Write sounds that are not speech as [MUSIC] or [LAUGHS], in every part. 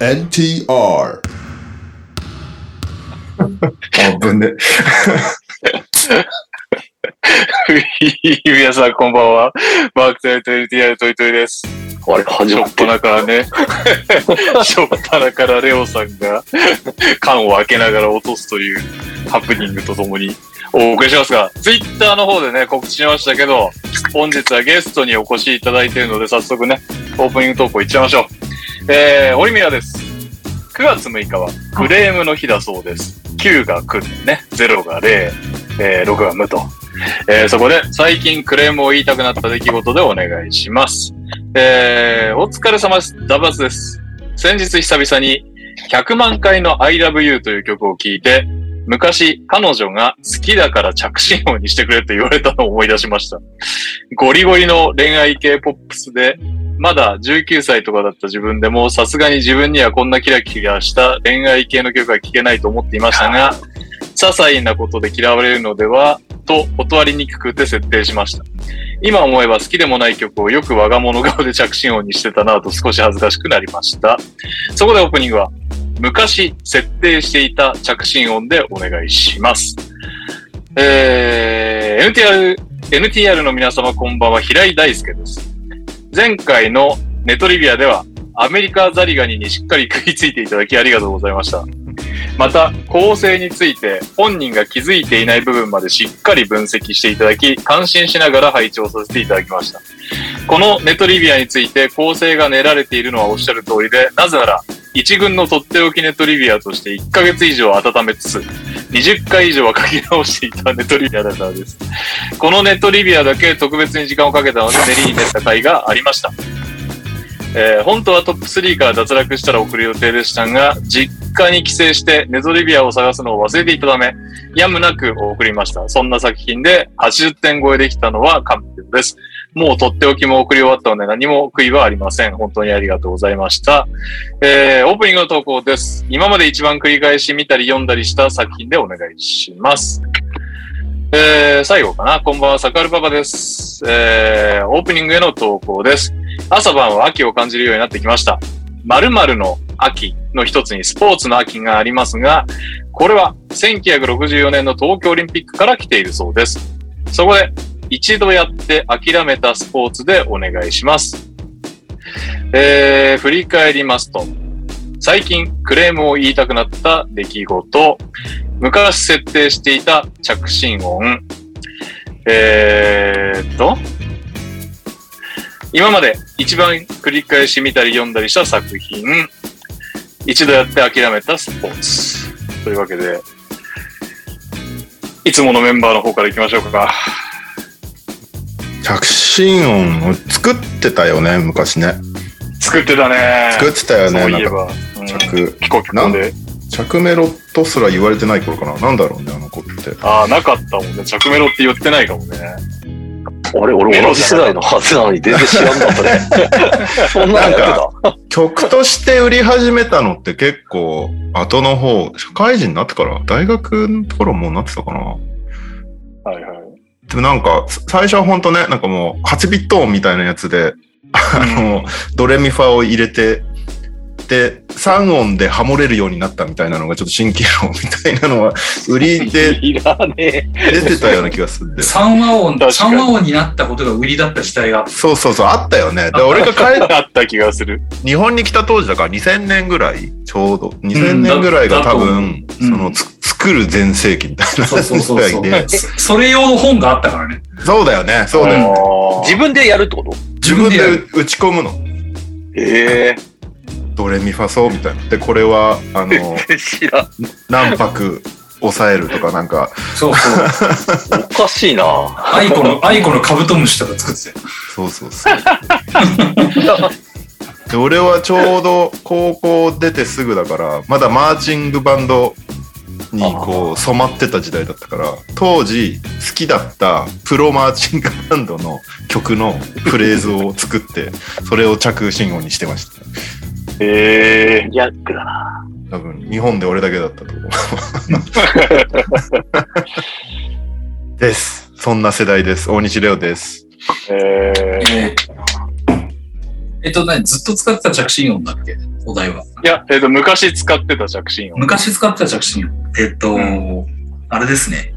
NTR あ、ぶね。 [LAUGHS] 皆さんこんばんは。マークタイト LTR トイトイです。あれ、始しょまっってぱる。なからね、しょっぱなからレオさんが缶を開けながら落とすというハプニングとともにお送りしますが、ツイッターの方でね、告知しましたけど、本日はゲストにお越しいただいているので、早速ね、オープニング投稿いっちゃいましょう。えー、オリミラです。9月6日はクレームの日だそうです。9が9ね、0が0、えー6が無と。えーそこで最近クレームを言いたくなった出来事でお願いします。えー、お疲れ様です。ダバスです。先日久々に100万回の I love you という曲を聴いて、昔彼女が好きだから着信音にしてくれと言われたのを思い出しました。ゴリゴリの恋愛系ポップスで、まだ19歳とかだった自分でもさすがに自分にはこんなキラキラした恋愛系の曲は聴けないと思っていましたが、些細なことで嫌われるのではと断りにくくて設定しました。今思えば好きでもない曲をよく我が物顔で着信音にしてたなぁと少し恥ずかしくなりました。そこでオープニングは、昔設定していた着信音でお願いします。えー、NTR、NTR の皆様こんばんは、平井大輔です。前回のネトリビアでは、アメリカザリガニにしっかり食いついていただきありがとうございました。また、構成について本人が気づいていない部分までしっかり分析していただき、感心しながら拝聴させていただきました。このネトリビアについて構成が練られているのはおっしゃる通りで、なぜなら、一軍のとっておきネトリビアとして1ヶ月以上温めつつ、20回以上は書き直していたネトリビアだからです。このネトリビアだけ特別に時間をかけたので練りに練った回がありました。えー本当はトップ3から脱落したら送る予定でしたが、実家に帰省してネトリビアを探すのを忘れていたため、やむなく送りました。そんな作品で80点超えできたのは完璧です。もうとっておきも送り終わったので何も悔いはありません。本当にありがとうございました。えーオープニングの投稿です。今まで一番繰り返し見たり読んだりした作品でお願いします。えー最後かな。こんばんは、サカルパパです。えーオープニングへの投稿です。朝晩は秋を感じるようになってきました。〇〇の秋の一つにスポーツの秋がありますが、これは1964年の東京オリンピックから来ているそうです。そこで、一度やって諦めたスポーツでお願いします。えー、振り返りますと、最近クレームを言いたくなった出来事、昔設定していた着信音、えーっと、今まで一番繰り返し見たり読んだりした作品、一度やって諦めたスポーツ。というわけで、いつものメンバーの方から行きましょうか。着信音を作ってたよね、昔ね。作ってたね。作ってたよね、そうないんえか。ば。うん着、飛行機飛んで。着メロとすら言われてない頃かな。なんだろうね、あの子って。ああ、なかったもんね。着メロって言ってないかもね。あれ、俺同じ世代のはずなのに全然知らんかったね。 [LAUGHS] そんなんやってた。曲として売り始めたのって結構後の方、社会人になってから、大学の頃もうなってたかな。はいはい。でもなんか、さ最初はほんとね、なんかもう8ビット音みたいなやつで、あの、ドレミファを入れて、で、3音でハモれるようになったみたいなのが、ちょっと新規論みたいな [LAUGHS] のは、売りでいら [LAUGHS] ね出てたような気がするんで。三和音、確かに三和音になったことが売りだった時代が。そうそうそう、あったよね。で、俺が帰っあった気がする。日本に来た当時だから2000年ぐらい、ちょうど。2000年ぐらいが多分、うそんの、つ作る全盛期みたいなそうそう時そう代そう。で。そそれ用の本があったからね。そうだよね、そうだよね。え。あ自分でやるってこと自分で打ち込むの。ーえドレミファソみたいな。で、これは、あの、知らん。何泊抑えるとかなんか、そう [LAUGHS] そう。おかしいな。 [LAUGHS] アイコの、アイコのカブトムシとか作ってたよ。そうそうそう。で、俺はちょうど高校出てすぐだから、まだマーチングバンドにこう染まってた時代だったから、当時好きだったプロマーチングバンドの曲のフレーズを作って、それを着信音にしてました。ー、えジャックだな。多分、日本で俺だけだったと思う。 [LAUGHS] です。 [LAUGHS] そんな世代です。大西レオです。ー、えーえーえっと、何ずっと使ってた着信音だっけお題は。いや、えっ、と、昔使ってた着信 [LAUGHS] 音。昔使ってた着信音。えっと、うあれですね。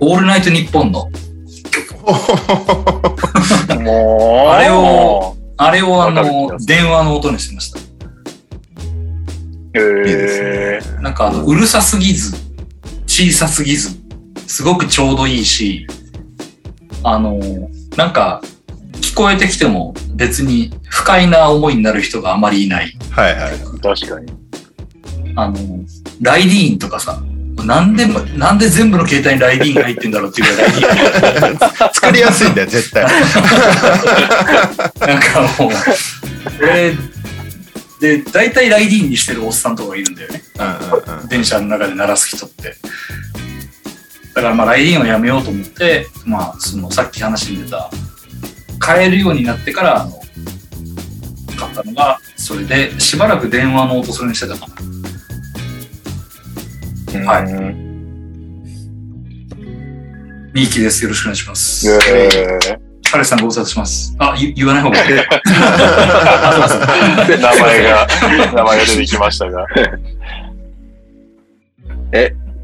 オールナイトニッポンの、もう、あれを、あれをあわかる気のが、する電話の音にしてました。えー、いいですね。なんかあの、うるさすぎず、小さすぎず、すごくちょうどいいし、あの、なんか、聞こえてきても別に不快な思いになる人があまりいない。はいはい。確かに。あの、ライディーンとかさ、なんでも、なんで全部の携帯にライディーンが入ってんだろうっていうぐらいライディーン作りやすい [LAUGHS] んだよ、絶対。なんかもう、俺、で、大体ライディーンにしてるおっさんとかいるんだよね。うんうんうん電車の中で鳴らす人って。だからまあ、ライディーンをやめようと思って、まあ、その、さっき話に出た、買えるようになってから、あの、買ったのが、それで、しばらく電話の音それにしてたかな。はいい。ミーキです。よろしくお願いします。えー彼さんご無沙汰します。あ、言言わない方がいい。名前が、名前が出てきましたが。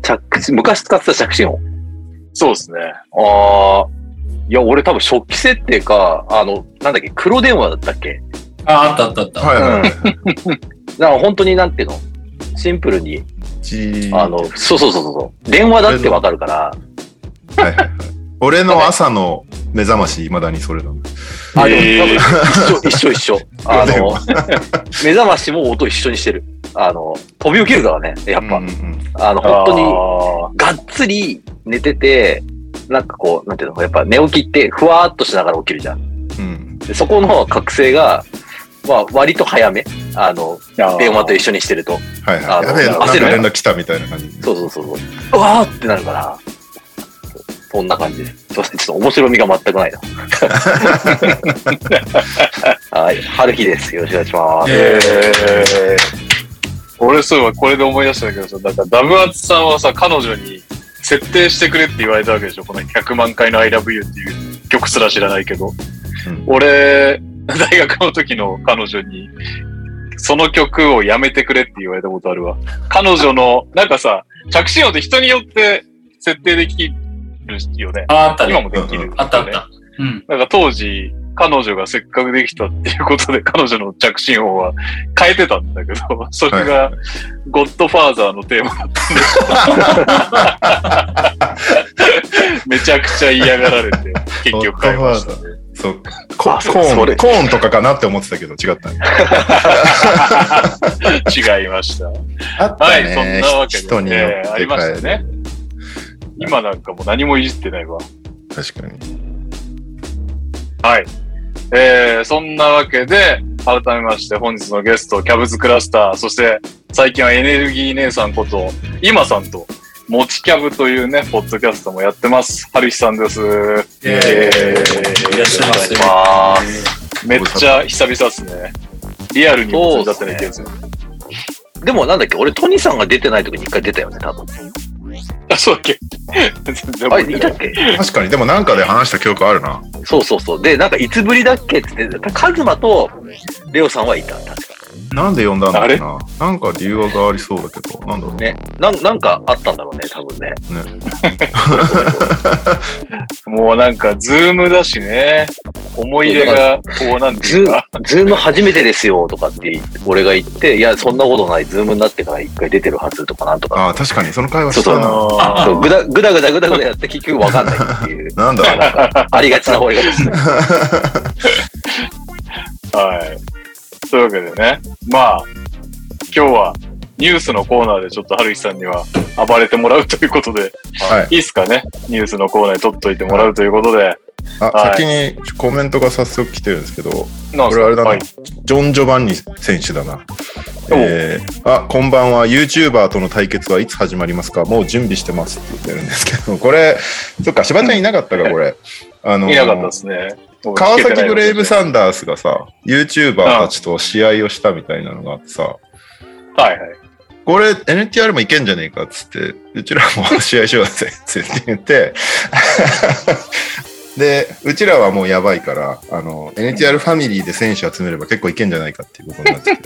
着信昔使ってた着信音。そうですね。ああ。いや、俺多分初期設定か、あの、なんだっけ、黒電話だったっけあ、あったあったあった。はいはい。うん。なんか本当になんていうのシンプルに、じあの、そうそうそうそう。電話だってわかるから、はいはいはい俺の朝の目覚まし、いまだにそれなの。あの、えー多分一緒、一緒、一緒。あ黒電の、 [LAUGHS] 目覚ましも音一緒にしてる。あの、飛び起きるからね、やっぱ。うんうんあの、本当に、当がっつり寝てて、なんかこう、なんていうの、やっぱ寝起きってふわーっとしながら起きるじゃん。うんでそこの覚醒が、まあ、割と早め。あの、に電話と一緒。緒にしてると。はいあはい。のやべえな、なんか焦る連絡来たみたいな感じ。そうそうそうそう。うわーってなるから。そんな感じです。すいません、ちょっと面白みが全くないな。はい、春日です。よろしくお願いします。えー俺そういえばこれで思い出したんだけどさ、なんかダムアツさんはさ、彼女に設定してくれって言われたわけでしょこの100万回の I love you っていう曲すら知らないけど。うん俺、大学の時の彼女に、その曲をやめてくれって言われたことあるわ。彼女の、なんかさ、着信音って人によって設定できるよね。ああった今ね。もできる、ね。あったあった。うん。なんか当時、彼女がせっかくできたっていうことで、彼女の着信音は変えてたんだけど、 [LAUGHS] それが、ゴッドファーザーのテーマだったん [LAUGHS] で、めちゃくちゃ嫌がられて、結局変えましたね。そう。コあそうコそーン、れコーンとかかなって思ってたけど、違ったね。違いました。あっはたい、そんねなわ。けで、人によねっ、てありました変えね。今なんかもう何もいじってないわ。る確かに。はい。えー、そんなわけで、改めまして本日のゲスト、キャブズクラスター、そして最近はエネルギー姉さんこと、今さんと、もちキャブというね、ポッドキャストもやってます。はるひさんです。イエーイいらっしゃいませ。まめっちゃ久々ですね。リアルにもだったね、そうっすあ、でもなんだっけ、俺、トニさんが出てない時に一回出たよね、多分。あ、そうだっけ全然あ覚えれ、ていなたいっけ確かに、でもなんかで話した記憶あるな。そうそうそう。で、なんか、いつぶりだっけって言って、カズマとレオさんはいた、確か。なんで呼んだんだろうな。なんか理由がありそうだけど、なんだろうね。ね。なんなんかあったんだろうね、多分ね。もうなんか、ズームだしね、思い入れが、こうなんていズうームか、、ズーム初めてですよとかって言って、俺が言って、いや、そんなことない、ズームになってから一回出てるはずとかなんとか。ああ、確かに、その会話したそうな。。あそうぐだぐだぐだぐだぐだやって結局わかんないっていうなんだろうね。 [LAUGHS] ありがちな終わり方ですね。はい。というわけでね、まあ、今日はニュースのコーナーでちょっと春日さんには暴れてもらうということで、 [LAUGHS] はいいですかね、ニュースのコーナーに取っといてもらうということで、あ、はい先にコメントが早速来てるんですけど、こなんすれかあれだな、はいジョン・ジョバンニ選手だな。おえー、あ、こんばんは、YouTuber との対決はいつ始まりますかもう準備してますって言ってるんですけど、 [LAUGHS] これ、そっか、柴ちゃんいなかったか、これ。あのーいなかったですね。川崎ブレイブん。サンダースがさ、YouTuber たちと試合をしたみたいなのがあってさ、はいはい。これ NTR もいけんじゃねえかっつって、うちらも試合しようぜっつって言って、 [LAUGHS] で、うちらはもうやばいから、あの、NTR ファミリーで選手集めれば結構いけんじゃないかっていうことになって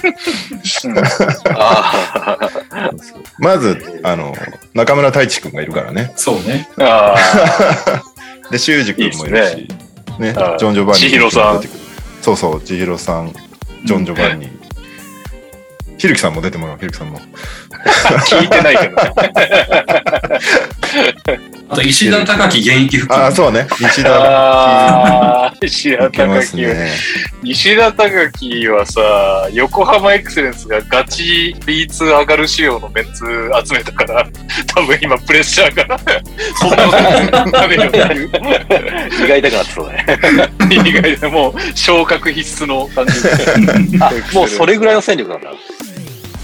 きてああ、まず、あの、中村太一くんがいるからね。そうね。あで、修二くんもいるし、ね、ジョン・ジョバンニ。千尋さん出てくる。そうそう、千尋さん、ジョン・ジョバンニ。ひるきさんも出てもらおう、ひるきさんも。あ、 [LAUGHS] 聞いてないけどね。あと、石田隆樹現役復帰。ああ、そう [LAUGHS] ね、西田。ああ、石田いけます隆樹、ね。石田隆樹はさ、横浜エクセレンスがガチ B2 上がる仕様のメンツ集めたから、多分今プレッシャーが、そんなことになるよっていう。意外痛くなって [LAUGHS] そうね。以外でもう昇格必須の感じであ、もうそれぐらいの戦力なんだ。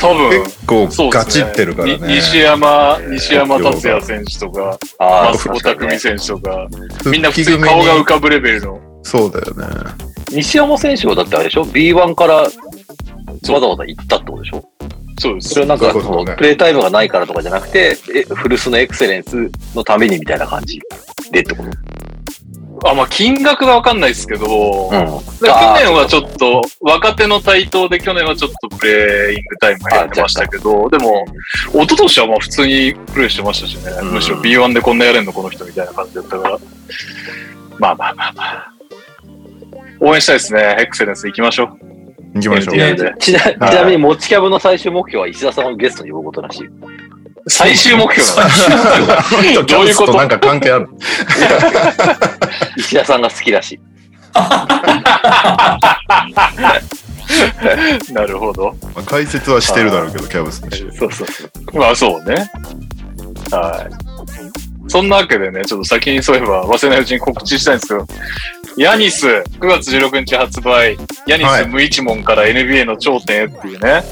多分結構そうですねガチってるからにね。西山西山達也選手とかああ、松確本かに拓ね海選手とか復みんな普帰通組にに顔が浮かぶレベルのそうだよね。西山選手はだってあれでしょ ?B1 からわざわざ行ったってことでしょそうでそすれはなんかそういうことねそのプレータイムがないからとかじゃなくて、え古巣のエクセレンスのためにみたいな感じでってことあまあ金額がわかんないですけど、うん。で去年はちょっと若手の台頭で去年はちょっとプレーイングタイムが減ってましたけどでも一昨年はまあ普通にプレーしてましたしね、うんむしろ B1 でこんなやれんのこの人みたいな感じだったからまあまあまあまあ応援したいですねエクセレンス行きましょう行きましょう。 [LAUGHS] NTR でちなちなみに、持ちキャブの最終目標は石田さんをゲストに呼ぶことらしい。最終目標だねどどういうことなんか関係ある石田さんが好きらしい。 [LAUGHS] なるほど。まあ解説はしてるだろうけど、キャブスの試合。そうそうそう。まあそうね。はい。そんなわけでね、ちょっと先にそういえば忘れないうちに告知したいんですけど、ヤニス、9月16日発売、ヤニはいス無一文から NBA の頂点へっていうね、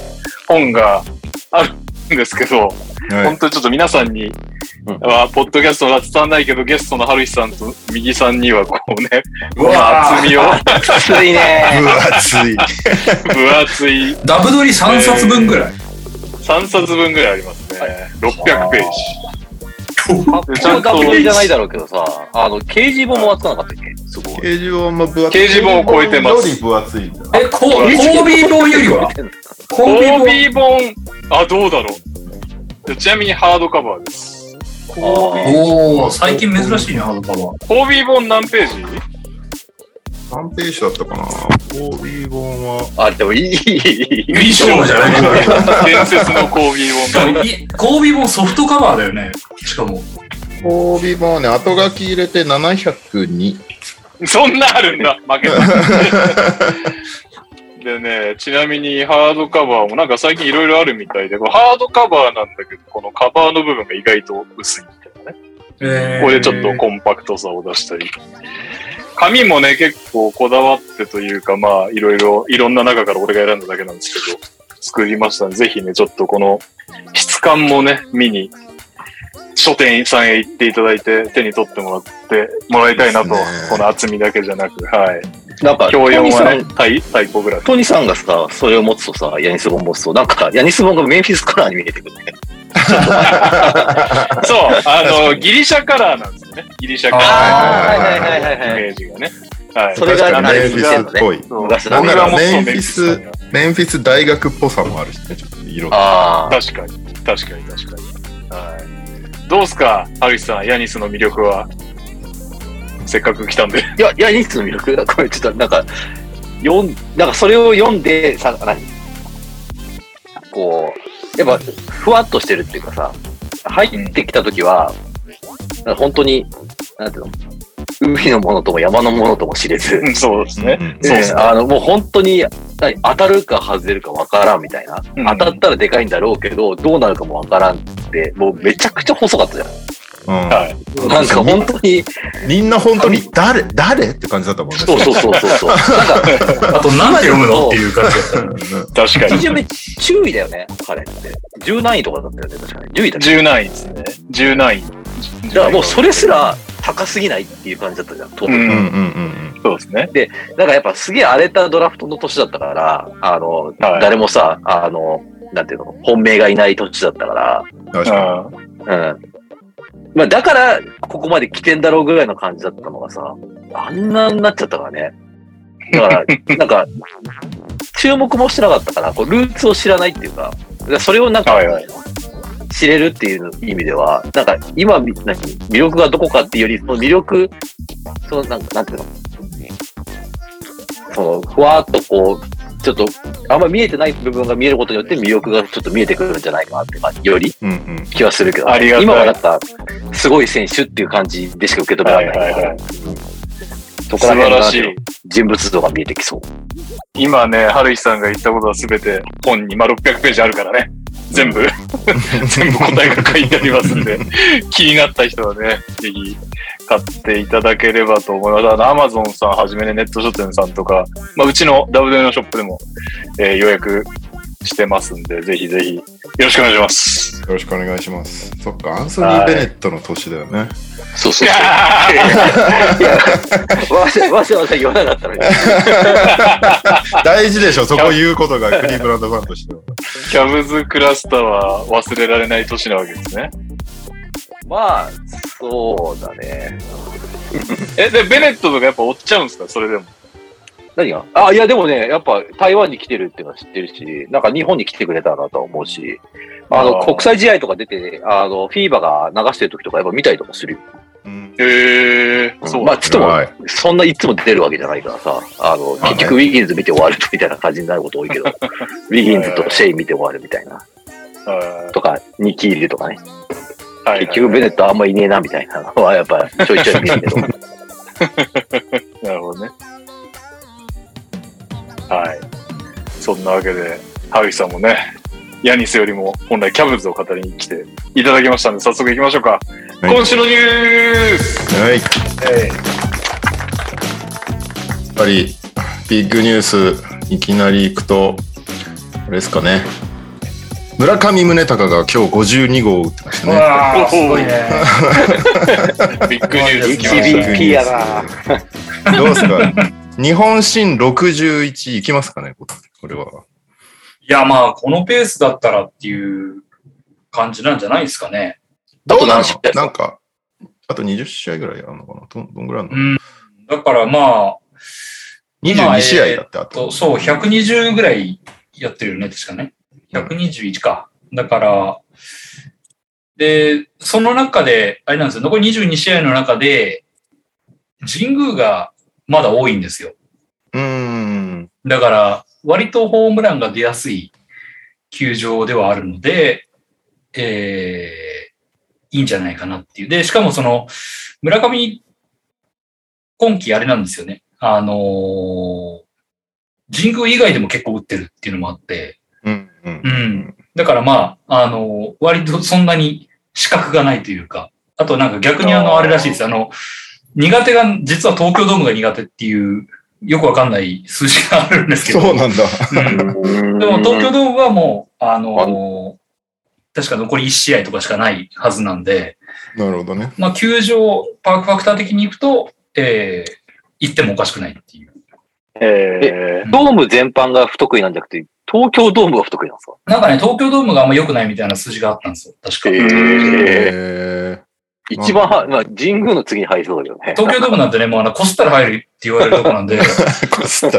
本があるんですけど、はい本当にちょっと皆さんにうん、はポッドキャストが伝わらないけど、ゲストの春日さんと右さんにはこうね、うわー厚みを、きついね。分厚い。分厚いダブドリ3冊分ぐらい。 3冊分ぐらいありますね。600ページ。ちこゃのんとダブルじゃないだろうけどさ、あの、掲示本も扱わなかったっけすごい。掲示板も分厚い。掲示板を超えてますより分厚いんだ。え、ココービー本よりはココービーー本ビー本、あ、どうだろう。ちなみにハードカバーです。あーおー、最近珍しいね、ハードカバー。コービー本何ページ何ページだったかなコービー本は。あ、でもいい、いい、いい。いい勝負じゃない伝説のコービーしか本 [LAUGHS] もが。いコービー本ソフトカバーだよね。しかも。コービー本はね、後書き入れて702。そんなあるんだ。負け [LAUGHS] た。でね、ちなみにハードカバーもなんか最近いろいろあるみたいで、これハードカバーなんだけど、このカバーの部分が意外と薄いみたいなね。えーこれでちょっとコンパクトさを出したり。紙もね、結構こだわってというか、まあ、いろいろ、いろんな中から俺が選んだだけなんですけど、作りましたので、ぜひね、ちょっとこの質感もね、見に、書店さんへ行っていただいて、手に取ってもらってもらいたいなと、いいっすねこの厚みだけじゃなく、はい。なんか、教養トニーはさねん、タイ、タイポグラフィトニーさんがさ、それを持つとさ、ヤニス本持つと、なんか、ヤニス本がメンフィスカラーに見えてくるね。ー。そう、あの、ギリシャカラーなんですよね。ギリシャカあーラはいはいはいーのイメージがね。はい。それが確かにあメれンフィスっぽい。そう昔なのんな僕らはもっとメンフメィンフィスス、メンフィス大学っぽさもあるしね、ちょっと色が。ああ。確かに、確かに、確かに。はい。どうすか、ハルシさん、ヤニスの魅力は。せっかく来たんで。いや、いや、ニスの魅力これちょっとなんか、読ん、なんかそれを読んで、さ、何こう、やっぱ、ふわっとしてるっていうかさ、入ってきた時は、なんか本当に、なんていうの、海のものとも山のものとも知れず、そうですう。んそうっすねえーあの、もう本当に、何当たるか外れるかわからんみたいな、うん当たったらでかいんだろうけど、どうなるかもわからんって、もうめちゃくちゃ細かったじゃん。うんなんか本当に、みんな本当に誰、誰って感じだったもんね。そうそうそうそうそう。なんか、あと何て読むのっていう感じだったよね。確か一に。巡目注意だよね、彼って。十何位とかだったよね、確かに。10位だった。十何位ですね。十何位。だからもうそれすら高すぎないっていう感じだったじゃん、当う。時うんんううんん、うんそうですね。なんかやっぱすげえ荒れたドラフトの年だったから、あの、はい。誰もさ、あの、なんていうの、本命がいない年だったかうん。確からら、うん。まあだから、ここまで来てんだろうぐらいの感じだったのがさ、あんなになっちゃったからね。だ [LAUGHS] から、なんか、注目もしてなかったから、こうルーツを知らないっていうか、だからそれをなんかはいは、知れるっていう意味では、なんか今、何魅力がどこかっていうより、その魅力、そのなんか、なんていうのその、ふわっとこう、ちょっと、あんま見えてない部分が見えることによって魅力がちょっと見えてくるんじゃないかなって感じ、よりうんうん。気はするけど、ありがたい今はだったすごい選手っていう感じでしか受け止められない。はいはいはいそこ素ら晴辺らがしい。人物像が見えてきそう。今ね、はるひさんが言ったことは全て本に、まあ、600ページあるからね。全部、全部答えが書いてありますん [LAUGHS] で、気になった人はね、ぜひ買っていただければと思います。あの、アマゾンさんはじめね、ネット書店さんとか、まあ、うちの WW のショップでも、えー予約してますんで、ぜひぜひ、よろしくお願いし [LAUGHS] ます。よろしくお願いします。そっか、アンソニー・ベネットの年だよね。そういそうやーそう。わしわしわし言わなかったのに。大事でしょ、そこ言うことがクリーブランドファンとしては。キャブズクラスターは忘れられない年なわけですね。まあ、そうだね。え、で、ベネットとかやっぱ追っちゃうんですかそれでも。何があ、いやでもね、やっぱ台湾に来てるっていうのは知ってるし、なんか日本に来てくれたらなとは思うし、あの、あー国際試合とか出て、あの、フィーバーが流してる時とかやっぱ見たりとかするよ。うん。へえー、そうなまあんだ。ちょっともはいそんないつも出るわけじゃないからさ、あの、まあね結局ウィギンズ見て終わるみたいな感じになるこ [LAUGHS] と多いけど、ウィギンズとシェイ見て終わるみたいな、はとか、ニキールとかね、いはいはい結局ベネットあんまいねえなみたいな [LAUGHS] のはやっぱちょいちょい見るけど、なるほどね。はい。そんなわけで、ハギさんもね、ヤニスよりも本来キャブズを語りに来ていただきましたので、早速行きましょうか。はい今週のニュー [LAUGHS] スはい。やっぱり、ビッグニュース、いきなり行くと、あれですかね。村上宗隆が今日52号を打ってましたうね。わーすごいね。ビッグニュース来まし HBP や [LAUGHS] などうですか日本新61いきますかねこれは。いや、まあ、このペースだったらっていう感じなんじゃないですかね。あどとうな何の試合ですかなんか、あと20試合ぐらいあるのかなどんどんぐらいあるうの、ん。だからまあ、 ?22 試合だってあとと。そう、120ぐらいやってるよね、確かね。121か。だから、で、その中で、あれなんですよ、残り22試合の中で、神宮がまだ多いんですよ。うーん。だから、割とホームランが出やすい球場ではあるので、えー、いいんじゃないかなっていう。で、しかもその、村上、今季あれなんですよね。あのー神宮以外でも結構打ってるっていうのもあって、うん。うんう。ん。だからまあ、あのー割とそんなに資格がないというか、あとなんか逆にああーの、あれらしいです。あの、苦手が、実は東京ドームが苦手っていう、よくわかんない数字があるんですけど。そうなんだ。うんでも東京ドームはもう、あのー確か残り1試合とかしかないはずなんで、なるほどね。まあ、球場、パークファクター的に行くと、えー行ってもおかしくないっていう。えードーム全般が不得意なんじゃなくて、東京ドームが不得意なんですかなんかね、東京ドームがあんま良くないみたいな数字があったんですよ、確か。ええ一番は、まあ、神宮の次に入りそうだけどね。東京ドームなんてね、もうあの、こすったら入るって言われるとこなんで、 [LAUGHS] ー、こすった。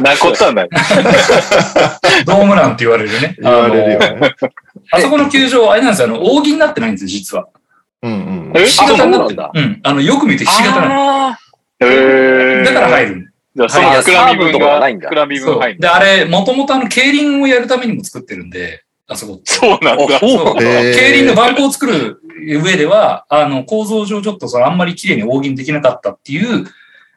なことはない。ドームランって言われるね。言われるよね。あのあそこの球場、あれなんですよ、あの、扇になってないんですよ、実は。うんうん。えひし形になあっそうてなんだる。うん。あの、よく見るとひし形なの。あえー、だから入る。じゃあそのはい膨らみ分サーブとかが、はないんだ膨らみ分そ入う。る。で、あれ、もともとあの、競輪をやるためにも作ってるんで、あそこって。そうなんあ、だ。そうなんだ。えー競輪のバンクを作る上では、あの、構造上ちょっとそのあんまり綺麗に大銀できなかったっていう、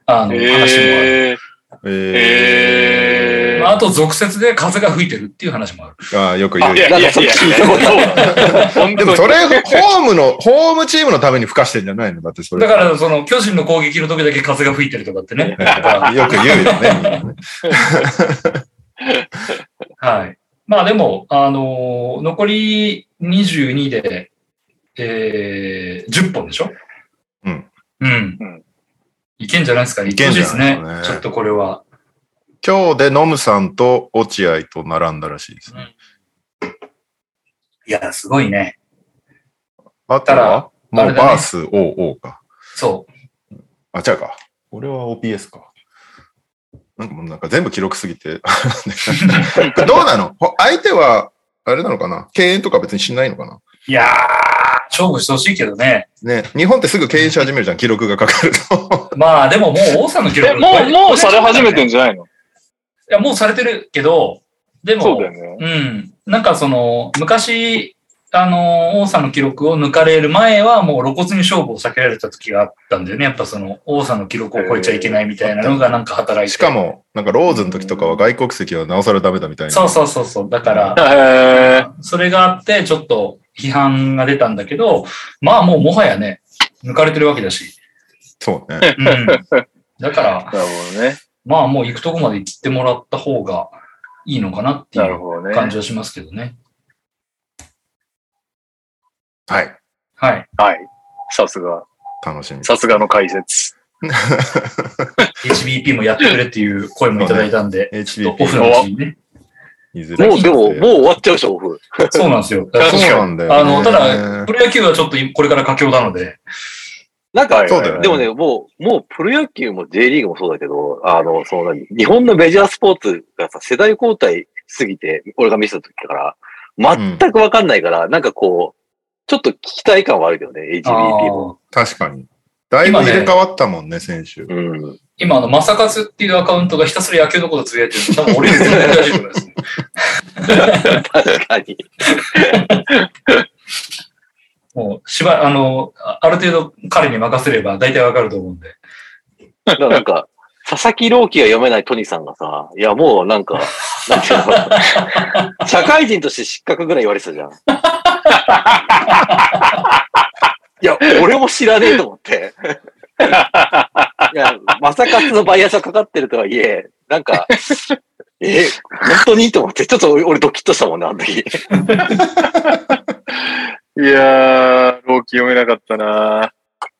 あの、話もある。えー、ええまああと、俗説で風が吹いてるっていう話もある。ー、ああ、よく言あうい。やいやいや、なんかそいっちやそう本で当にもそれ、ホームの、ホームチームのために吹かしてんじゃないのだってそれ。だから、その、巨人の攻撃の時だけ風が吹いてるとかってね。ら、よく言うよねみんなね。はい。まあでも、あのー残り22で、えー、10本でしょうん。うん。うんいけんじゃないですかいいけんじゃないでですすかねね。ちょっとこれは。今日でノムさんと落合と並んだらしいです。いや、すごいね。あとはもあうれだねバース OO か。そあ、違うか。俺は OPS か。なんかもうなんか全部記録すぎて。 [LAUGHS] どうなのほ相手は、あれなのかな敬遠とか別にしないのかなう。いやー、勝負してほしいけどね。ね、日本ってすぐ敬遠し始めるじゃん、記録がかかる [LAUGHS] と。まあでももう王さんの記え、録もう、もうされ始めていんじゃないのや、もうされてるけど、でも、そうだよね。うん。なんかその、昔、あの、王さんの記録を抜かれる前は、もう露骨に勝負を避けられた時があったんだよね。やっぱその、王さんの記録を超えちゃいけないみたいなのがなんか働いて。しか。も、なんかローズの時とかは外国籍はなおさらダメだみたいな。そうそうそうそう。だから、へーそれがあって、ちょっと批判が出たんだけど、まあもうもはやね、抜かれてるわけだし。そうね。 [LAUGHS] うん。だから、なるほどね。まあもう行くとこまで行ってもらった方がいいのかなってないるうほど感じね。はしますけどね。はい。はい。はい。さすが。楽しみ。さすがの解説。 HBP もやってくれっていう声もいただいたんで、ちょっとオ HBP フのうちにね。譲らもうせてでも、もう終わっちゃうでしょ、オフ。そうなんですよ。そうなんだよ、ね。あの、ただ、プロ野球はちょっとこれから佳境なので、なんか、はいそうだよねでもね、もう、もうプロ野球も J リーグもそうだけど、あの、その何、日本のメジャースポーツがさ、世代交代すぎて、俺が見せた時から、全くわかんないから、なんかこう、ちょっと聞きたい感はあるけどね、HBP も。あー確かに。だいぶ入れ替わったもんね、選手。うん。今、あの、まさかつっていうアカウントがひたすら野球のことつぶやいてるの、多分俺より全然大丈夫ですね。確かに。もう、しば、あの、あある程度彼に任せれば大体わかると思うんで。だからなんか、佐々木朗希が読めないトニーさんがさ、いや、もうなん [LAUGHS] か、なんていうの、社会人として失格ぐらい言われて [LAUGHS] たじゃん。いや、俺も知らねえと思って。いや、まさかつのバイアスがかかってるとはいえ、なん [LAUGHS] か、え、本当にと思って、ちょっと俺俺ドキッとしたもんね、あの時。いやー、朗希読めなかったな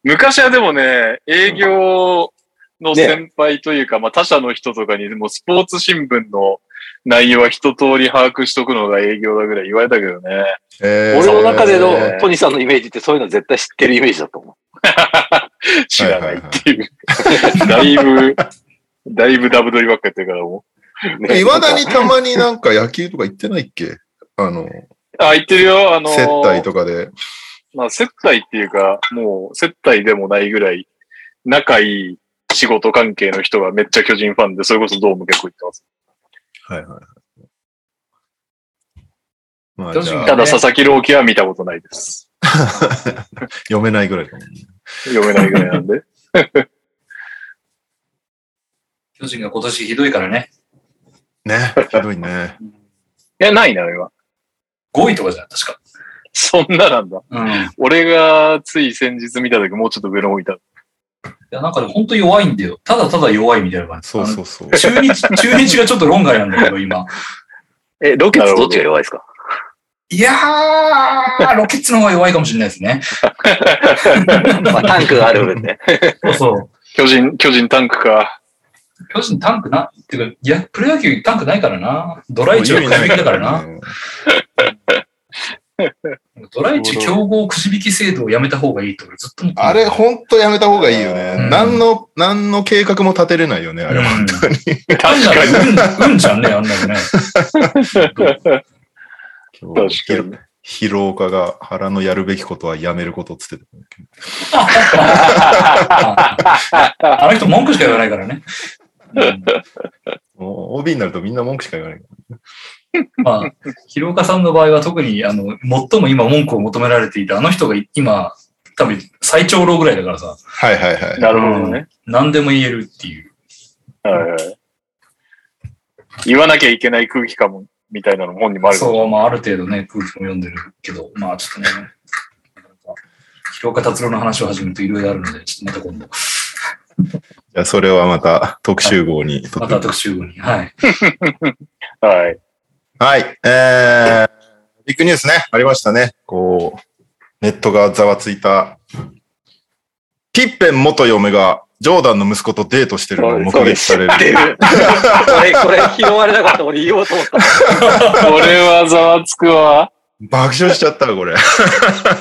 昔はでもね、営業の先輩というか、まあ他社の人とかに、もうスポーツ新聞の内容は一通り把握しとくのが営業だぐらい言われたけどね。えー俺の中でえーのトニーさんのイメージってそういうの絶対知ってるイメージだと思う。知らないっていう。 [LAUGHS] だいぶ、だいぶダブドリばっかやってるからも [LAUGHS] えいまだにたまになんか野球とか行ってないっけあの、う。あ、言ってるよ、あのー接待とかで。まあ、接待っていうか、もう接待でもないぐらい、仲いい仕事関係の人がめっちゃ巨人ファンで、それこそドーム結構行ってます。はいはい。まあ、巨人じゃあただ、佐々木朗希は見たことないです。読めないぐらいかも、ね。読めないぐらいなんで。巨人が今年ひどいからね、ね、ひどいね。え、ないな、今。 5位とかじゃん、確か。そんななんだ。うん。い俺がつい先日見た時、もうちょっと上の方いた。や、なんかね、本当弱いんだよ。ただただ弱いみたいな感じ。そうあのそうそう。中日、 [LAUGHS] 中日がちょっと論外なんだけど、今。え、ロケッツどっちが弱いですかいやー、ロケッツの方が弱いかもしれないですね。 [LAUGHS] まあ、タンクがある分ね。そうそう。巨人、巨人タンクか。巨人タンクな、っていうか、いや、プロ野球タンクないからな。ドライチは買いだからな。もう意味いドライチ競合くじ引き制度をやめた方がいいと俺ずっと思ってたあれ、ほんとやめた方がいいよね。うん何の、何の計画も立てれないよね、あれは。うん本当に。確あんなかに。の運、運じゃんね、あんなの [LAUGHS] ね。かに疲労家が腹のやるべきことはやめることっつってた。あの人文句しか言わないからね。うんもう OB になるとみんな文句しか言わない。まあ、広岡さんの場合は特に、あの、最も今文句を求められていたあの人が今、多分最長老ぐらいだからさ、はいはいはい。なるほどね。何でも言えるっていう。はいはい言わなきゃいけない空気感も、みたいなのも本にもあるからそう、まあある程度ね、空気も読んでるけど、まあちょっとね、広岡達郎の話を始めるといろいろあるので、ちょっとまた今度、じゃあそれはまた特集号に撮まってた特集後に。はい。はい。はい。えー、ビッグニュースね、ありましたね。こう、ネットがざわついた。ピッペン元嫁が、ジョーダンの息子とデートしてるのを目撃される。出る。俺、これ拾われなかった。俺言おうと思った。これはざわつくわ。爆笑しちゃったわ、これ。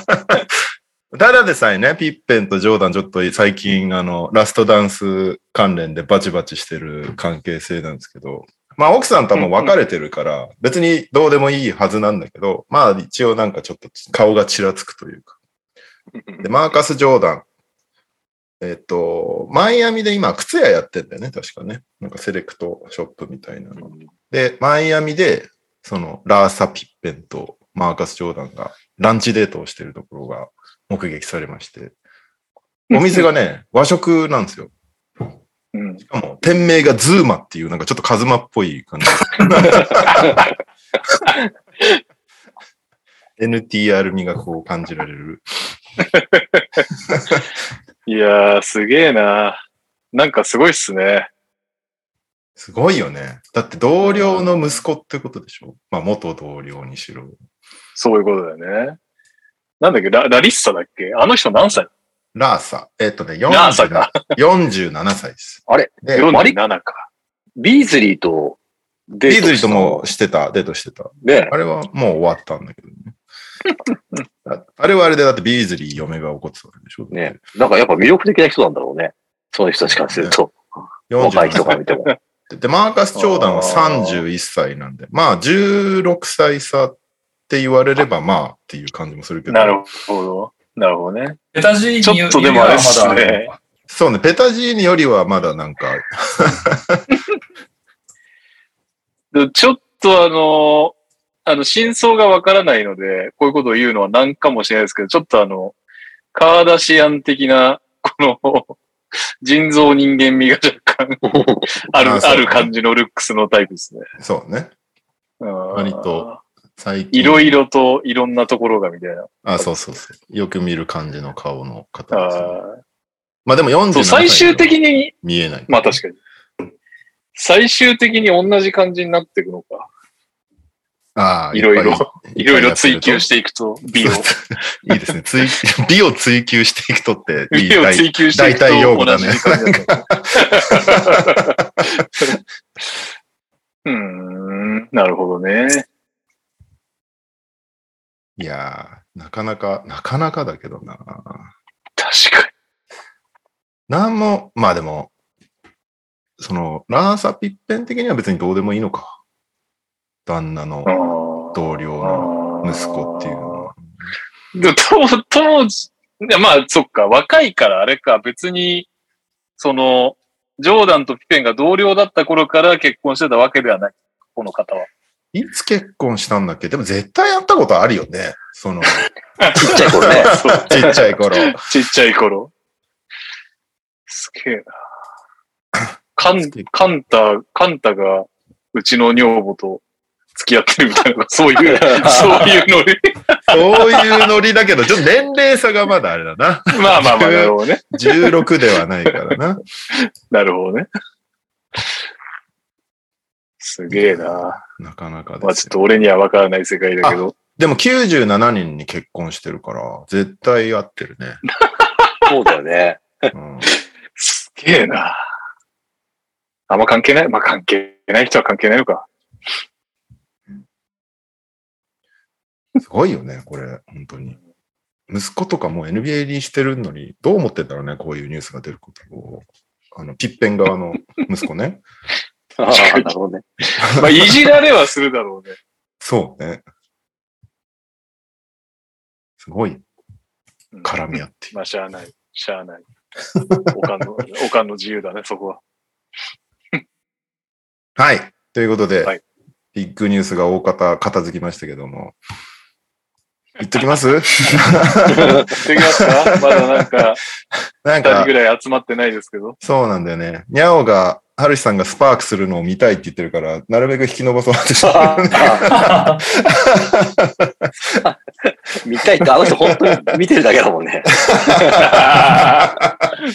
[LAUGHS] ただでさえね、ピッペンとジョーダンちょっと最近、あの、ラストダンス関連でバチバチしてる関係性なんですけど、まあ奥さんとはもう別れてるから、別にどうでもいいはずなんだけど、まあ一応なんかちょっと顔がちらつくというか。で、マーカス・ジョーダン。えっと、マイアミで今靴屋やってんだよね、確かね。なんかセレクトショップみたいなの。で、マイアミで、その、ラーサ・ピッペンとマーカス・ジョーダンがランチデートをしてるところが目撃されまして、お店がね、和食なんですよ。うん。しかも、店名がズーマっていう、なんかちょっとカズマっぽい感じ。NTR 味がこう感じられる。いやー、すげえな。なんかすごいっすね。すごいよね。だって同僚の息子ってことでしょまあ元同僚にしろ。そういうことだよね。なんだっけララリッサだっけあの人何歳ラーサ。えっとね、ラーサ47か47歳です。あれで、 ?47 か。ビーズリーとデビーートズしたリーともしてた、デートしてた。ねあれはもう終わったんだけどね。 [LAUGHS] ああれはあれで、だってビーズリー嫁が怒ってたわけでしょねなんかやっぱ魅力的な人なんだろうね。その人たちからすると。若い人から見ても。で、マーカス・ジョーダンは31歳なんで、まあ16歳差って言われればまあっていう感じもするけど。なるほど。なるほどね。ベタジーニちょっとでもあれっすね。そうね、ペタジーニよりはまだなんか、でちょっとあの、あの、真相がわからないので、こういうことを言うのはなんかもしれないですけど、ちょっとあの、カーダシアン的な、この、人造人間味が若干ある、あそうある感じのルックスのタイプですね。そうね、割と。最近。いろいろといろんなところがみたいな。あ、そうそうそう。よく見る感じの顔の方ですね、あまあでもー47そ歳。う、最終的に、見えない。まあ確かに。最終的に同じ感じになっていくのか。ああいろいろっぱいろいろ追求してていくと、美を。 [LAUGHS] いいですね。追 [LAUGHS] 美を追求していくとっていい美を追求していく大体用語とだ同ねじ感じだった。 [LAUGHS] うーん、なるほどね。いやー、なかなか、なかなかだけどな。確かなんも、まあでも、その、ラーサピッペン的には別にどうでもいいのか。旦那のに。あ同僚のー息子っていうのは。でも、当当時、いやまあ、そっか、若いからあれか、別に、その、ジョーダンとピペンが同僚だった頃から結婚してたわけではない、この方は。いつ結婚したんだっけでも絶対やったことあるよね。その、ちちっちゃい頃 [LAUGHS] ね。そうっちゃい頃。ちっちゃい頃。すげえな。カン、カンタ、カンタが、うちの女房と付き合ってるみたいな、 [LAUGHS] そう [LAUGHS] いう、そういうのに。そういうノリだけど、ちょっと年齢差がまだあれだな。まあまあまあ、なるほどね。 16ではないからな。なるほどね。すげえな。なかなかまであちょすよ。っと俺には分からない世界だけど。でも97人に結婚してるから、絶対合ってる [LAUGHS] ね。そうだよね。うんすげえな。あんま関係ないまあ関係ない人は関係ないのか。すごいよね、これ、本当に。息子とかもう NBA 入りしてるのに、どう思ってんだろうね、こういうニュースが出ることを。あの、ピッペン側の息子 [LAUGHS] ね。ああ、なるほどね。まあいじられはするだろうね。そうね。すごいうん絡み合っている。まあしゃあない。しゃあない。おかんの、おかんの自由だね、そこは。はい。ということで、はいビッグニュースが大方片付きましたけども。言っときます [LAUGHS] できますかまだなんか、なん二人かぐ、らい集まってないですけど。そうなんだよね。にゃおが、はるしさんがスパークするのを見たいって言ってるから、なるべく引き伸ばそうってしてる [LAUGHS] 見たいって、あの人本当に見てるだけだもんね。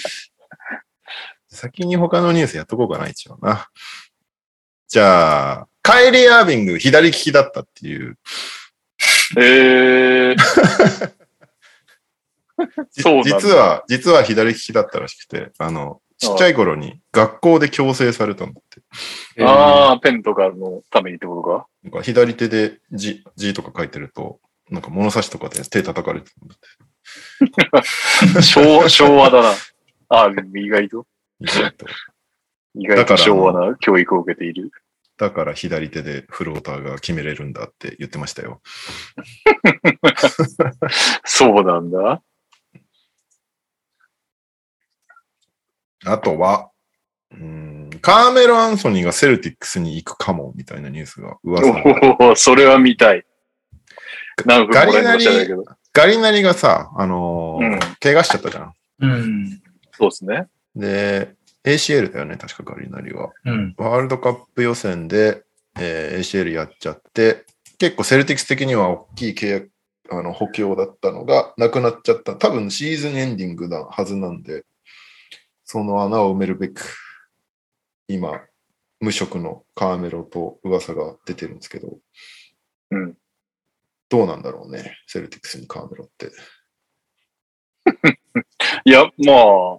[LAUGHS] 先に他のニュースやっとこうかな、一応な。じゃあ、カイリー・アービング左利きだったっていう。えー、じそうなんだ実は、実は左利きだったらしくて、あの、ちっちゃい頃に学校で強制されたのって。ああ、ペンとかのためにってことか。なんか左手で字字とか書いてると、なんか物差しとかで手叩かれてるんだって。昭昭和だな。あ、意外と、意外と意外と昭和な教育を受けている。だから左手でフローターが決めれるんだって言ってましたよ。そうなんだ。あとは、うん、カーメル・アンソニーがセルティックスに行くかも、みたいなニュースが噂されておお、それは見たい。何分もガリらえガましリたけど。ガリナリがさ、あのーうん怪我しちゃったじゃん。うん。そうですね。で、ACL だよね、確かガリナリは。うん。ワールドカップ予選で、えー ACL やっちゃって、結構セルティックス的には大きい契約、あの補強だったのがなくなっちゃった。多分シーズンエンディングなはずなんで、その穴を埋めるべく、今、無職のカーメロと噂が出てるんですけど、うん。どうなんだろうね、セルティックスにカーメロって。いや、まあ、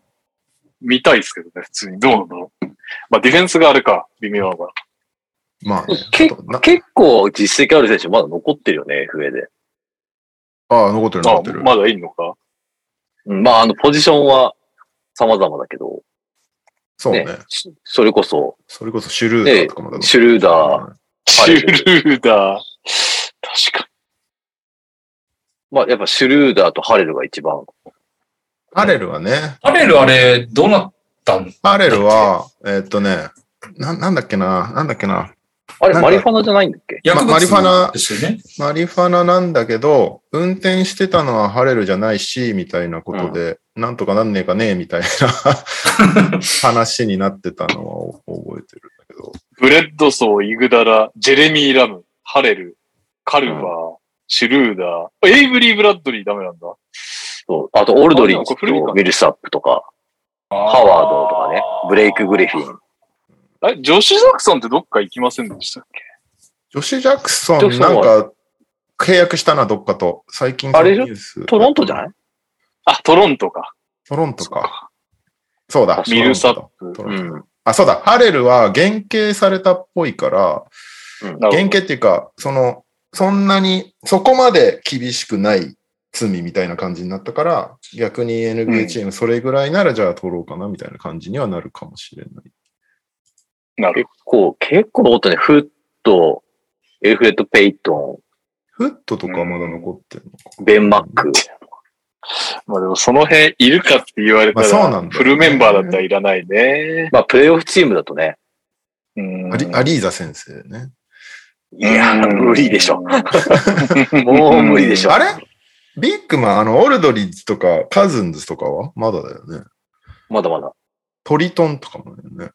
見たいですけどね、普通に。どうなんだろう。まあ、ディフェンスがあるか、微妙なのかまあね、結あとな結構実績ある選手まだ残ってるよね、FA で。ああ、残ってるな。残あってる。まだいるのか。うんまあ、あの、ポジションは様々だけど、そうねしそれこそ、それこそシュルーダーとかもだと思うシュルーダー、うんシュルーダー。確かまあ、やっぱシュルーダーとハレルが一番。アレルはね、アレルあれ、どうなったんアレルは、えーっとね、な、なんだっけな、なんだっけな、あれ、なんかマリファナじゃないんだっけ薬物マリファナですよね。マリファナなんだけど、運転してたのはハレルじゃないし、みたいなことで、なんとかなんねえかねえ、みたいな [LAUGHS] 話になってたのは覚えてるんだけど、に。ブレッドソー、イグダラ、ジェレミー・ラム、ハレル、カルバー、シュルーダー。エイブリー・ブラッドリーダメなんだ。そうあと、オルドリンあでもこジれ古いかとミルサップとか、ハハワードとかね、ブレイク・グリフィン。あれ、ジョシュ・ザクソンってどっか行きませんでしたっけジョシュ・ジャクソジョシンュはなんか契約したな、どっかと。最近あれそのニューストロントじゃないあ、トロントか。トロントか。そうだ。ミルサップトロントだ。トロうントん。あ、そうだ。ハレルは減刑されたっぽいから、なるほど原型っていうか、その、そんなに、そこまで厳しくない罪みたいな感じになったから、逆にう NBA んチームそれぐらいならじゃあ取ろうかなみたいな感じにはなるかもしれない。なる結構、結構残ったね。フット、エルフレッド・ペイトフットとかまだ残ってるのか。ン、ベン・マック。まあでもその辺いるかって言われたまあそうなんら、だよねフルメンバーだったらいらないね。まあ、プレイオフチームだとね。うんアリアリーザ先生ね。いやー、無理でしょ。。ももう無理でしょ。あれビッグマン、あの、オルドリッジとかカズンズとかはまだだよね。まだまだ。トリトンとかもだよね。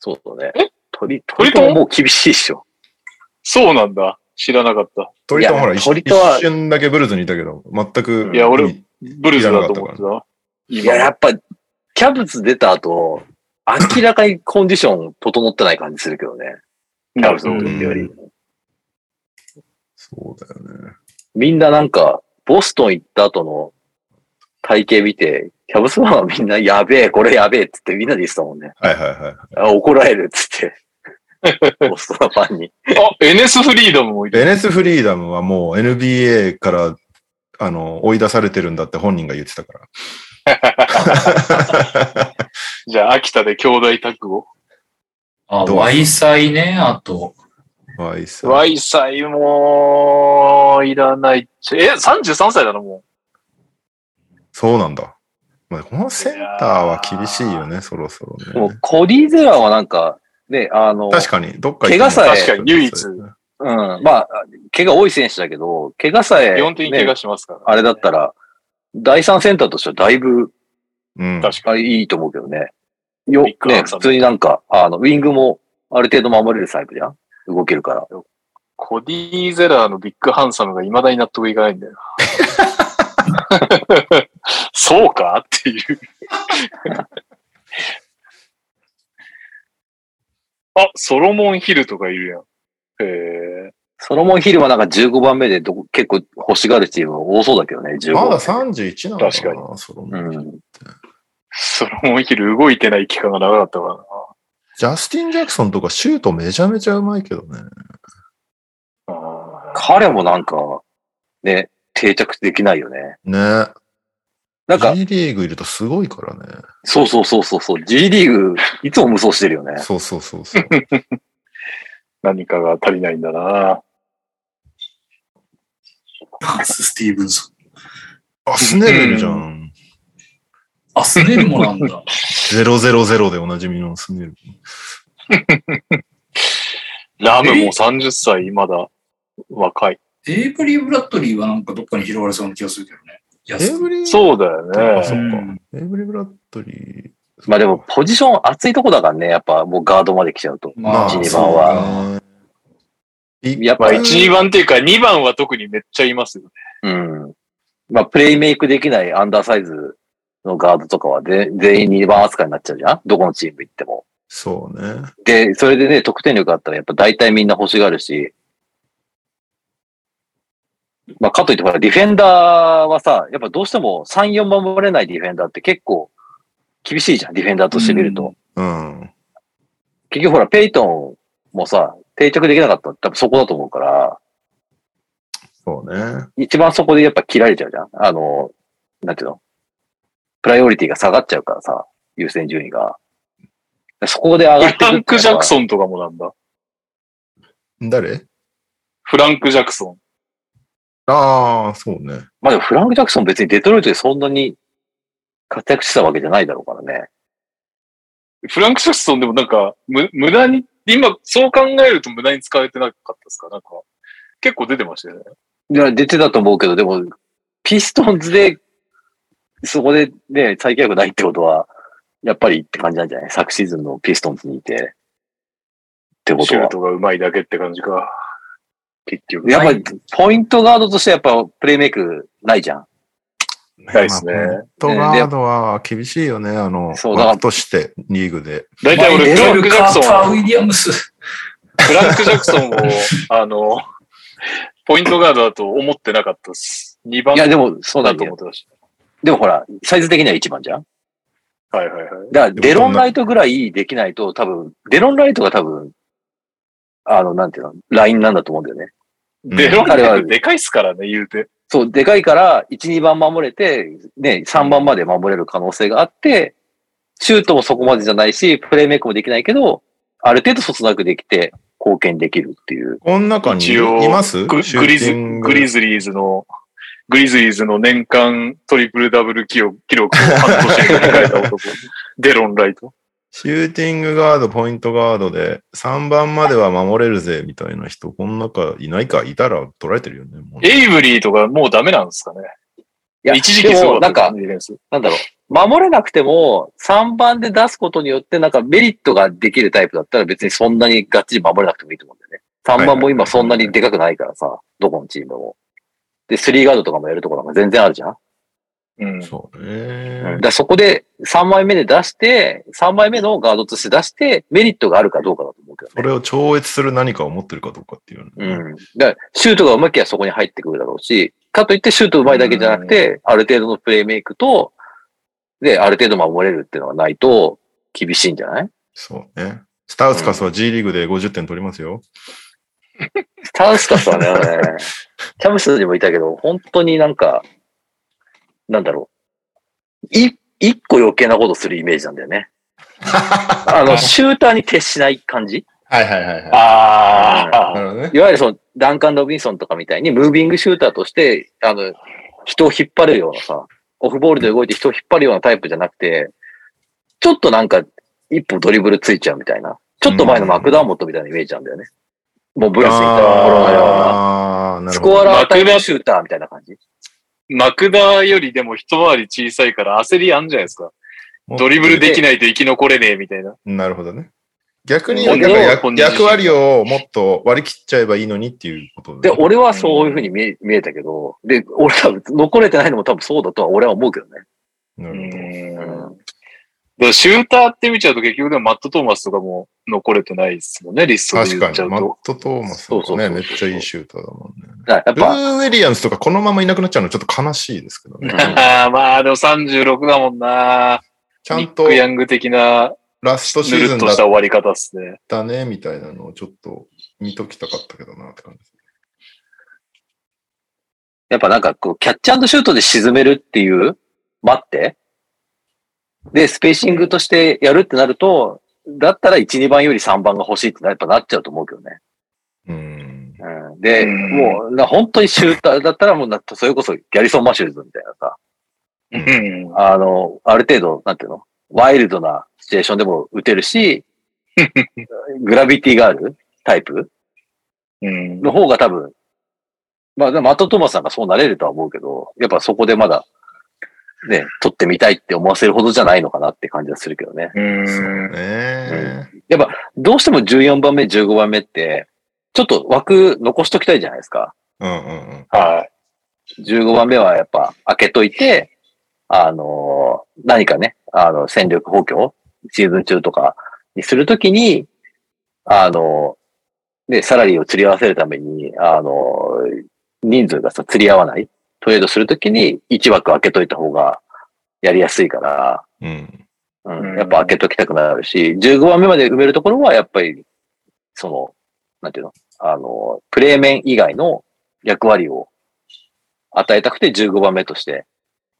そうだね。鳥、鳥鳥ととももう厳しいっしょ。そうなんだ。知らなかった。トリトンほら、一トリトンは一瞬だけブルズにいたけど、全く。いや俺ブルーズだと思って知た。いや、や今、っぱ、キャブツ出た後、明らかにコンディション整ってない感じするけどね。キャブツの時より。そうだよね。みんななんか、ボストン行った後の体型見て、キャブスマンはみんなやべえ、これやべえっつってみんなで言ってたもんね。はいはいはい。あ怒られるっつ [LAUGHS] って。ボストンのファンに。あ、エネス・フリーダムもいる。ベネスフリーダムはもう NBA からあの追い出されてるんだって本人が言ってたから。じゃあ、秋田で兄弟タッグを。あ、どうワイサイね、あと。ワイス。ワイサイも、いらないっちゃ。え、33歳だな、もそうなんだ。まあ、このセンターは厳しいよね、そろそろもねう。コディゼラはなんか、ね、あの、確かに、どっか行くの怪我さえ確かに唯一うん、まあ、怪我多い選手だけど、怪我さう。え、基本的に怪ね我しますから。あれだったら、第三センターとしてはだいぶうん。確かあいいと思うけどね。よ、ビッグマンね、さん普通になんか、あの、ウィングもある程度守れるタイプじゃん動けるから。コディ・ゼラーのビッグハンサムが未だに納得いかないんだよな。 [LAUGHS] そうかっていう。あ、ソロモン・ヒルとかいるやん。へえ。ソロモンヒルはなんか15番目でどこ結構欲しがるチーム多そうだけどね、15ま番だ31なのかな、確かそのうん。ソロモン・ヒル動いてない期間が長かったかジャスティン・ジャクソンとかシュートめちゃめちゃうまいけどね。らな。彼もなんか、ね、定着できないよね。ね。なんか、 G リーグいるとすごいからね。そうそうそうそうそう、G リーグ、いつも無双してるよね。そうそうそうそう。何かが足りないんだなパンス・スティーブンソン。あ、スネルじゃん。あ、スネルもなん [LAUGHS] だ。 000でおなじみのスネル。ラムも30歳、まだ若い。デイブリー・ブラッドリーはなんかどっかに拾われそうな気がするけどね。エ安イブリー、そうだよあそね。っかうん。エイブリーブラッドリー。まあでも、ポジション熱いとこだからね、やっぱもうガードまで来ちゃうと。まあ1 2そう番ね。はビッグやっまぱあ、1、2番っていうか、2番は特にめっちゃいますよね。うん。まあ、プレイメイクできないアンダーサイズのガードとかはで全員2番扱いになっちゃうじゃんどこのチーム行っても。そうね。で、それでね、得点力あったらやっぱ大体みんな欲しがるし、まあ、かといってほら、ディフェンダーはさ、やっぱどうしても3、4守れないディフェンダーって結構厳しいじゃん、ディフェンダーとして見ると。うん。結局ほら、ペイトンもさ、定着できなかったの多分そこだと思うから、そうね。一番そこでやっぱ切られちゃうじゃん。あの、なんていうのプライオリティが下がっちゃうからさ、優先順位が。そこで上がフってくラるンってク・ジャクン。ソンとかもなんだ。誰フランク・ジャクソン。ああ、そうね。まあでもフランク・ジャクソン別にデトロイトでそんなに活躍してたわけじゃないだろうからね。フランク・ジャクソンでもなんか、む、無駄に、今、そう考えると無駄に使われてなかったですかなんか、結構出てましたよね。いや、出てたと思うけど、でも、ピストンズで、そこでね、再契約ないってことは、やっぱりって感じなんじゃない昨シーズンのピストンズにいて。ってことシュはー。トが上手いだけって感じか。結局。やっぱり、ポイントガードとしてやっぱプレイメイクないじゃん。ないですねまあポイントガードは厳しいよね。あの、そうだから枠としてリーグで。大体俺、エフランル・ク・ジャカクソーンパー・ウィリアムス。フランク・ジャクソンを、 [LAUGHS] あの、ポイントガードだと思ってなかったです。2番いや、でも、そうなだんとだ思ってよ。ましでもほら、サイズ的には一番じゃん。た。はいはいはい。だから、デロンライトぐらいできないと、多分、デロンライトが多分、あの、なんていうの、ラインなんだと思うんだよね。うんデロン彼はでかいっすからね、言うて。そう、でかいから、1、2番守れて、ね、3番まで守れる可能性があって、シュートもそこまでじゃないし、プレイメイクもできないけど、ある程度卒くできて、貢献できるっていう。この中にい一応ますグシュグリーテズィンググリズリーズの、グリズリーズの年間トリプルダブル記録記録を半年で迎えた男、デロン・ライト。シューティングガード、ポイントガードで、3番までは守れるぜ、みたいな人、この中いないか、いたら取られてるよね。もうねエイブリーとかもうダメなんですかね。いや一時期でそもうなだんったかん、です。なんだろう。守れなくても、3番で出すことによって、なんかメリットができるタイプだったら別にそんなにがっちり守れなくてもいいと思うんだよね。3番も今そんなにでかくないからさ、どこのチームも。で、3ガードとかもやるとこなんか全然あるじゃんだかうん。そうね。らそこで3枚目で出して、3枚目のガードとして出して、メリットがあるかどうかだと思うけそどね。れを超越する何かを持ってるかどうかっていう、ね。うん。だから、シュートが上手きゃそこに入ってくるだろうし、かといってシュート上手いだけじゃなくて、ある程度のプレイメイクと、で、ある程度守れるっていうのがないと、厳しいんじゃないそうね。スタウスカスは G リーグで50点取りますよ。タウスカ [LAUGHS] スはね、キャブスにもいたけど、本当になんか、なんだろう。い、一個余計なことするイメージなんだ [LAUGHS] よね。あの、シューターに徹しない感じはいはいはいはあい。あ、るほどね。いわゆるその、ダンカン・ロビンソンとかみたいに、ムービングシューターとして、あの、人を引っ張るようなさ、オフボールで動いて人を引っ張るようなタイプじゃなくて、ちょっとなんか、一歩ドリブルついちゃうみたいな。ちょっと前のマクダーモットみたいなイメージなんだよね。もうブレスにいた頃のような。ああ、なスるほど。コアラータイプシューターみたいな感じ。マクダよりでも一回り小さいから焦りあんじゃないですか。ドリブルできないと生き残れねえみたいな。なるほどね。逆に本人はなんか本役人自身役割をもっと割り切っちゃえばいいのにっていうことで、で。俺はそういうふうに見え見えたけど、で、俺多分残れてないのも多分そうだとは俺は思うけどね。なうるほど。ん。だからシューターって見ちゃうと結局でもマット・トーマスとかも残れてないですもんね、リストで確言っちかゃに、うマッと。ト・トーマスとかね、そうそうそうそうめっちゃいいシューターだもんね。だからルやー・っウィリアムスとかこのままいなくなっちゃうのちょっと悲しいですけどね。確かにああまあでも36だもんな。ちゃニんッとク・ヤング的なラストシぬーズるっンとだしった終わり方っすね。たね、みたいなのをちょっと見ときたかったけどなって感じです。ぱ、やっぱなんかこう、キャッチシュートで沈めるっていう待って、で、スペーシングとしてやるってなると、だったら1、2番より3番が欲しいってなやっぱなっちゃうと思うけどね。うん。うん、で、うんもうな、本当にシューターだったらもうな、それこそギャリソン・マシューズみたいなさ、うん。あの、ある程度、なんていうの、ワイルドなシチュエーションでも打てるし、グラビティがあるタイプうん。の方が多分、まあ、でもマット・トーマスさんがそうなれるとは思うけど、やっぱそこでまだ、ね、取ってみたいって思わせるほどじゃないのかなって感じはするけどね。そうね。どうしても14番目、15番目って、ちょっと枠残しときたいじゃないですか。うんうんうん。は15番目はやっぱ開けといて、あのー何かね、あの、戦力補強、シーズン中とかにするときに、あのーね、サラリーを釣り合わせるために、あのー人数がさ、釣り合わない、トレードするときに1枠開けといた方がやりやすいから、うん。う、うんんやっぱ開けときたくなるし、15番目まで埋めるところは、やっぱり、その、なんていうのあの、プレー面以外の役割を与えたくて15番目として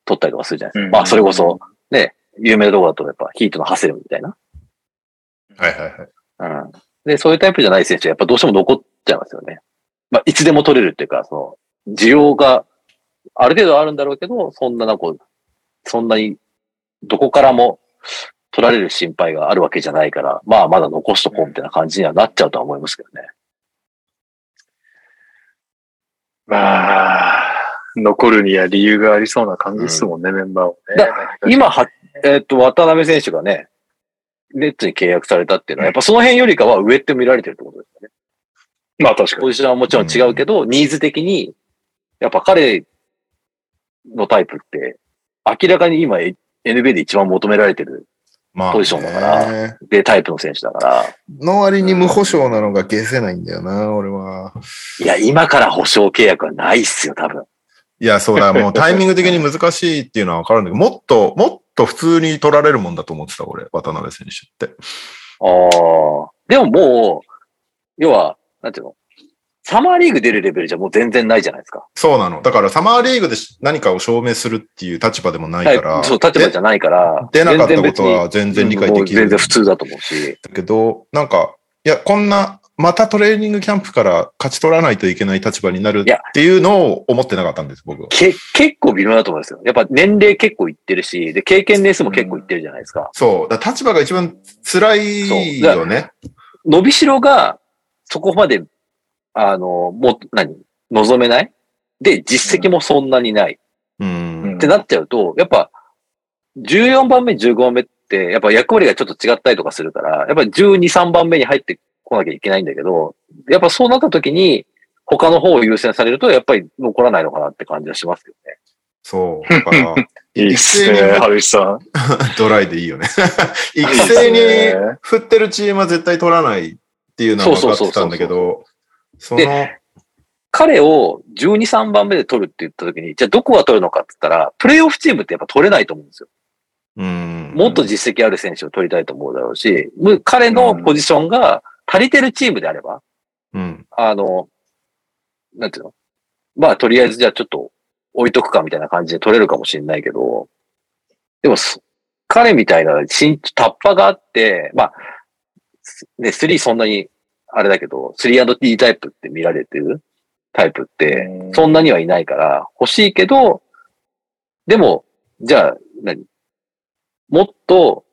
取ったりとかするじゃないですか。うんまあ、それこそ、ね、有名なところだと、やっぱヒートのハセルみたいな。はいはいはい。うん。で、そういうタイプじゃない選手は、やっぱどうしても残っちゃいますよね。まあ、いつでも取れるっていうか、その、需要がある程度あるんだろうけど、そんななんか、そんなに、どこからも取られる心配があるわけじゃないから、まあ、まだ残しとこうみたいな感じにはなっちゃうとは思いますけどね。い。まあ、残るには理由がありそうな感じですもんね、メンバーをね。今は、えっ、と、渡辺選手がね、ネッツに契約されたっていうのは、やっぱその辺よりかは上って見られてるってことですよね。まあ確かポジションはもちろん違うけど、ニーズ的に、やっぱ彼のタイプって、明らかに今 NBA で一番求められてるまあ、ポジションだから。でタイプの選手だから、の割に無保証なのが消せないんだよな、俺は。いや、今から保証契約はないっすよ、多分。いや、そうだ、もうタイミング的に難しいっていうのはわかるんだけど、もっと、もっと普通に取られるもんだと思ってた、俺、渡辺選手って。ああ。でももう、要は、なんていうのサマーリーグ出るレベルじゃもう全然ないじゃないですか。そうなの。だから、サマーリーグで何かを証明するっていう立場でもないから、そう、立場じゃないから。出なかった全然こ別とには全然理解できもう全る然普通だと思うし。だけど、なんか、いや、こんな、またトレーニングキャンプから勝ち取らないといけない立場になるいやっていうのを思ってなかったんです、僕は。け、結構微妙だと思うんですよ。やっぱ年齢結構いってるし、で、経験年数も結構いってるじゃないですか。そう。だから立場が一番辛いよね。伸びしろが、そこまで、あの、もう、何望めないで、実績もそんなにない、うん。ってなっちゃうと、やっぱ、14番目、15番目って、やっぱ役割がちょっと違ったりとかするから、やっぱ12、3番目に入ってこなきゃいけないんだけど、やっぱそうなった時に、他の方を優先されると、やっぱり残らないのかなって感じはしますけどね。そう。だから、に。いいっすね、春石さん。ドライでいいよね。育いいっす成にね振ってるチームは絶対取らないっていうのは分かってたんだけど、その、彼を12、3番目で取るって言った時に、じゃあどこが取るのかって言ったら、プレイオフチームってやっぱ取れないと思うんですよ。うん。もっと実績ある選手を取りたいと思うだろうし、む彼のポジションが足りてるチームであれば、うん。あの、なんていうのまあ、とりあえずじゃあちょっと置いとくかみたいな感じで取れるかもしれないけど、でもそ、彼みたいな身タッパがあって、まあ、すね、3そんなに、あれだけど、3&D タイプって見られてるタイプって、そんなにはいないから、欲しいけど、でも、じゃあ何、もっと、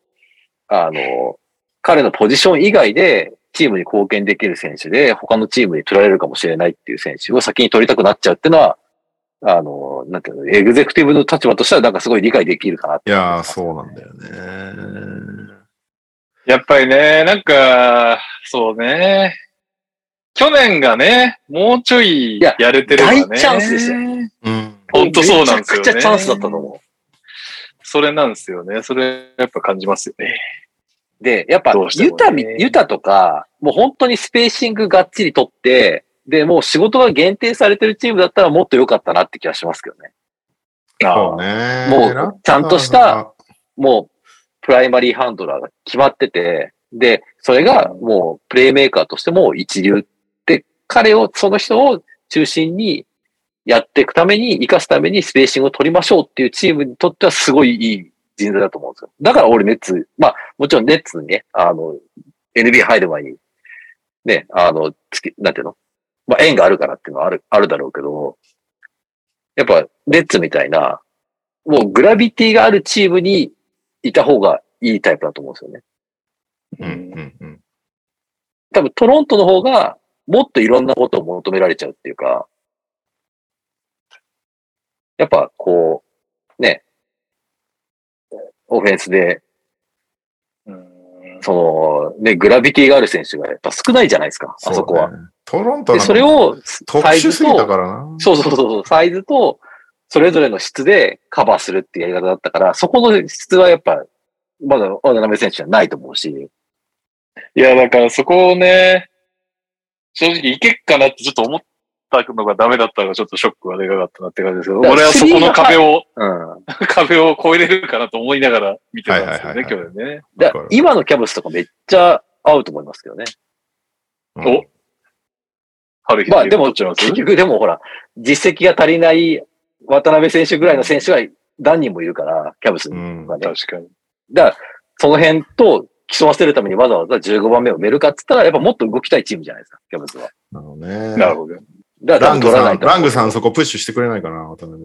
あの、彼のポジション以外で、チームに貢献できる選手で、他のチームに取られるかもしれないっていう選手を先に取りたくなっちゃうっていうのは、あの、なんていうの、エグゼクティブの立場としては、なんかすごい理解できるかなっいて。やー、そうなんだよね。やっぱりね、なんか、そうね。去年がね、もうちょいいややれてればね。大チャンスでしたようん。本当そうなんですよ、ね。めちゃくちゃチャンスだったと思それなんですよね。それやっぱ感じますよね。う。で、やっぱどう、してもユタみ、ねユタとか、もう本当にスペーシングがっちり取って、で、もう仕事が限定されてるチームだったらもっと良かったなって気がしますけどね。そうね。もうちゃんとした、もう、プライマリーハンドラーが決まってて、で、それがもう、プレイメーカーとしても一流って、彼を、その人を中心にやっていくために、生かすためにスペーシングを取りましょうっていうチームにとってはすごいいい人材だと思うんですよ。だから俺ネッツ、まあ、もちろんネッツにね、あの、NBA 入る前に、ね、あの、つけ、なんていうのまあ、縁があるからっていうのはある、あるだろうけど、やっぱ、ネッツみたいな、もうグラビティがあるチームにいた方がいいタイプだと思うんですよね。うんうんうん多分トロントの方がもっといろんなことを求められちゃうっていうか、やっぱこう、ね、オフェンスで、その、ね、グラビティがある選手がやっぱ少ないじゃないですか、あそこは。うねトロントはなんで、かそれを、特サイ殊ズすぎたと、からな。そうそうそうそう、サイズと、それぞれの質でカバーするっていうやり方だったから、そこの質はやっぱ、まだ渡辺選手じゃないと思うし、いや、だからそこをね、正直いけっかなってちょっと思ったのがダメだったのがちょっとショックがでかかったなって感じですけど、だから俺はそこの壁を、うん。壁を越えれるかなと思いながら見てたんですよはね、いはいはい今日ね。だわかる今のキャブスとかめっちゃ合うと思いますけどね。うお春日まあでも、ちゃいます結局でもほら、実績が足りない渡辺選手ぐらいの選手が何人もいるから、キャブスにんはね。確かに。だから、その辺と競わせるためにわざわざ15番目を埋めるかって言ったら、やっぱもっと動きたいチームじゃないですか、キャブスは。なのね。なるほど。だかラら多ン分グ取らなさいん、と。ラングさんそこプッシュしてくれないかな、渡辺。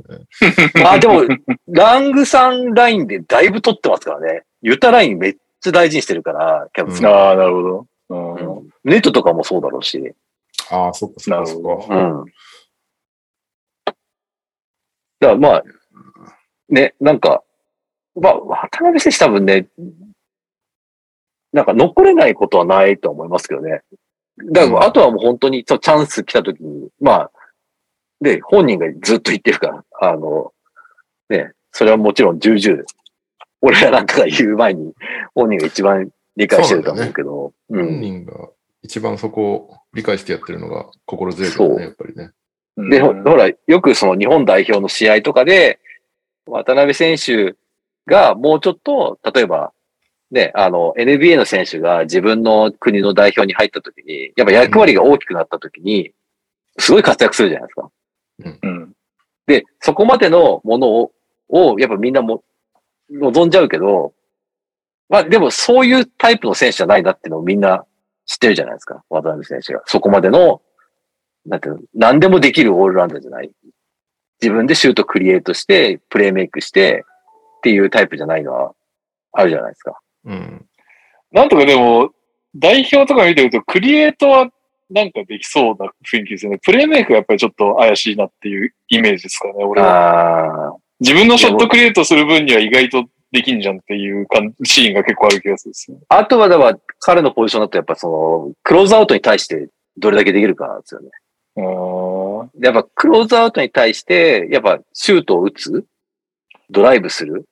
まあでも、ラングさんラインでだいぶ取ってますからね。ユタラインめっちゃ大事にしてるから、キャブスが。ああ、なるほど。うんうんネットとかもそうだろうし。ああ、そっかそっかなるそほっどか。うん。だからまあ、ね、なんか、まあ、渡辺選手多分ね、なんか残れないことはないと思いますけどね。だから、あとはもう本当に、そうチャンス来た時に、まあ、で、本人がずっと言ってるから、あの、ね、それはもちろん重々、俺らなんかが言う前に、本人が一番理解してると思うけど、本うん。人が一番そこを理解してやってるのが心強いからそうね、やっぱりね。で、ほうんほら、よくその日本代表の試合とかで、渡辺選手がもうちょっと、例えば、ね、あの、NBA の選手が自分の国の代表に入った時に、やっぱ役割が大きくなった時に、すごい活躍するじゃないですか。うん。で、そこまでのものを、をやっぱみんなも、望んじゃうけど、まあでもそういうタイプの選手じゃないなっていうのをみんな知ってるじゃないですか、渡辺選手が。そこまでの、なんていうの、何でもできるオールラウンダーじゃない。自分でシュートクリエイトして、プレイメイクして、っていうタイプじゃないのはあるじゃないですか。うん。なんとかでも、代表とか見てると、クリエイトはなんかできそうな雰囲気ですよね。プレイメイクがやっぱりちょっと怪しいなっていうイメージですかね、俺は。ああ、自分のショットクリエイトする分には意外とできんじゃんっていう感じシーンが結構ある気がするんですよ。あとはだから彼のポジションだとやっぱその、クローズアウトに対してどれだけできるかなんですよね。うーんやっぱクローズアウトに対して、やっぱシュートを打つ、ドライブする。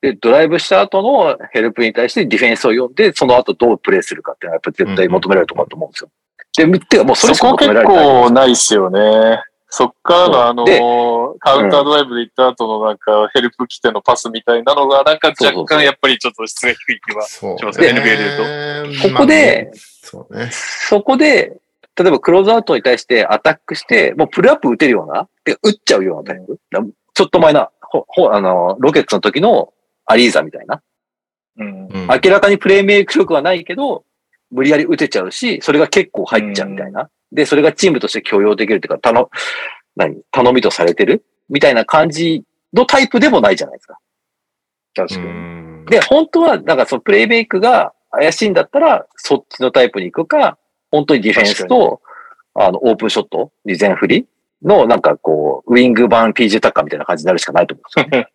で、ドライブした後のヘルプに対してディフェンスを読んで、その後どうプレーするかっていうのはやっぱ絶対求められるところだと思うんですよ。で、むてかもうそれしか求められない。構ないっすよね。そっからのあのでカウンタードライブで行った後のなんか、ヘルプ来てのパスみたいなのが、なんかそうそうそうやっぱりちょっと質が低い気は。そうちょっと NBA でとここで、そうね。そこで、例えばクローズアウトに対してアタックして、もうプルアップ打てるような、で打っちゃうようなタイプ。だちょっと前な、ほ、ほ、あの、ロケッツの時のアリーザみたいな。うん。うん明らかにプレイメイク力はないけど、無理やり打てちゃうし、それが結構入っちゃうみたいな。で、それがチームとして許容できるというか、頼、何頼みとされてるみたいな感じのタイプでもないじゃないですか。確かうに。んで、本当は、なんかそのプレイメイクが怪しいんだったら、そっちのタイプに行くか、本当にディフェンスと、あの、オープンショット、事前振りの、なんかこう、ウィング版 PJ タッカーみたいな感じになるしかないと思うんですよね。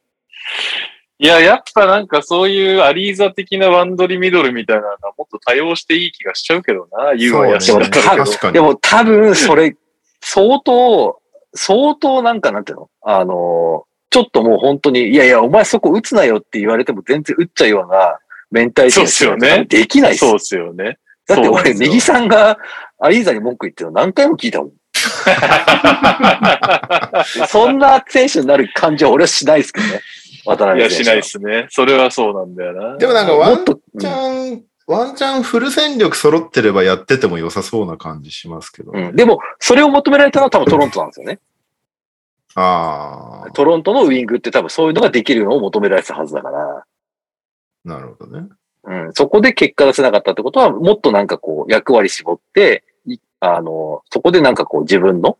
いや、やっぱなんかそういうアリーザ的なワンドリミドルみたいなのはもっと多用していい気がしちゃうけどな、言うはやしそだうっねたらけど。確かにで。も多分、それ、相当、相当なんかなんていうのあの、ちょっともう本当に、いやいや、お前そこ打つなよって言われても全然打っちゃうようなメンタリティーの人なんてそうっすよねできないっすそうっすよね。だっそうなてんで俺、すよ右さんがアリーザに文句言ってるの何回も聞 [LAUGHS] いたもん。そんな選手になる感じは俺はしないですけどね。渡い辺や、選し手なは。いっすね。それはそうなんだよな。でもなんかワもっンと、チャン、ワンチャンフル戦力揃ってればやってても良さそうな感じしますけどう。んうんでも、それを求められたのは多分トロントなんですよね。ああ、トロントのウィングって多分そういうのができるのを求められてたはずだから、なるほどね。うん、そこで結果出せなかったってことは、もっとなんかこう、役割絞って、いあの、そこでなんかこう、自分の、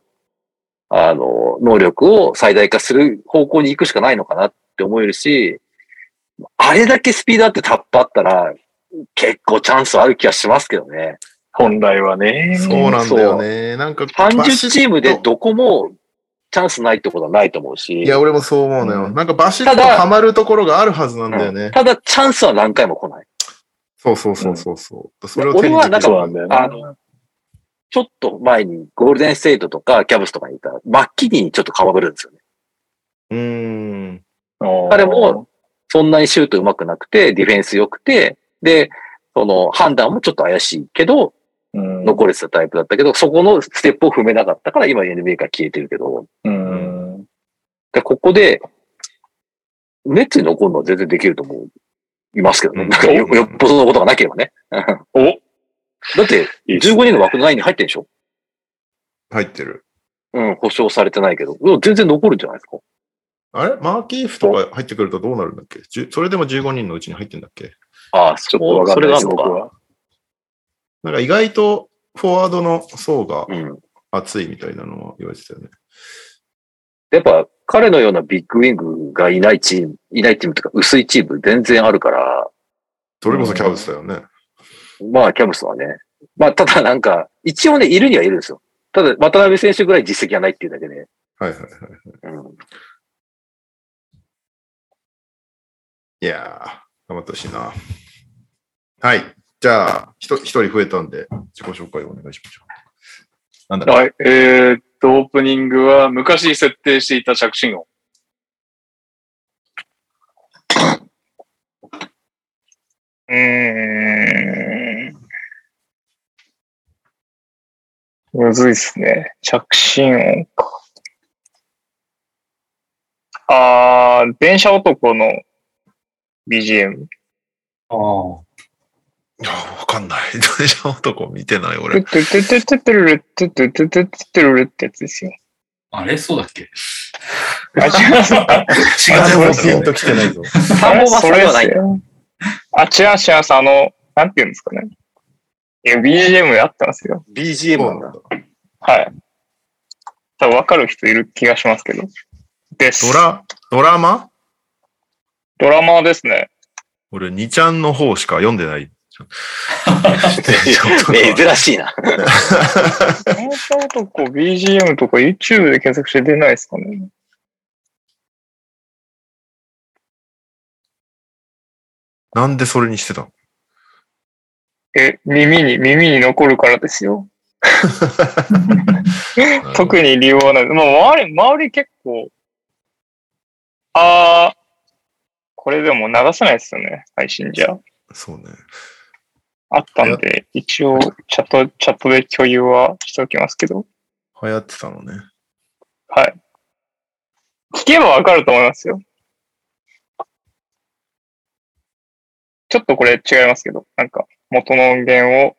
あの、能力を最大化する方向に行くしかないのかなって思えるし、あれだけスピードあってタップあったら、結構チャンスある気がしますけどね。本来はね。そうなんだよね。なんか、 30チームでどこもチャンスないってことはないと思うし。いや、俺もそう思うのよ。うんなんかバシッとただハマるところがあるはずなんだよね。ただ、チャンスは何回も来ない。そうそうそうそうそう。それを手俺にはなんか入れなんだよねあの、ちょっと前にゴールデンステートとかキャブスとかにいたマッキリにちょっと被るんですよね。うーん。彼も、そんなにシュート上手くなくて、ディフェンス良くて、で、その判断もちょっと怪しいけど、うん、残れてたタイプだったけど、そこのステップを踏めなかったから今 NBA から消えてるけど、うん。でここで、ネッツに残るのは全然できると思いますけどね。うんなんかよよっぽどのことがなければね。おいだって、いっす15人の枠のラインに入ってるでしょ入ってる。うん、保証されてないけど、でも全然残るんじゃないですか。あれマーキーフとか入ってくるとどうなるんだっけじゅそれでも15人のうちに入ってんだっけああ、ちちょっとわかんないです、僕か。は。なんか意外とフォワードの層がうん。厚いみたいなのは言われてたよね。やっぱ、彼のようなビッグウィングがいないチーム、いないチームというか、薄いチーム全然あるから、それこそキャブスだよね。まあ、キャブスはね。まあ、ただなんか、一応ね、いるにはいるんですよ。ただ、渡辺選手ぐらい実績がないっていうだけで。はいはいはい。 [LAUGHS] うん。いやー、頑張ってほしいな。はい。じゃあ、ひと一人増えたんで、自己紹介をお願いしましょう。なんだろう。はい。えーっと、オープニングは昔設定していた着信音。うーん。むずいっすね。着信音か。あー、電車男の BGM。ああ。いや、わかんない。 [LAUGHS] 電車男見てない、トゥ俺。トゥトゥトゥトゥルトゥトゥトゥトゥトゥルルってやつですよ。あれそうだっけあ、違います。違あ、でうもそすピうだンねときてないぞ。サンボマスそターでれっはないす。よ。あ、違う違うあの、なんていうんですかね。いや、BGM やってますよ。 BGM そうななんんだだ。。はい。多分分かる人いる気がしますけど。です。ドラ、ドラマドラマーですね。俺、2ちゃんの方しか読んで [LAUGHS] ない。珍しいな。電車男 BGM とか YouTube で検索して出ないですかね。なんでそれにしてたのえ、耳に、耳に残るからですよ。特に理由はない。まあ、周り、周り結構、あー、これでも流せないですよね。配信じゃ。そうね。あったんで、一応、チャット、チャットで共有はしておきますけど。流行ってたのね。はい。聞けばわかると思いますよ。ちょっとこれ違いますけど、なんか、元の音源を、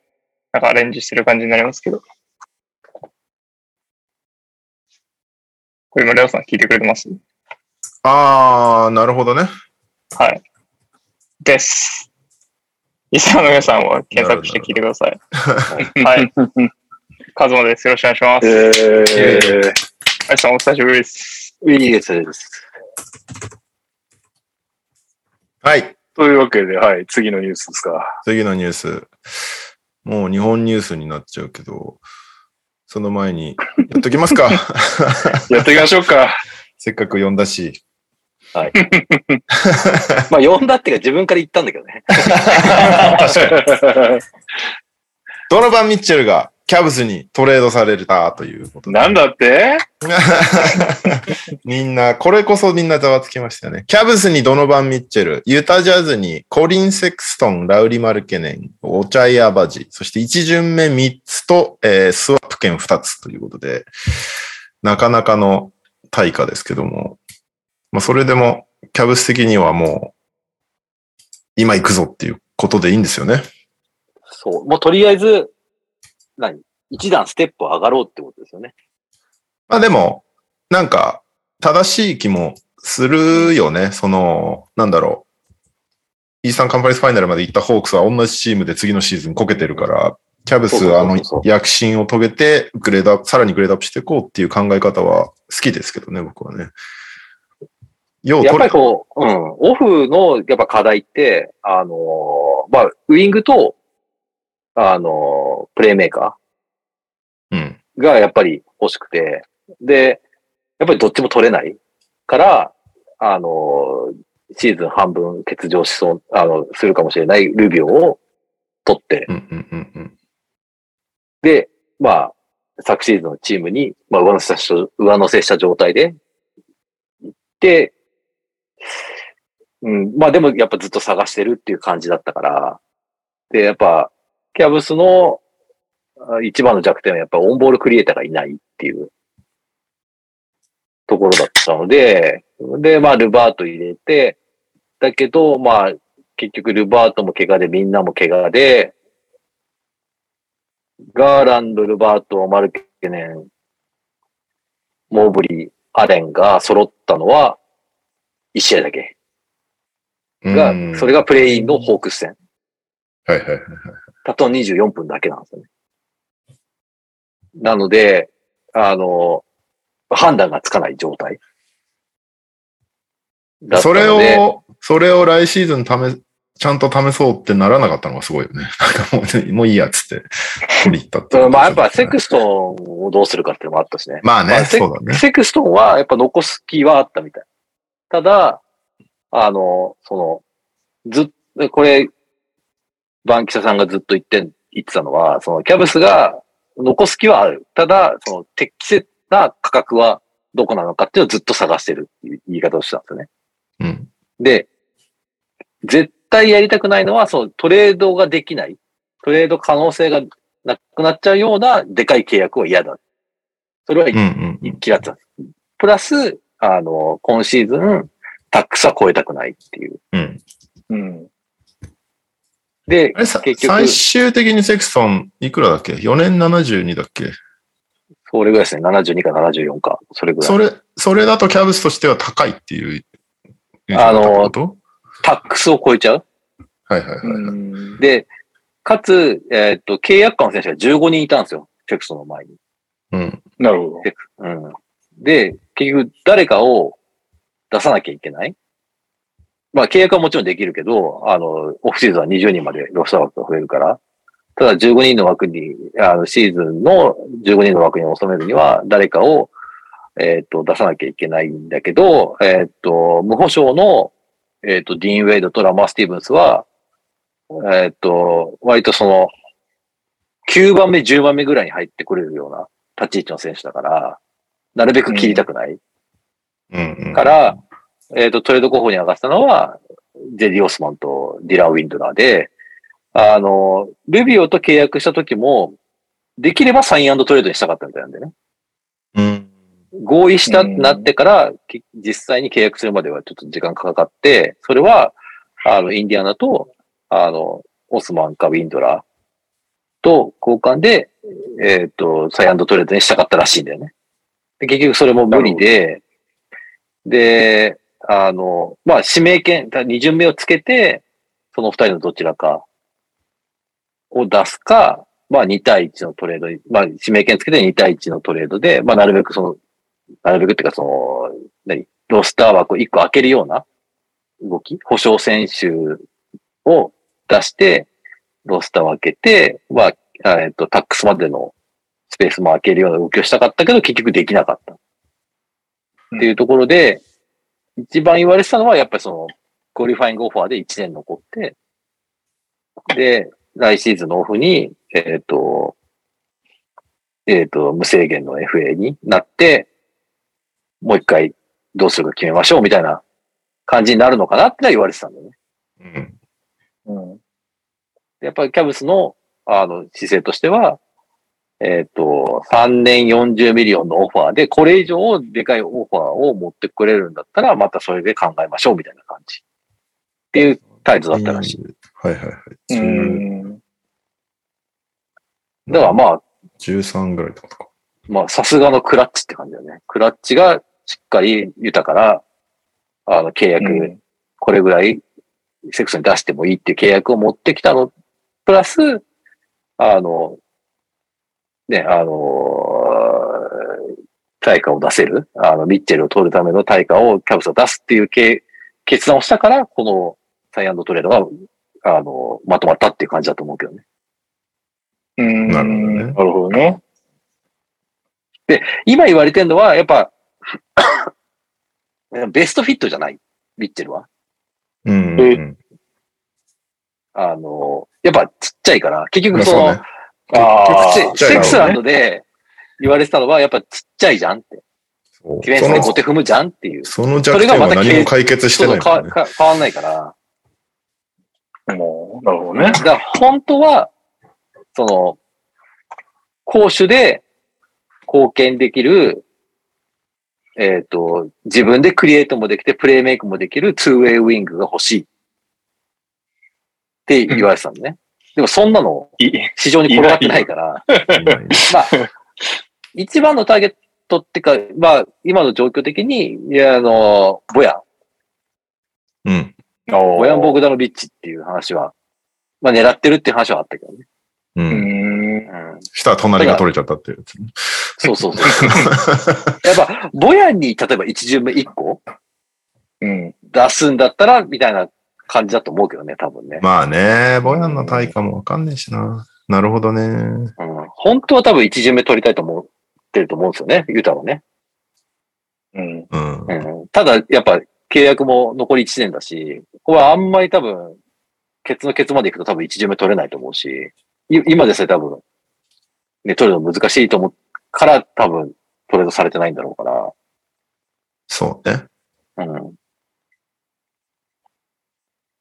なんかアレンジしてる感じになりますけど。これ今、レオさん聞いてくれてますあー、なるほどね。はい。です。リスナーの皆さんは検索して聞いてください。はい。カズマです。よろしくお願いします。ええアイさん、お久しぶりです。ー、いいです、いいです。 [LAUGHS] はい。というわけで、はい。次のニュースですか。次のニュース。もう日本ニュースになっちゃうけど、その前に、やっときますか。 [LAUGHS] やっていきましょうか。せっかく呼んだし。まあ、呼んだっていうか自分から言ったんだけどね。 [LAUGHS] ドノバン・ミッチェルがキャブスにトレードされたということでなんだってみんな、これこそみんなざわつきましたよね。キャブスにドノバン・ミッチェル、ユタジャズにコリン・セクストン、ラウリ・マルケネン、オチャイ・アバジ、そして一巡目3つと、えースワップ券2つということで、なかなかの対価ですけども、まあ、それでもキャブス的にはもう、今行くぞっていうことでいいんですよね。そう。もうとりあえず、何一段ステップ上がろうってことですよね。まあでも、なんか、正しい気もするよね。その、なんだろう。イーサンカンパニーズファイナルまで行ったホークスは同じチームで次のシーズンこけてるから、キャブそうスそうあそうのそう躍進を遂げて、グレードアップ、さらにグレードアップしていこうっていう考え方は好きですけどね、僕はね。要や取っぱれりこう、うん、オフのやっぱ課題って、あのーまあ、ウィングと、あのープレイメーカうん。ーがやっぱり欲しくて、で、やっぱりどっちも取れないから、あのーシーズン半分欠場しそう、あの、するかもしれないルビオを取って、うんうんうんうん。で、まあ、昨シーズンのチームに、まあ、上乗せした、上乗せした状態で、で、うん、まあでもやっぱずっと探してるっていう感じだったから、で、やっぱ、キャブスのあ一番の弱点はやっぱオンボールクリエイターがいないっていうところだったので、で、まあルバート入れて、だけど、まあ結局ルバートも怪我でみんなも怪我で、ガーランド、ルバート、マルケネン、モーブリー、アレンが揃ったのは、1試合だけ。が、うんそれがプレイインのホークス戦。はいはいはい。たったの24分だけなんですよね。なので、あの、判断がつかない状態。だったそのでれを、それを来シーズン試す、ちゃんと試そうってならなかったのがすごいよね。 [LAUGHS] なんかもう、もういいやっつって、取り行ったっていうそうまあやっぱセクストンをどうするかっていうのもあったしね。まあね、まあセそうだね。セクストンはやっぱ残す気はあったみたい。ただ、あの、その、ずっこれ、バンキシャさんがずっと言ってん、言ってたのは、そのキャブスが残す気はある。ただ、その適切な価格はどこなのかっていうのをずっと探してるっていう言い方をしてたんですよね。うん。で、絶対やりたくないのは、そのトレードができない。トレード可能性がなくなっちゃうようなでかい契約は嫌だ。それはうんうんうん。嫌だったんです。プラス、あの、今シーズン、タックスは超えたくないっていう。うん。うん。であれ、さ結局最、終的にセクソン、いくらだっけ ?4 年72だっけそれぐらいですね。72か74か。それぐらそい。れ、それだとキャブスとしては高いっていう。あのーいうことタックスを超えちゃう。はいはいはい。うんで、かつ、えーっと、契約官の選手が15人いたんですよ。セクソンの前に。うん。なるほど。うん。で、結局、誰かを出さなきゃいけない。まあ、契約はもちろんできるけど、あの、オフシーズンは20人までロスター枠が増えるから、ただ15人の枠に、あの、シーズンの15人の枠に収めるには、誰かを、えっ、と、出さなきゃいけないんだけど、えっ、と、無保証の、えっ、と、ディーン・ウェイドとラマー・スティーブンスは、えっ、と、割とその、9番目、10番目ぐらいに入ってくれるような立ち位置の選手だから、なるべく切りたくない。うん、うん。から、えっ、と、トレード候補に上がったのは、ジェディ・オスマンとディラン・ウィンドラーで、あの、ルビオと契約した時も、できればサイントレードにしたかったみたいなんでね。うん。合意したってなってから、き実際に契約するまではちょっと時間かかって、それは、あの、インディアナと、あの、オスマンかウィンドラーと交換で、えっ、と、サイアンドトレードにしたかったらしいんだよね。で結局それも無理で、で、あの、まあ、指名権、だ二巡目をつけて、その二人のどちらかを出すか、まあ、2対1のトレードに、まあ、指名権つけて2対1のトレードで、まあ、なるべくその、なるべくっていうか、その、何、ロスター枠を1個開けるような動き、保証選手を出して、ロスターを開けて、まあ、あえっと、タックスまでのスペースも開けるような動きをしたかったけど、結局できなかった。っていうところで、一番言われてたのは、やっぱりその、クオリファイングオファーで1年残って、で、来シーズンのオフに、えっ、と、えっ、と、無制限の FA になって、もう一回どうするか決めましょうみたいな感じになるのかなってのは言われてたんだよね。うん。うんやっぱりキャブスの、あの、姿勢としては、えっ、と、3年40ミリオンのオファーで、これ以上でかいオファーを持ってくれるんだったら、またそれで考えましょうみたいな感じ。っていう態度だったらしい。はいはいはい。うん。だからまあ、 13ぐらいってことか。まあ、さすがのクラッチって感じだよね。クラッチがしっかり豊から、あの、契約、うんこれぐらいセクスに出してもいいっていう契約を持ってきたの、プラス、あの、ね、あの、対価を出せる、あの、ミッチェルを取るための対価をキャブスは出すっていうけ決断をしたから、このサイアンドトレードが、あの、まとまったっていう感じだと思うけどね。うん。なるほどねなるほどね。今言われてるのは、やっぱ、 [COUGHS] ベストフィットじゃない、ミッチェルは。うん。えうんあの、やっぱちっちゃいから、結まあ局そそうの、ね。あセちあ、っちゃいかセらねクスランドで言われてたのは、やっぱちっちゃいじゃんって。そうディフェンスで後手踏むじゃんっていう。そのその弱点は何も解決してそうなそいうもかんね。か変わんないから。もう、なるほどねだ。から本当は、その、攻守で貢献できる、えっ、と、自分でクリエイトもできて、プレイメイクもできる 2way ウィングが欲しい。って言われてたのね。でもそんなのい市場に転がってないから。まあ、一番のターゲットってか、まあ、今の状況的に、いや、あの、ボヤン、うん。ボヤン・ボ僕。グダノビッチっていう話は、まあ、狙ってるっていう話はあったけどね。う。うんん。うん。したら隣が取れちゃったっていうやつね。そうそう [LAUGHS] そう。やっぱ、ボヤンに例えば一巡目一個うん。出すんだったら、みたいな感じだと思うけどね、多分ね。まあね、ボヤンの対価もわかんねえしな。なるほどね。うん。本当は多分一巡目取りたいと思ってると思うんですよね、ユタはね。うん。うん。うんただ、やっぱ、契約も残り1年だし、ここはあんまり多分、ケツのケツまで行くと多分1巡目取れないと思うし、い今でさえ多分、ね、取るの難しいと思うから多分、トレードされてないんだろうかそうね。ら、うん。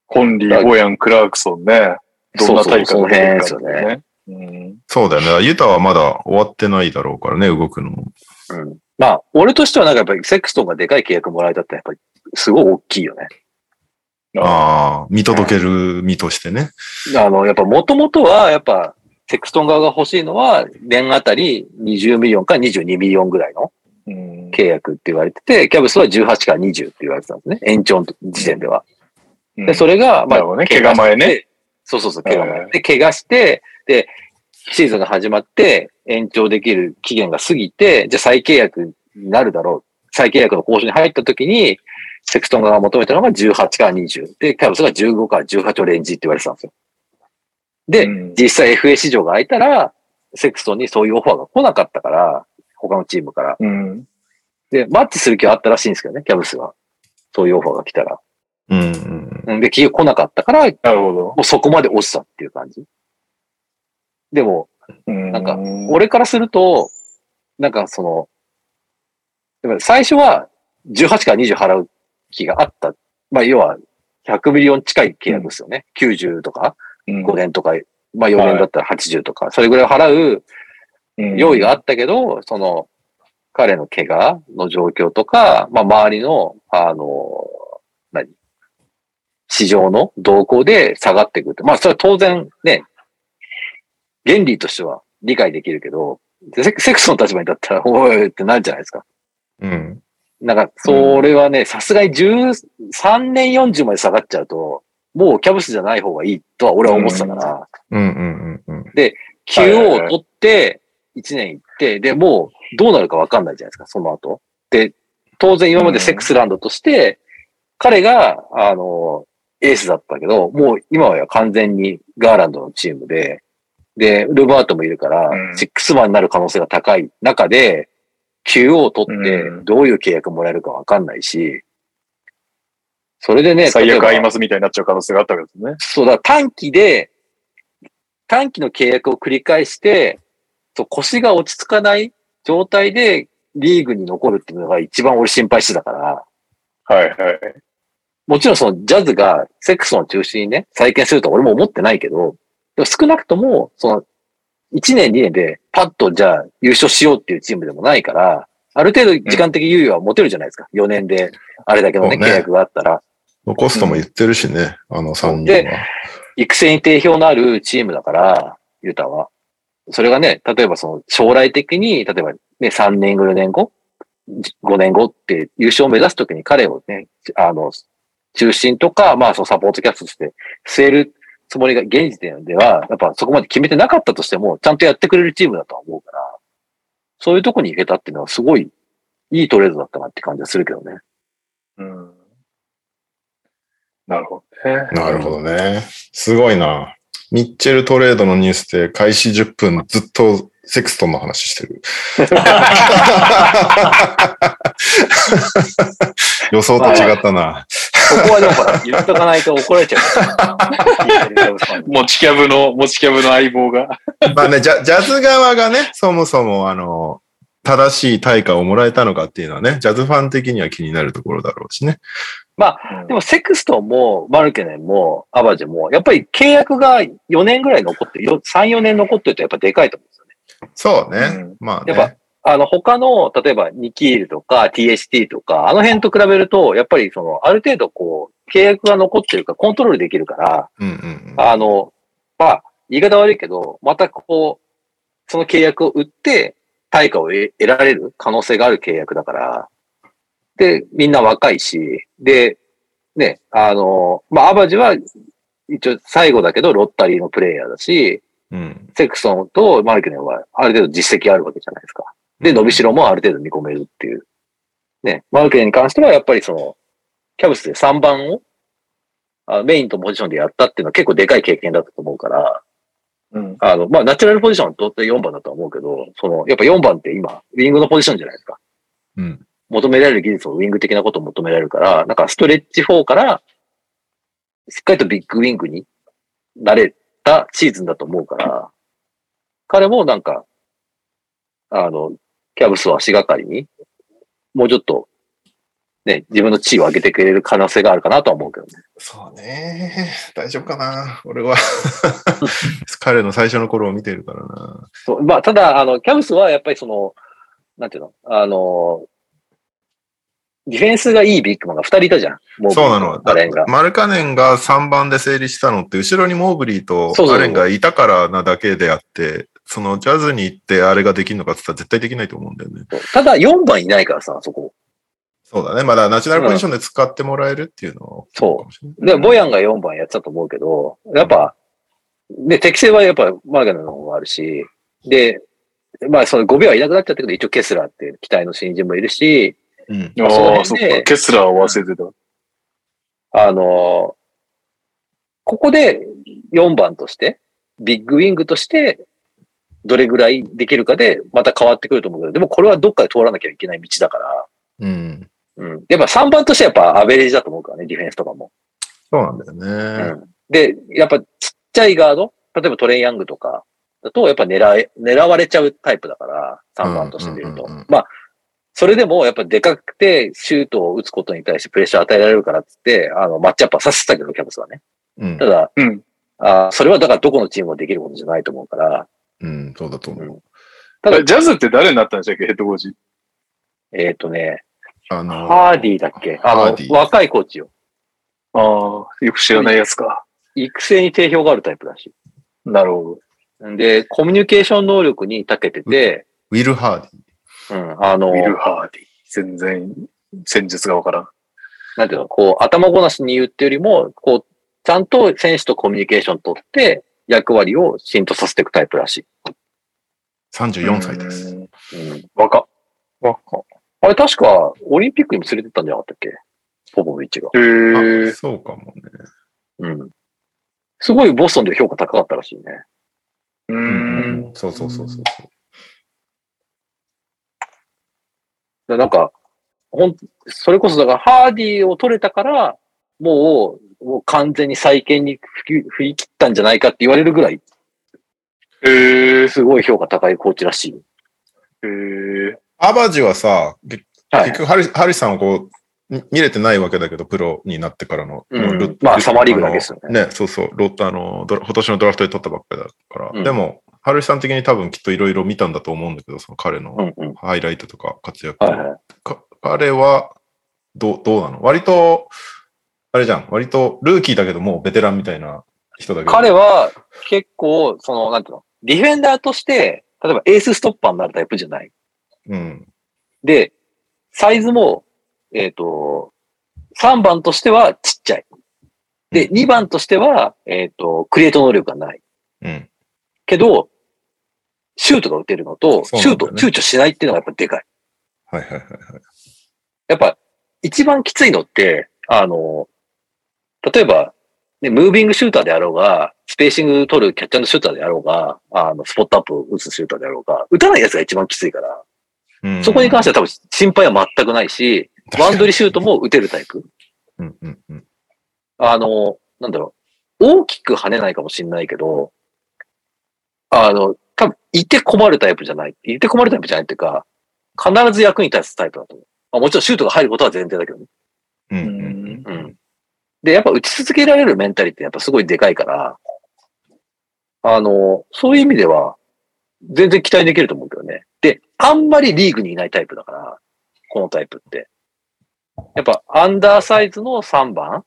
コンリー、ボヤン、クラークソンね。どんな大会そうそうそのが出辺てでくするよかっていうね。ね。うん。そうだよね。だからユタはまだ終わってないだろうからね、動くのも。うん。まあ、俺としてはなんかやっぱりセクストンがでかい契約もらえたってやっぱりすごい大きいよね。ああ、見届ける身としてね。あの、やっぱ元々は、やっぱ、セクストン側が欲しいのは、年あたり20ミリオンから22ミリオンぐらいのうん。契約って言われてて、キャブスは18から20って言われてたんですね。延長の時点では。うんで、それが、まなある、ほどね。怪怪我我前ね。でそうそうそう、はい怪我が。で、怪我して、で、シーズンが始まって、延長できる期限が過ぎて、じゃあ再契約になるだろう。再契約の交渉に入った時に、セクストン側が求めたのが18から20。で、キャブスが15から18をレンジって言われてたんですよ。で、うん実際 FA 市場が開いたら、セクストンにそういうオファーが来なかったから、他のチームから。うん。で、マッチする気はあったらしいんですけどね、キャブスは。そういうオファーが来たら。うんうん。うんで、企業来なかったから、もなるほど。うそこまで落ちたっていう感じ。でも、ななんか、俺からすると、なんかその、やっぱり最初は18から20払う気があった。まあ、要は、100ミリオン近い契約ですよね。90とか、うん5年とか、まあ4年だったら80とか、それぐらい払ううん用意があったけど、その、彼の怪我の状況とか、まあ、周りの、あの、何市場の動向で下がっていくって。まあ、それは当然ね、原理としては理解できるけど、セクセクスの立場に立ったら、 [LAUGHS] おいおいってなるじゃないですか。うん。なんか、それはね、さすがに13年40まで下がっちゃうと、もうキャブスじゃない方がいいとは俺は思ってたから、うんうんうんうん。 QO を取って、1年行って、で、もうどうなるかわかんないじゃないですか、その後。で、当然今までセックスランドとして、彼が、あの、エースだったけど、もう今は完全にガーランドのチームで、で、ルバートもいるからう、んシックスマンになる可能性が高い中で、QO を取ってう、んどういう契約もらえるかわかんないし、それでね、最例え悪ば合いますみたいになっちゃう可能性があったわけですね。そうだ、短期で、短期の契約を繰り返して、そう腰が落ち着かない状態でリーグに残るっていうのが一番俺心配してたから、はいはい。もちろんそのジャズがセックスの中心にね、再建するとは俺も思ってないけど、でも少なくとも、その、1年2年でパッとじゃあ優勝しようっていうチームでもないから、ある程度時間的猶予は持てるじゃないですか。4年で、あれだけのね、そう契ね約があったら。残すとも言ってるしね、あの3人では。育成に定評のあるチームだから、ユタは。それがね、例えばその将来的に、例えばね、3年後、4年後、 5年後って優勝を目指すときに彼をね、あの、中心とか、まあそのサポートキャストとして据えるつもりが現時点では、やっぱそこまで決めてなかったとしても、ちゃんとやってくれるチームだとは思うから、そういうとこに行けたっていうのはすごいいいトレードだったなって感じはするけどね。うん。なるほどね。なるほどね。すごいな。ミッチェルトレードのニュースで開始10分ずっとセクストンの話して [LAUGHS] る。予想と違ったな。そこはでもほら、言っとかないと怒られちゃうから。言ってる人も持ちキャブの、持ちキャブの相棒が。まあね、ジャジャズ側がね、そもそもあの、正しい対価をもらえたのかっていうのはね、ジャズファン的には気になるところだろうしね。でもセクストンも、マルケネンも、アバジェも、やっぱり契約が4年ぐらい残って、よ3、4年残ってるとやっぱでかいと思うんですよね。そううね。んまあやっぱね。あの、他の、例えば、ニキールとか THT とか、あの辺と比べると、やっぱりその、ある程度こう、契約が残ってるから、コントロールできるから、うんうんあの、まあ、言い方悪いけど、またこう、その契約を売って、対価を得得られる可能性がある契約だから、で、みんな若いし、で、ね、あの、まあ、アバジは、一応最後だけど、ロッタリーのプレイヤーだし、うん。うんセクソンとマルケネンはある程度実績あるわけじゃないですか。で、伸びしろもある程度見込めるっていう。ね、マルケネンに関してはやっぱりその、キャブスで3番をあメインとポジションでやったっていうのは結構でかい経験だったと思うから、うん。あの、まあ、ナチュラルポジションとって4番だとは思うけど、その、やっぱ4番って今、ウィングのポジションじゃないですか。うん。求められる技術をウィング的なことを求められるから、なんかストレッチ4から、しっかりとビッグウィングになれたシーズンだと思うから、彼もなんか、あの、キャブスを足がかりに、もうちょっと、ね、自分の地位を上げてくれる可能性があるかなとは思うけどね。そうね。大丈夫かな。俺は。 [LAUGHS] 彼の最初の頃を見てるからな。そうまあ、ただ、あの、キャブスはやっぱりその、なんていうの、あの、ディフェンスがいいビッグマンが2人いたじゃん。もそうなの。アレンが。マルカネンが3番で成立したのって、後ろにモーブリーとそうそうそうアレンがいたからなだけであって、そのジャズに行ってあれができるのかって言ったら絶対できないと思うんだよね。そうただ4番いないからさ、そこ。そうだね。まだナチュラルポジションで使ってもらえるっていうのは、そう。で、ボヤンが4番やってたと思うけど、やっぱ、で、適性はやっぱマルガネの方があるし、で、まあその5秒はいなくなっちゃったけど、一応ケスラーっていう期待の新人もいるし、うん。ああそうねあ、そっか。ケスラーを忘れてた。あの、ここで4番として、ビッグウィングとして、どれぐらいできるかで、また変わってくると思うけど、でもこれはどっかで通らなきゃいけない道だから、うん。うん。やっぱ3番としてはやっぱアベレージだと思うからね、ディフェンスとかも。そうなんだよね。うんで、やっぱちっちゃいガード、例えばトレイヤングとかだと、やっぱ狙え、狙われちゃうタイプだから、3番として見るうんとうんうんうん。まあ、それでもやっぱでかくて、シュートを打つことに対してプレッシャー与えられるからっつって、あの、マッチアップはさせてたけど、キャブスはね。うんた。だ、うんあそれはだからどこのチームもできることじゃないと思うから、うん。そうだと思う。ただえジャズって誰になったんでしたっけ、ヘッドコーチ。えっ、とね、あの、ハーディーだっけあハーディーの、若いコーチよ。ああ、よく知らないやつか。育成に定評があるタイプだし。なるほで、コミュニケーション能力に長けてて、ウィル・ハーディ。うん、あのど。ウ、ィル・ハーディ。全然、戦術がわからん。なんていうの、こう、頭ごなしに言うってよりも、こう、ちゃんと選手とコミュニケーション取って、役割を浸透させていくタイプらし34歳です。うん。い。うん。若っ。わかあれ、確か、オリンピックにも連れてったんじゃなかったっけポポビッチが。へあえ。そうかもね。うん。すごいボストンでは評価高かったらしいね。う。。うんそうそうそうそう。でなんか、ほん、それこそだから、ハーディを取れたから、もう、もう完全に再建に振り振り切ったんじゃないかって言われるぐらい、へえ。すごい評価高いコーチらしい。へえ。アバジはさ、結は結い。局ハリ、ハリさんをこう、み見れてないわけだけど、プロになってからの。うんロッまあサマーリーグだけですよねあのね、そうそう。ロッターの、ドラ今年のドラフトで取ったばっかりだから。うんでも、ハリさん的に多分きっといろいろ見たんだと思うんだけど、その彼うのんうん。ハイライトとか活躍。はいはい。か彼は、どう、どうなの割と、あれじゃん。割と、ルーキーだけどもうベテランみたいな人だけど。彼は結構、その、なんていうの、ディフェンダーとして、例えばエースストッパーになるタイプじゃない。うん。で、サイズも、えっ、と、3番としてはちっちゃい。で、2番としては、えっ、と、クリエイト能力がない。うん。けど、シュートが打てるのと、そうシュなーんだト、よね躊躇しないっていうのがやっぱでかい。はいはいはいはい。やっぱ、一番きついのって、あの、例えば、ね、ムービングシューターであろうが、スペーシング取るキャッチャーのシューターであろうが、あの、スポットアップを打つシューターであろうが、打たないやつが一番きついから、うんそこに関しては多分心配は全くないし、ワンドリシュートも打てるタイプ。うんうんうん。あの、なんだろう、大きく跳ねないかもしれないけど、あの、多分、いて困るタイプじゃない。いて困るタイプじゃないっていうか、必ず役に立つタイプだと思う。まあ、もちろんシュートが入ることは前提だけどね。うんううんんうん。で、やっぱ打ち続けられるメンタリティってやっぱすごいでかいから、あの、そういう意味では、全然期待できると思うけどね。で、あんまりリーグにいないタイプだから、このタイプって。やっぱ、アンダーサイズの3番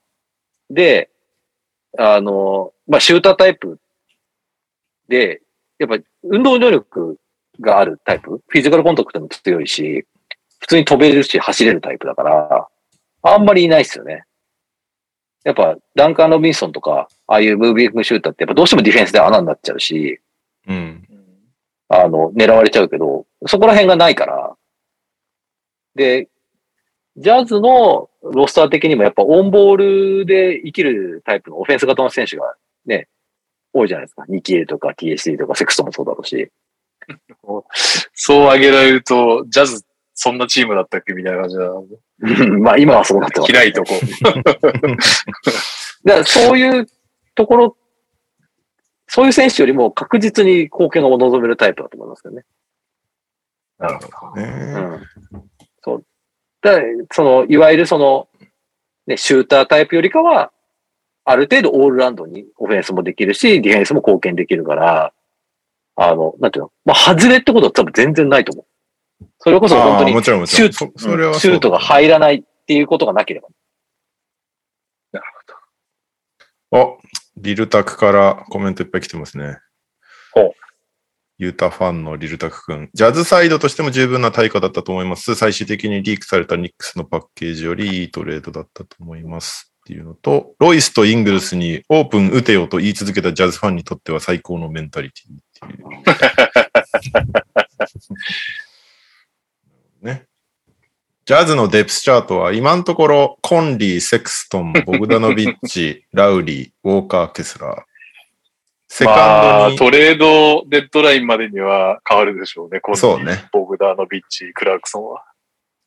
で、あの、まあ、シュータータイプで、やっぱ、運動能力があるタイプ、フィジカルコンタクトも強いし、普通に飛べるし、走れるタイプだから、あんまりいないですよね。やっぱ、ダンカン・ロビンソンとか、ああいうムービングシューターって、やっぱどうしてもディフェンスで穴になっちゃうし、うん。あの、狙われちゃうけど、そこら辺がないから。で、ジャズのロスター的にもやっぱオンボールで生きるタイプのオフェンス型の選手がね、多いじゃないですか。ニキエルとか TSD とかセクストもそうだろうし。そう挙げられると、ジャズ、そんなチームだったっけみたいな感じだな。まあ今はそうなってます。開いとこ。 [LAUGHS] だからそういうところ、そういう選手よりも確実に貢献が望めるタイプだと思いますけどね。なるほどうね。んそう。だからその、いわゆるその、ね、シュータータイプよりかは、ある程度オールラウンドにオフェンスもできるし、ディフェンスも貢献できるから、あの、なんていうのまあ、外れってことは多分全然ないと思う。それこそ本当あーにもちろんもちシろュん。ーそト、それはそうシュートが入らないっていうことがなければ。あ、リルタクからコメントいっぱい来てますね。ほうユータファンのリルタク君。ジャズサイドとしても十分な対価だったと思います。最終的にリークされたニックスのパッケージよりいいトレードだったと思います。っていうのと、ロイスとイングルスにオープン打てよと言い続けたジャズファンにとっては最高のメンタリティっていう。ね。ジャズのデプスチャートは今のところコンリー、セクストン、ボグダノビッチ、ラウリー、ウォーカー、ケスラー。セまカあ、ンドに、トレードデッドラインまでには変わるでしょうね。こそうね。ボグダーノビッチ、クラークソンは。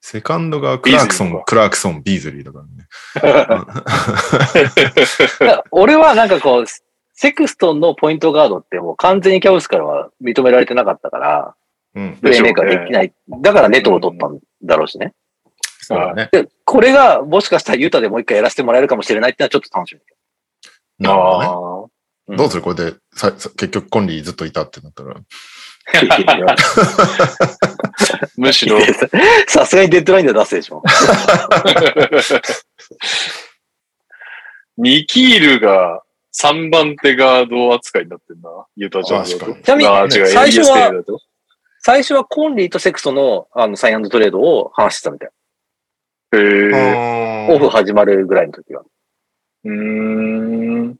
セカンドがクラークソビーズリーンか、クラークソン、ビーズリーだからね。だから俺はなんかこう、セクストンのポイントガードってもう完全にキャブスからは認められてなかったから、うん。プレイメーカーできない。だからネトを取ったんだろうしね。そうだね。で、これが、もしかしたらユータでもう一回やらせてもらえるかもしれないってのはちょっと楽しみ。なるほどね。うんどうするこれでささ結局コンリーずっといたってなったら。[LAUGHS] むしろ、さすがにデッドラインでは出すでしょ。 [LAUGHS] ニキールが3番手ガード扱いになってんな。ユータジャズだと。確ちなみにああ、違う、最初 AES テレはビだと。最初はコンリーとセクソのあのサイントレードを話してたみたい。へえ。オフ始まるぐらいの時は。うーん。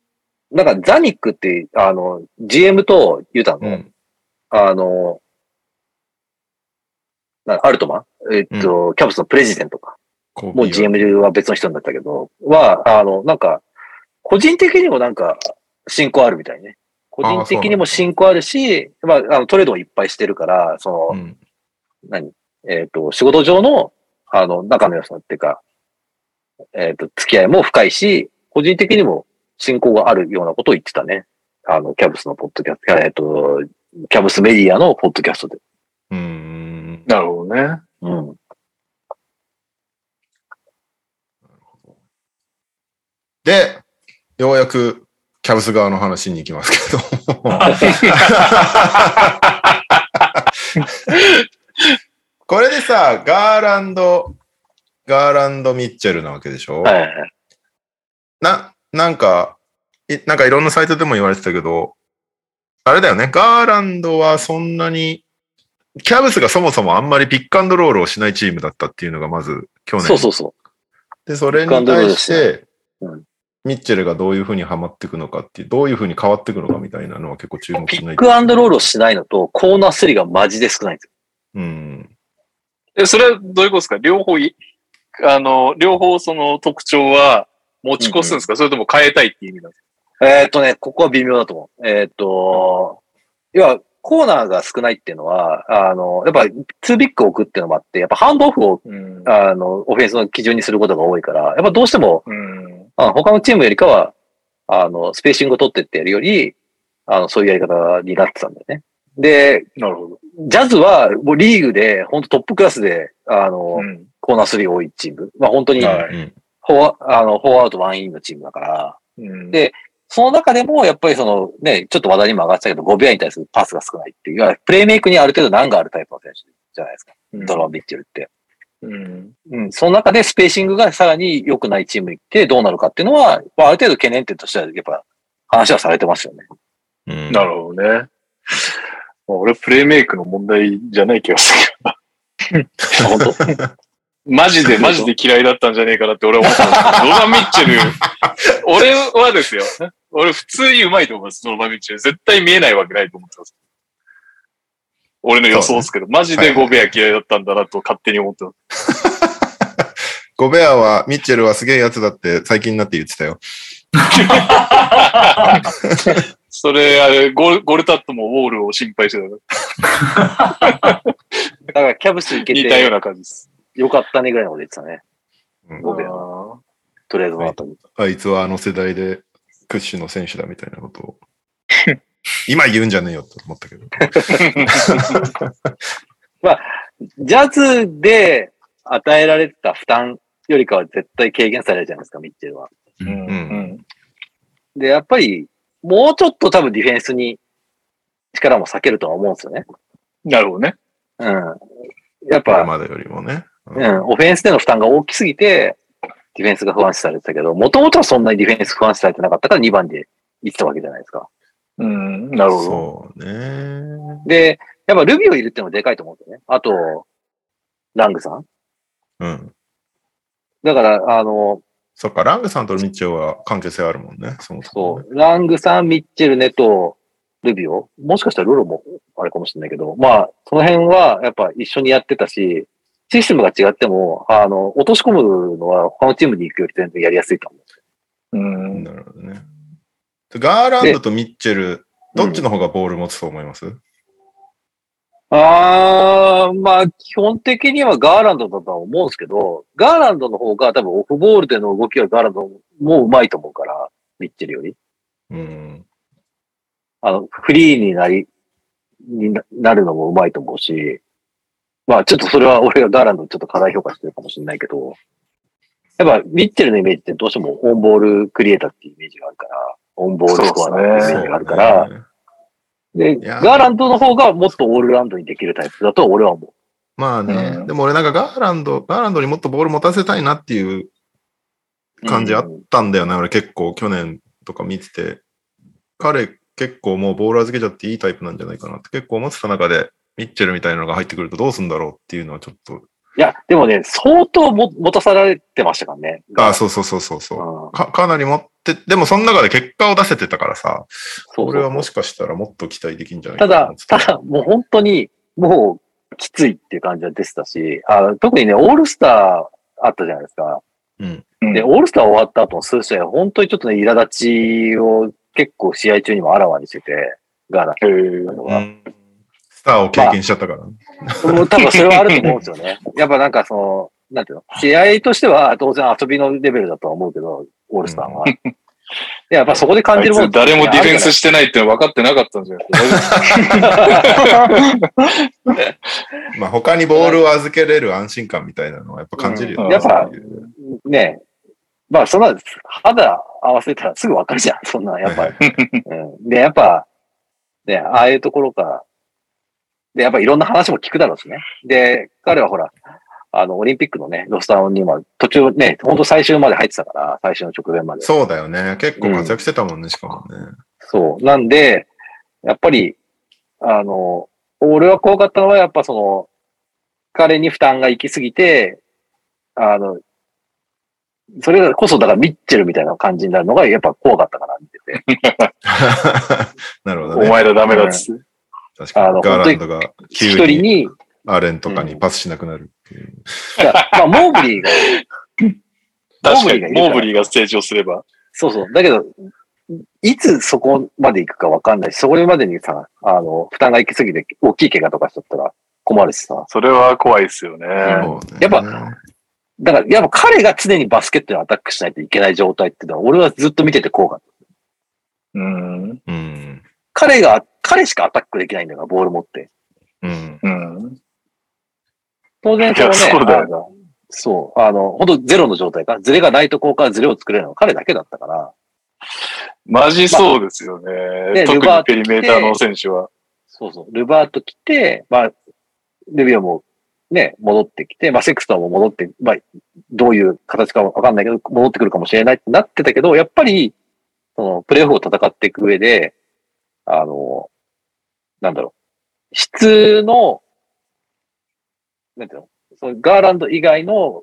なんかザニックって、あの、GM とユータの、うん。あの、なんかアルトマンえっと、キャブスのプレジデントか。コービーもう GM は別の人になったけど、は、あの、なんか、個人的にもなんか、進行あるみたいね。個人的にも進行あるし、まあ、あの、トレードをいっぱいしてるから、その、うん。何えっ、と、仕事上の、あの、仲の良さっていうか、えっ、と、付き合いも深いし、個人的にも進行があるようなことを言ってたね。あの、キャブスのポッドキャスト、えっ、と、キャブスメディアのポッドキャストで。うん。なるほどね。 [LAUGHS] うん。で、ようやくキャブス側の話に行きますけど。これでさ、ガーランド、ガーランド・ミッチェルなわけでしょ、はいはいはい。な、なんか、いなんかいろんなサイトでも言われてたけど、あれだよね、ガーランドはそんなにキャブスがそもそもあんまりピックアンドロールをしないチームだったっていうのがまず去年。そうそうそで、それに対してうん、ミッチェルがどういうふうにはまっていくのかっていう、どういうふうに変わっていくのかみたいなのは結構注う。目ピしなッいクアンドロールをしないのと、コーナースリーがマジで少ないんですよ。うん。え、それはどういうことですか両方い、あの、両方その特徴は持ち越すんですか、それとも変えたいっていう意味なんですえーっとね、ここは微妙だと思う。えーっと、要は、コーナーが少ないっていうのは、あの、やっぱ、ツービックを置くっていうのもあって、やっぱハンドオフを、かうんあの、オフェンスの基準にすることが多いから、やっぱどうしても、うん。あ他のチームよりかは、あの、スペーシングを取ってってやるより、あの、そういうやり方になってたんだよね。で、なるほど。ジャズは、もうリーグで、本当トップクラスで、あの、うん。コーナー3多いチーム。まあ、本当に、はいうんフォア、あの、フォアアウトワンインのチームだから、うんでその中でも、やっぱりその、ね、ちょっと話題にも上がってたけど、ゴビアに対するパスが少ないっていう、いわゆるプレイメイクにある程度難があるタイプの選手じゃないですか。ドラマビッチェルって。うん。うん、その中でスペーシングがさらに良くないチームに行ってどうなるかっていうのは、まあ、ある程度懸念点としては、やっぱ、話はされてますよね。うんなるほどね。まあ俺、プレイメイクの問題じゃない気がするけあ本当ど。 [LAUGHS] マジで、マジで嫌いだったんじゃねえかなって俺は思ったんですけど、ノーマン・ミッチェル、 [LAUGHS] 俺はですよ。俺、普通にうまいと思います、ノーマン・ミッチェル。絶対見えないわけないと思ってます。俺の予想ですけど、マジでゴベア嫌いだったんだなと勝手に思ってます。ゴベアは、ミッチェルはすげえやつだって最近になって言ってたよ。それ、あれ、ゴルゴルタットもウォールを心配してたからだから、キャブス行け似たようて、な感じです。よかったねぐらいのこと言ってたね。うんゴビアは。とりあえずの後に。あいつはあの世代で屈指の選手だみたいなことを。今言うんじゃねえよって思ったけど。ジャズで与えられてた負担よりかは絶対軽減されるじゃないですか、ミッチェルは。うんん。で、やっぱり、もうちょっと多分ディフェンスに力も避けるとは思うんですよね。なるほどね。うん。やっこれぱ、までよりもね。うん、オフェンスでの負担が大きすぎて、ディフェンスが不安視されてたけど、もともとはそんなにディフェンス不安視されてなかったから2番で行ってたわけじゃないですか。うん。なるほど。そうね。で、やっぱルビオいるってのもでかいと思うんですよね。あと、ラングさん。うん。だから、あの、そっか、ラングさんとミッチェルは関係性あるもんね。そもそもそね、う、ラングさん、ミッチェル、ネト、ルビオ、もしかしたらロロもあれかもしれないけど、まあ、その辺はやっぱ一緒にやってたし、システムが違っても、あの、落とし込むのは他のチームに行くより全然やりやすいと思う。うん。なるほどね。ガーランドとミッチェル、どっちの方がボール持つと思います、あー、まあ、基本的にはガーランドだとは思うんですけど、ガーランドの方が多分オフボールでの動きはガーランドもうまいと思うから、ミッチェルより。うん。あの、フリーになり、にななるのもうまいと思うし、まあちょっとそれは俺がガーランドをちょっと過大評価してるかもしれないけど、やっぱミッチェルのイメージってどうしてもオンボールクリエイターっていうイメージがあるから、オンボールスコアのイメそうージがあるから、ねで、いやガーランドの方がもっとオールラウンドにできるタイプだと俺は思う。まあね、うんでも俺なんかガーランド、ガーランドにもっとボール持たせたいなっていう感じあったんだよね、俺結構去年とか見てて、彼結構もうボール預けちゃっていいタイプなんじゃないかなって結構思ってた中で、ミッチェルみたいなのが入ってくるとどうすんだろうっていうのはちょっと、いや、でもね、相当も持たされてましたからね。ああ、そうそうそうそううそんう。そうかかなり持って、でもその中で結果を出せてたからさ、そう俺はもしかしたらもっと期待できんじゃないたかなとだ思って、ただ、もう本当に、もう、きついっていう感じは出てたし、あ特にね、オールスターあったじゃないですか。うん。で、うオールスター終わった後の数試合、本当にちょっとね、苛立ちを結構試合中にもあらわにしてて、ガーランドうは。んスターを経験しちゃったから、ねもう多分それはあると思うんです [LAUGHS] よね。やっぱなんかその、なんていうの試合としては当然遊びのレベルだとは思うけど、オールスターは。でやっぱそこで感あじいるものつ誰もディフェンスししてないって分かってなかったんじゃないですか。まあ他にボールを預けれる安心感みたいなのはやっぱ感じるよね。うんやっぱそういうねえ。まあ、そんな、肌合わせたらすぐわかるじゃん。 [LAUGHS] そんな、やっぱ、はいはいうん。で、やっぱ、ね、ああいうところから、で、やっぱいろんな話も聞くだろうしね。で、彼はほら、あの、オリンピックのね、ロスターには、途中ね、ほんと最終まで入ってたから、最終の直前まで。そうだよね。結構活躍してたもんね、しかもね。そう。なんで、やっぱり、あの、俺は怖かったのは、やっぱその、彼に負担が行き過ぎて、あの、それこそ、だからミッチェルみたいな感じになるのが、やっぱ怖かったかな、見てて。 [LAUGHS] なるほどおね。前らダメだっつって。確かあに。のガーランドが一急人にに、アーレンとかにパスしなくなるっていう。いやまあ、モーブリーが、 [LAUGHS] 確かに、モモーーブブリリーが成長すれば。そうそう。だけど、いつそこまで行くかわかんないし、そこまでにさ、あの、負担が行き過ぎて、大きい怪我とかしちゃったら困るしさ。それは怖いですよね。そうねやっぱ、だから、やっぱ彼が常にバスケットにアタックしないといけない状態っていうのは、俺はずっと見ててこうかった。うん。うん。彼が、彼しかアタックできないんだから、ボール持って。うん。うん。当然、いやそそのうだよね、あのそう、あの、本当ゼロの状態か、ズレがないところからズレを作れるのは彼だけだったから、マジそうですよねね。特にルバートペリメーターの選手は。そうそう、ルバート来て、まあ、ルビオもね、戻ってきて、まあ、セクストンも戻って、まあ、どういう形かわかんないけど、戻ってくるかもしれないってなってたけど、やっぱり、その、プレイオフを戦っていく上で、あの、なんだろう、質の、なんていうの、そのガーランド以外の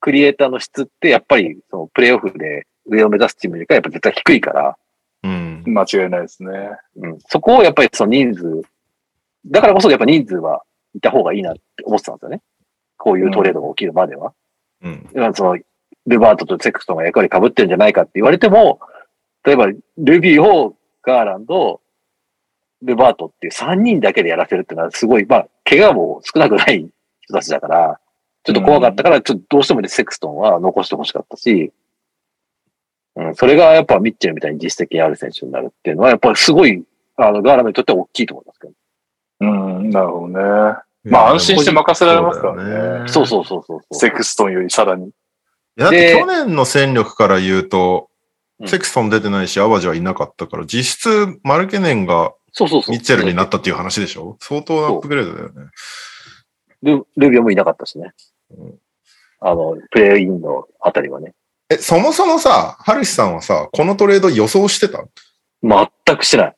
クリエイターの質って、やっぱり、その、プレイオフで上を目指すチームよりか、やっぱ絶対低いから、うん。間違いないですね。うん、そこをやっぱりその人数、だからこそやっぱ人数はいた方がいいなって思ってたんですよね。こういうトレードが起きるまでは。うん。だからその、ルバートとセクストンが役割被ってるんじゃないかって言われても、例えば、ルビーをガーランド、ルバートっていう3人だけでやらせるっていうのはすごい、まあ、怪我も少なくない人たちだから、ちょっと怖かったから、ちょっとどうしてもね、セクストンは残してほしかったし、うん、それがやっぱミッチェルみたいに実績ある選手になるっていうのは、やっぱりすごい、あの、ガーランドにとっては大きいと思いますけど。うん、なるほどね。まあ安心して任せられますからね。そうそうそうそうそう。セクストンよりさらに。いやだっでて去年の戦力から言うとう、んセクストン出てないし、アバジはいなかったから、実質、マルケネンがそうそうそう。ミッチェルになったっていう話でしょ相当なアップグレードだよね。ルルビオもいなかったしねうん。あの、プレイインのあたりはね。え、そもそもさ、ハルシさんはさ、このトレード予想してた全くしてない。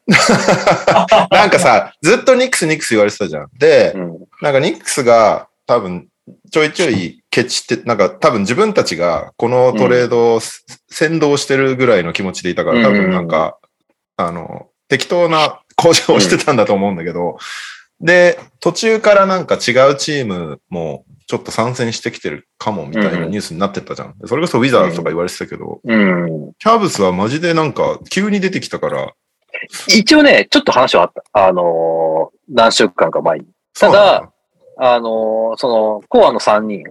なんかさ、ずっとニックスニックス言われてたじゃん。でう、ん。なんかニックスが多分ちょいちょいケチって、なんか多分自分たちがこのトレードをす、先導してるぐらいの気持ちでいたから、多分なんか、あの、適当な交渉をしてたんだと思うんだけど、で、途中からなんか違うチームもちょっと参戦してきてるかもみたいなニュースになってったじゃん。それこそウィザーズとか言われてたけど、うん。キャブスはマジでなんか急に出てきたから、一応ね、ちょっと話はあった。あのー何週間か前に。そうなんあのーその、コアの3人、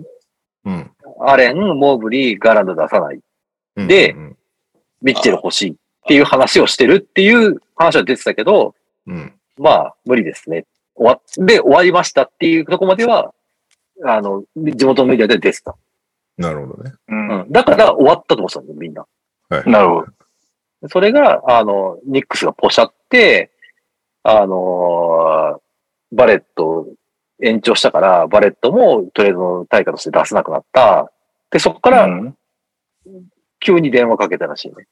うんアレン、モーブリー、ガランド出さない、うん。でうん、ミッチェル欲しいっていう話をしてるっていう話は出てたけど、うん。まあ、無理ですね。終わっで、終わりましたっていうとこまでは、あの、地元のメディアで出てた。なるほどね。うん。うん。だから終わったと思ってたんだよ、みんな。はい。なるほど。それが、あの、ニックスがポシャって、あのーバレット延長したから、バレットもトレードの対価として出せなくなった。で、そこからうん急に電話かけたらしいね。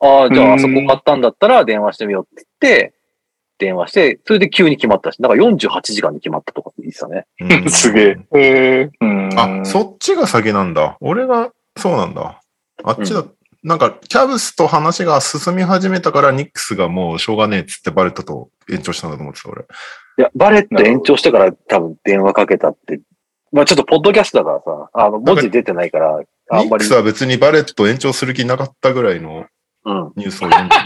ああ、じゃあうんあそこ買ったんだったら電話してみようって言って、電話して、それで急に決まったし、なんか48時間に決まったとかって言ってたね。うんすげえ。えー、うんあ、そっちが先なんだ。俺が、そうなんだ。あっちだ。なんか、キャブスと話が進み始めたから、ニックスがもうしょうがねえっつってバレットと延長したんだと思ってた、俺。いや、バレット延長してから多分電話かけたって。まあちょっとポッドキャストだからさ、あの、文字出てないから、あんニまッりク。スは別にバレット延長する気なかったぐらいのうん。ニュースを読んでる。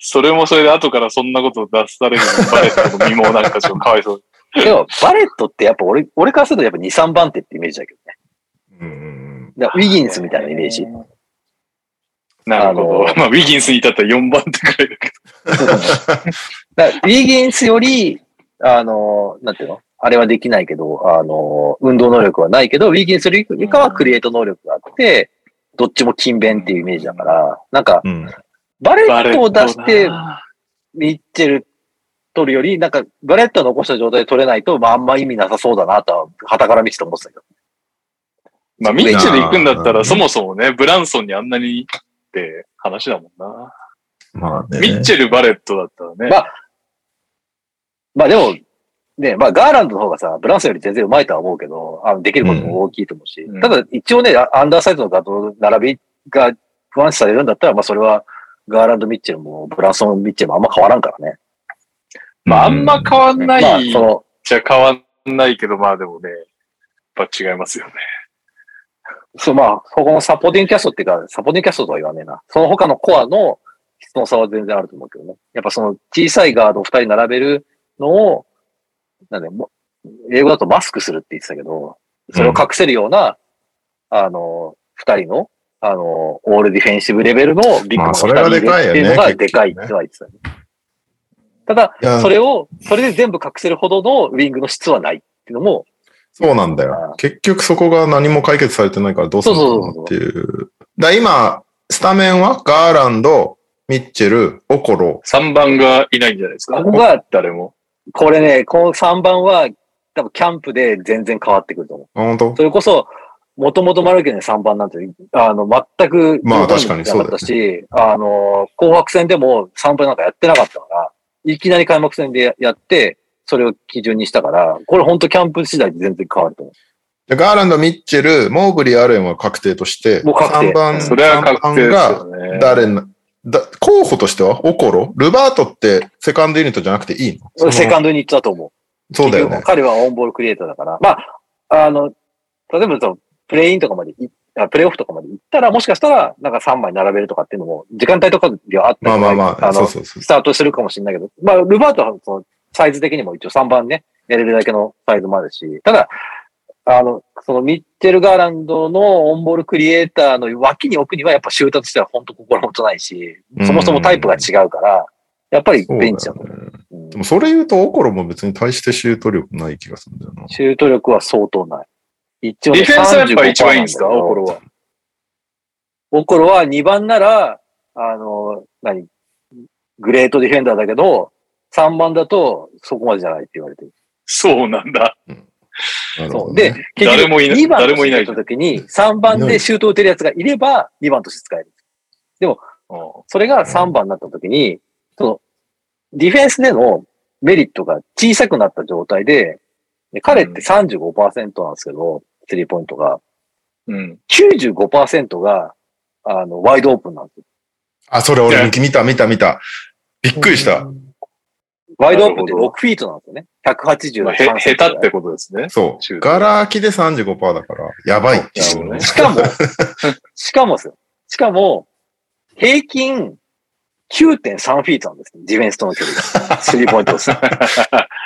それもそれで後からそんなこと出されるのバレたこと未毛なんかちょっとかわいそう。でも、バレットってやっぱ俺、俺からするとやっぱ2、3番手ってイメージだけどね。うんうんだからウィギンスみたいなイメージ。なるほど。あのまあ、ウィギンスに至ったら4番手くらいだけだからウィギンスより、あの、なんていうのあれはできないけど、あの、運動能力はないけど、ウィギンスよりかはクリエイト能力があって、どっちも勤勉っていうイメージだから、なんか、うん。うん。バレど。バレッットトを出なして、ミッチェル取るより、なんか、バレットを残した状態で取れないと、まあ、あんま意味なさそうだなとは、旗から見てて思ってたけど。まあ、ミッチェル行くんだったら、そもそもね、ブランソンにあんなにって話だもんな。まあね。ミッチェル、バレットだったらね。まあまあでも、ね、まあガーランドの方がさ、ブランスより全然うまいとは思うけど、あのできることも大きいと思うし、うんただ一応ね、あアンダーサイドのガードの並びが不安視されるんだったら、まあそれはガーランド・ミッチェルもブランソン・ミッチェルもあんま変わらんからね。まあ、あんま変わんなまあいその、じゃ変わんないけど、まあでもね、やっぱ違いますよね。そう、まあ、そこのサポーティングキャストっていうか、サポーティングキャストとは言わねえな。その他のコアの質の差は全然あると思うけどね。やっぱその小さいガードを二人並べるのを、なんで、も英語だとマスクするって言ってたけど、それを隠せるような、あの、二人の、あの、オールディフェンシブレベルのビッグまのあ二それがで人かいよってねいうのがで結か局いねってのは言ってたね。ただ、いやそれを、それで全部隠せるほどのウィングの質はないっていうのも、そうなんだよあ。結局そこが何も解決されてないからどうするのかなっていう。だから今、スタメンはガーランド、ミッチェル、オコロ。 3番がいないんじゃないですかこ。こが誰も。これね、この3番は、多分キャンプで全然変わってくると思あ、本当う。それこそ、もともとマルケネ3番なんて、あの、全く、まあ確かにそうだよねったし、あの、紅白戦でも3番なんかやってなかったから、いきなり開幕戦でやって、それを基準にしたから、これ本当キャンプ次第で全然変わると思でガーランド、ミッチェル、モーブリー、アレンは確定として、もう確定3番、それは確定三で番がすよね。誰な、だ候補としてはオコロルバートってセカンドユニットじゃなくていいのう。セカンンドに行ったと思う。そうだよね結局。彼はオンボールクリエイターだから。まあ、あの、例えばそのプレイインとかまでい、あプレイオフとかまで行ったら、もしかしたら、なんか3枚並べるとかっていうのも、時間帯とかではあったりまあまあまあ、あその、うスそうそう。タートするかもしれないけど、まあ、ルバートはその、サイズ的にも一応3番ね、やれるだけのサイズもあるし、ただ、あの、そのミッチェル・ガーランドのオンボールクリエイターの脇に置くには、やっぱシューターとしては本当心もとないし、そもそもタイプが違うから、やっぱりそうベンチだとだ思よねう。うんでもそれ言うと、オコロも別に対してシュート力ない気がするんだよな。シュート力は相当ない。一応ね、ディフェンスはやっぱ一番いいんですか35%なんだけオどコロは。オコロは2番なら、あの、何グレートディフェンダーだけど、3番だとそこまでじゃないって言われてる。そうなんだ。なるほどそう。ねで、結誰局もいない2番誰もいないとして打った時に、3番でシュートを打てるやつがいれば、2番として使える。それが3番になった時に、その、ディフェンスでのメリットが小さくなった状態で、で彼って35%なんですけど、スリーポイントが。うん。 95%が、あの、ワイドオープンなんですよ。あ、それ俺見見た見た見た。びっくりした。ワイドオープンっなてるほど6フィートなんですよね。180まのあ、へ、 3セ下ンチ手ってことですね。そシュう。ートガラ空きで35%だから、やばい。なるほどねし [LAUGHS] かも、しかもですよ。しかも、平均9.3フィートなんですね。ディフェンスとの距離 [LAUGHS] が。スリーポイントです。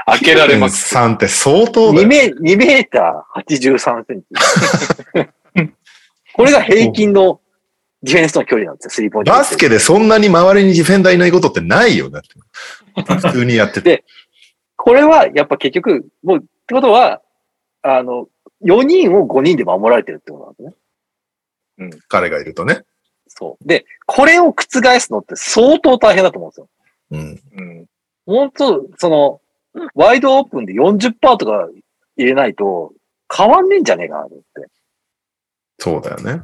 開けられます。 3って相当だ2よ。メ2メーター83センチ。これが平均のディフェンスとの距離なんですよ。スリーポイントの距バ離。スケでそんなに周りにディフェンダーいないことってないよ。だって普通にやってて。これはやっぱ結局、もう、ってことは、あの、4人を5人で守られてるってことなんですね。彼がいるとね。そう。で、これを覆すのって相当大変だと思うんですよ。うん。うん。本当その、ワイドオープンで40%とか入れないと、変わんねえんじゃねえかなと思って。そうだよね。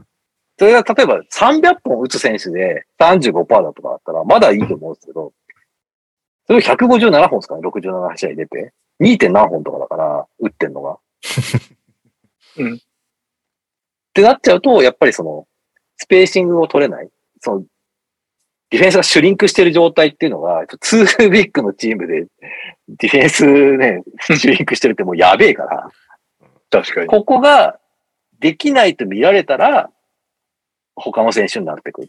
それが例えば300本打つ選手で35%だとかだったら、まだいいと思うんですけど、それを157本ですかね、67試合出て。2. 点何本とかだから、打ってんのが。 [LAUGHS] うんってなっちゃうと、やっぱりその、スペーシングを取れない。その、ディフェンスがシュリンクしてる状態っていうのが、2ビッグのチームで、ディフェンス [LAUGHS] ね、シュリンクしてるってもうやべえから。確かに。ここができないと見られたら、他の選手になってくる。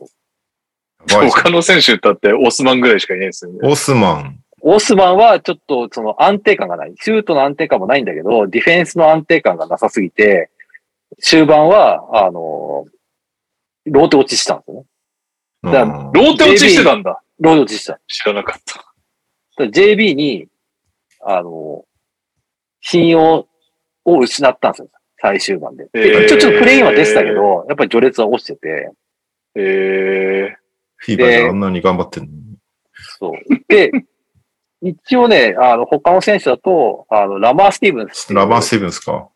やばい他の選手だってオスマンぐらいしかいないですよね。オスマン。オスマンはちょっとその安定感がない。シュートの安定感もないんだけど、ディフェンスの安定感がなさすぎて、終盤は、あの、ローテ落ちしたんですよね。うんだローテ落ちしてたんだ。ローテ落ちした。だか知らなかった。ら JB に、あの、信用を失ったんですよ。最終盤で。えーちょちょっとプレインは出てたけど、やっぱり序列は落ちてて、えフィーバーであんなに頑張ってんのに。そう。で、一応ね、あの、他の選手だと、あの、ラマー・スティーブンスっていう。ラバー・スティーブンスか。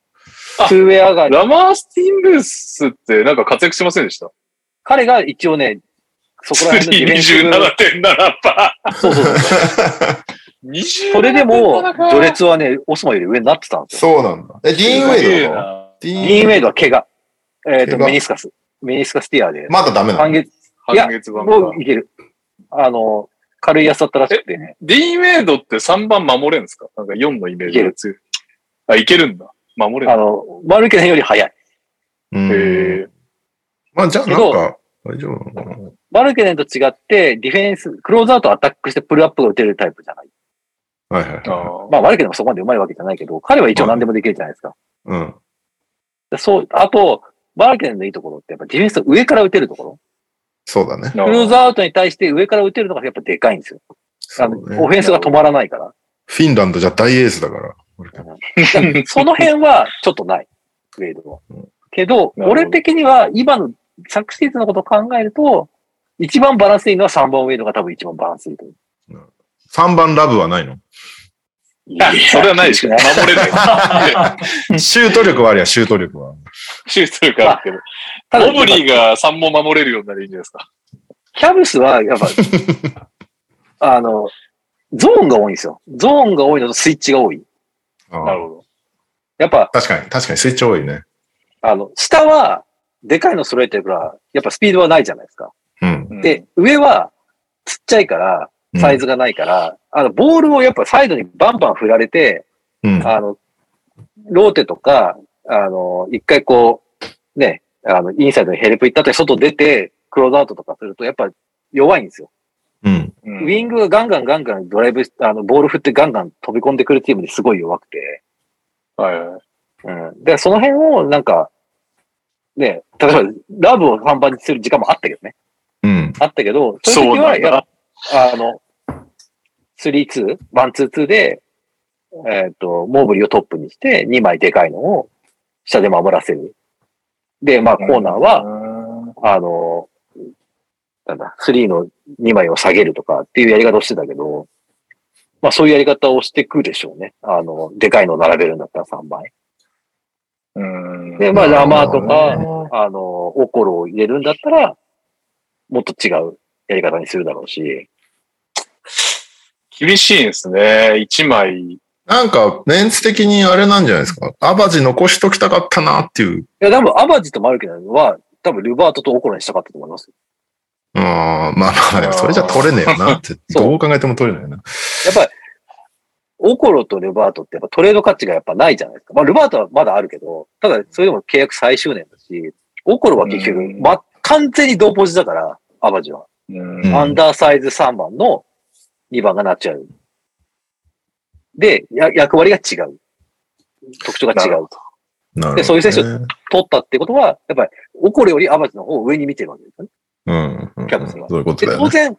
ツーウェアがー、、ラマー・スティンブスってなんか活躍してませんでした彼が一応ね、そこら辺のディフェンス。 ?327.7%。そうそうそう。それでも、序列はね、オスマより上になってたんですそよ。うなんだ。え、ディーン・ウェイドなのディリーンウェイドは怪我。えっ、と、怪我メニスカス。メニスカスティアーで。まだダメな半の月、半月版かもういける。あの、軽いやつだったらしくてね。ディーン・ウェイドって3番守れんすかなんか4のイメージが強い。あ、いけるんだ。守れある。の、マルケネより速い。うんへえ。まあ、じゃあなんか、大丈夫なのかなマルケネと違って、ディフェンス、クローズアウトアタックしてプルアップが打てるタイプじゃない。はいはいはい。あまあ、マルケネもそこまで上手いわけじゃないけど、彼は一応何でもできるじゃないですか。うん。でそう、あと、マルケネのいいところって、やっぱディフェンスの上から打てるところ。そうだね。ークローズアウトに対して上から打てるのがやっぱでかいんですよ。そあの、うねオフェンスが止まらないから。フィンランドじゃ大エースだから。その辺はちょっと [LAUGHS] ない。グレードは。けど、なるほど俺的には今の昨シーズンのことを考えると、一番バランスいいのは3番ウェイドが多分一番バランスいいと思う。 3番ラブはないのそれはないでしょ。いや守れ [LAUGHS] ない。シュート力はありゃ、シュート力は。シュート力あるけど。ただモブリーが3も守れるようになるんじゃないですか。キャブスは、やっぱ、 [LAUGHS] あの、ゾーンが多いんですよ。ゾーンが多いのとスイッチが多い。あなるあほど。やっぱ、確かに、確かに、成長多いね。あの、下は、でかいの揃えてるから、やっぱスピードはないじゃないですか。うん。うんで、上は、ちっちゃいから、うんサイズがないから、あの、ボールをやっぱサイドにバンバン振られて、うん。あの、ローテとか、あの、一回こう、ね、あの、インサイドにヘルプ行ったって外出て、クローズアウトとかすると、やっぱ弱いんですよ。うん。うウんィングがガンガンガンガンドライブし、あの、ボール振ってガンガン飛び込んでくるチームですごい弱くて。はいはい。うん。で、その辺を、なんか、ね、例えば、ラブを3番にする時間もあったけどね。うん。あったけど、そういそうう時なはんやっだ。ぱ、あの、3-2、1-2-2で、えっ、と、モーブリーをトップにして、2枚でかいのを下で守らせる。で、まあ、コーナーは、あの、なんだ、3の2枚を下げるとかっていうやり方をしてたけど、まあそういうやり方をしてくでしょうね。あの、でかいのを並べるんだったら3枚。うん。で、まあラマーとなか、あの、オコロを入れるんだったら、もっと違うやり方にするだろうし。厳しいんですね。1枚。なんか、メンツ的にあれなんじゃないですか。アバジ残しときたかったなっていう。いや、多分アバジとマルケなのは、多分ルバートとオコロにしたかったと思います。うん、まあまあ、でもそれじゃ取れねえよなって、 [LAUGHS] そうどう考えても取れないよな。やっぱり、オコロとルバートってやっぱトレード価値がやっぱないじゃないですか。まあ、ルバートはまだあるけど、ただそれでも契約最終年だし、オコロは結う局ん、ま、完全に同ポジだから、アバジは。うんうんアンダーサイズ3番の2番がナチュラル。で、や役割が違う。特徴が違なうと。なるほど、でそういう選手取ったってことは、やっぱり、オコロよりアバジの方を上に見てるわけですよね。うん、うん。キャベツがそういうことでだよ当ね。然、い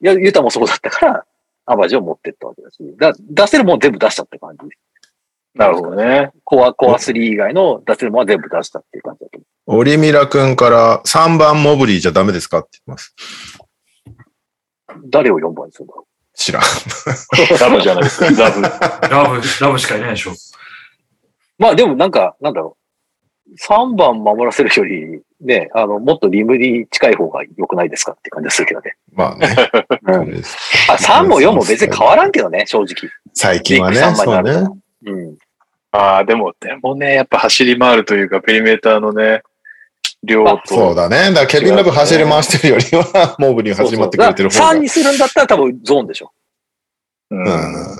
や、ユタもそうだったから、アバジを持ってったわけだし、だ出せるもん全部出したって感じです。な [LAUGHS] るほどね。コア、コア3以外の出せるもんは全部出したっていう感じだと思オリミラ君から3番モブリーじゃダメですかって言ってます。う。誰を4番にするんだろ知らん。ラブじゃないですか。ラブ。ラブ、ラブしかいない [LAUGHS] でしょ。う。まあでもなんか、なんだろう。3番守らせるより、ね、あの、もっとリムに近い方が良くないですかって感じがするけどね。まあね。 [LAUGHS] う。そうんですあ、3も4も別に変わらんけどね、正直。最近はねリー、グそう三枚になるね。うん。ああ、でも、でもね、やっぱ走り回るというか、ペリメーターのね、量まあそうと。だね。だからケビン・ラブ走り回してるよりは、モブリー走り回ってくれてる方が。 3にするんだったら多分ゾーンでしょ。ううんん。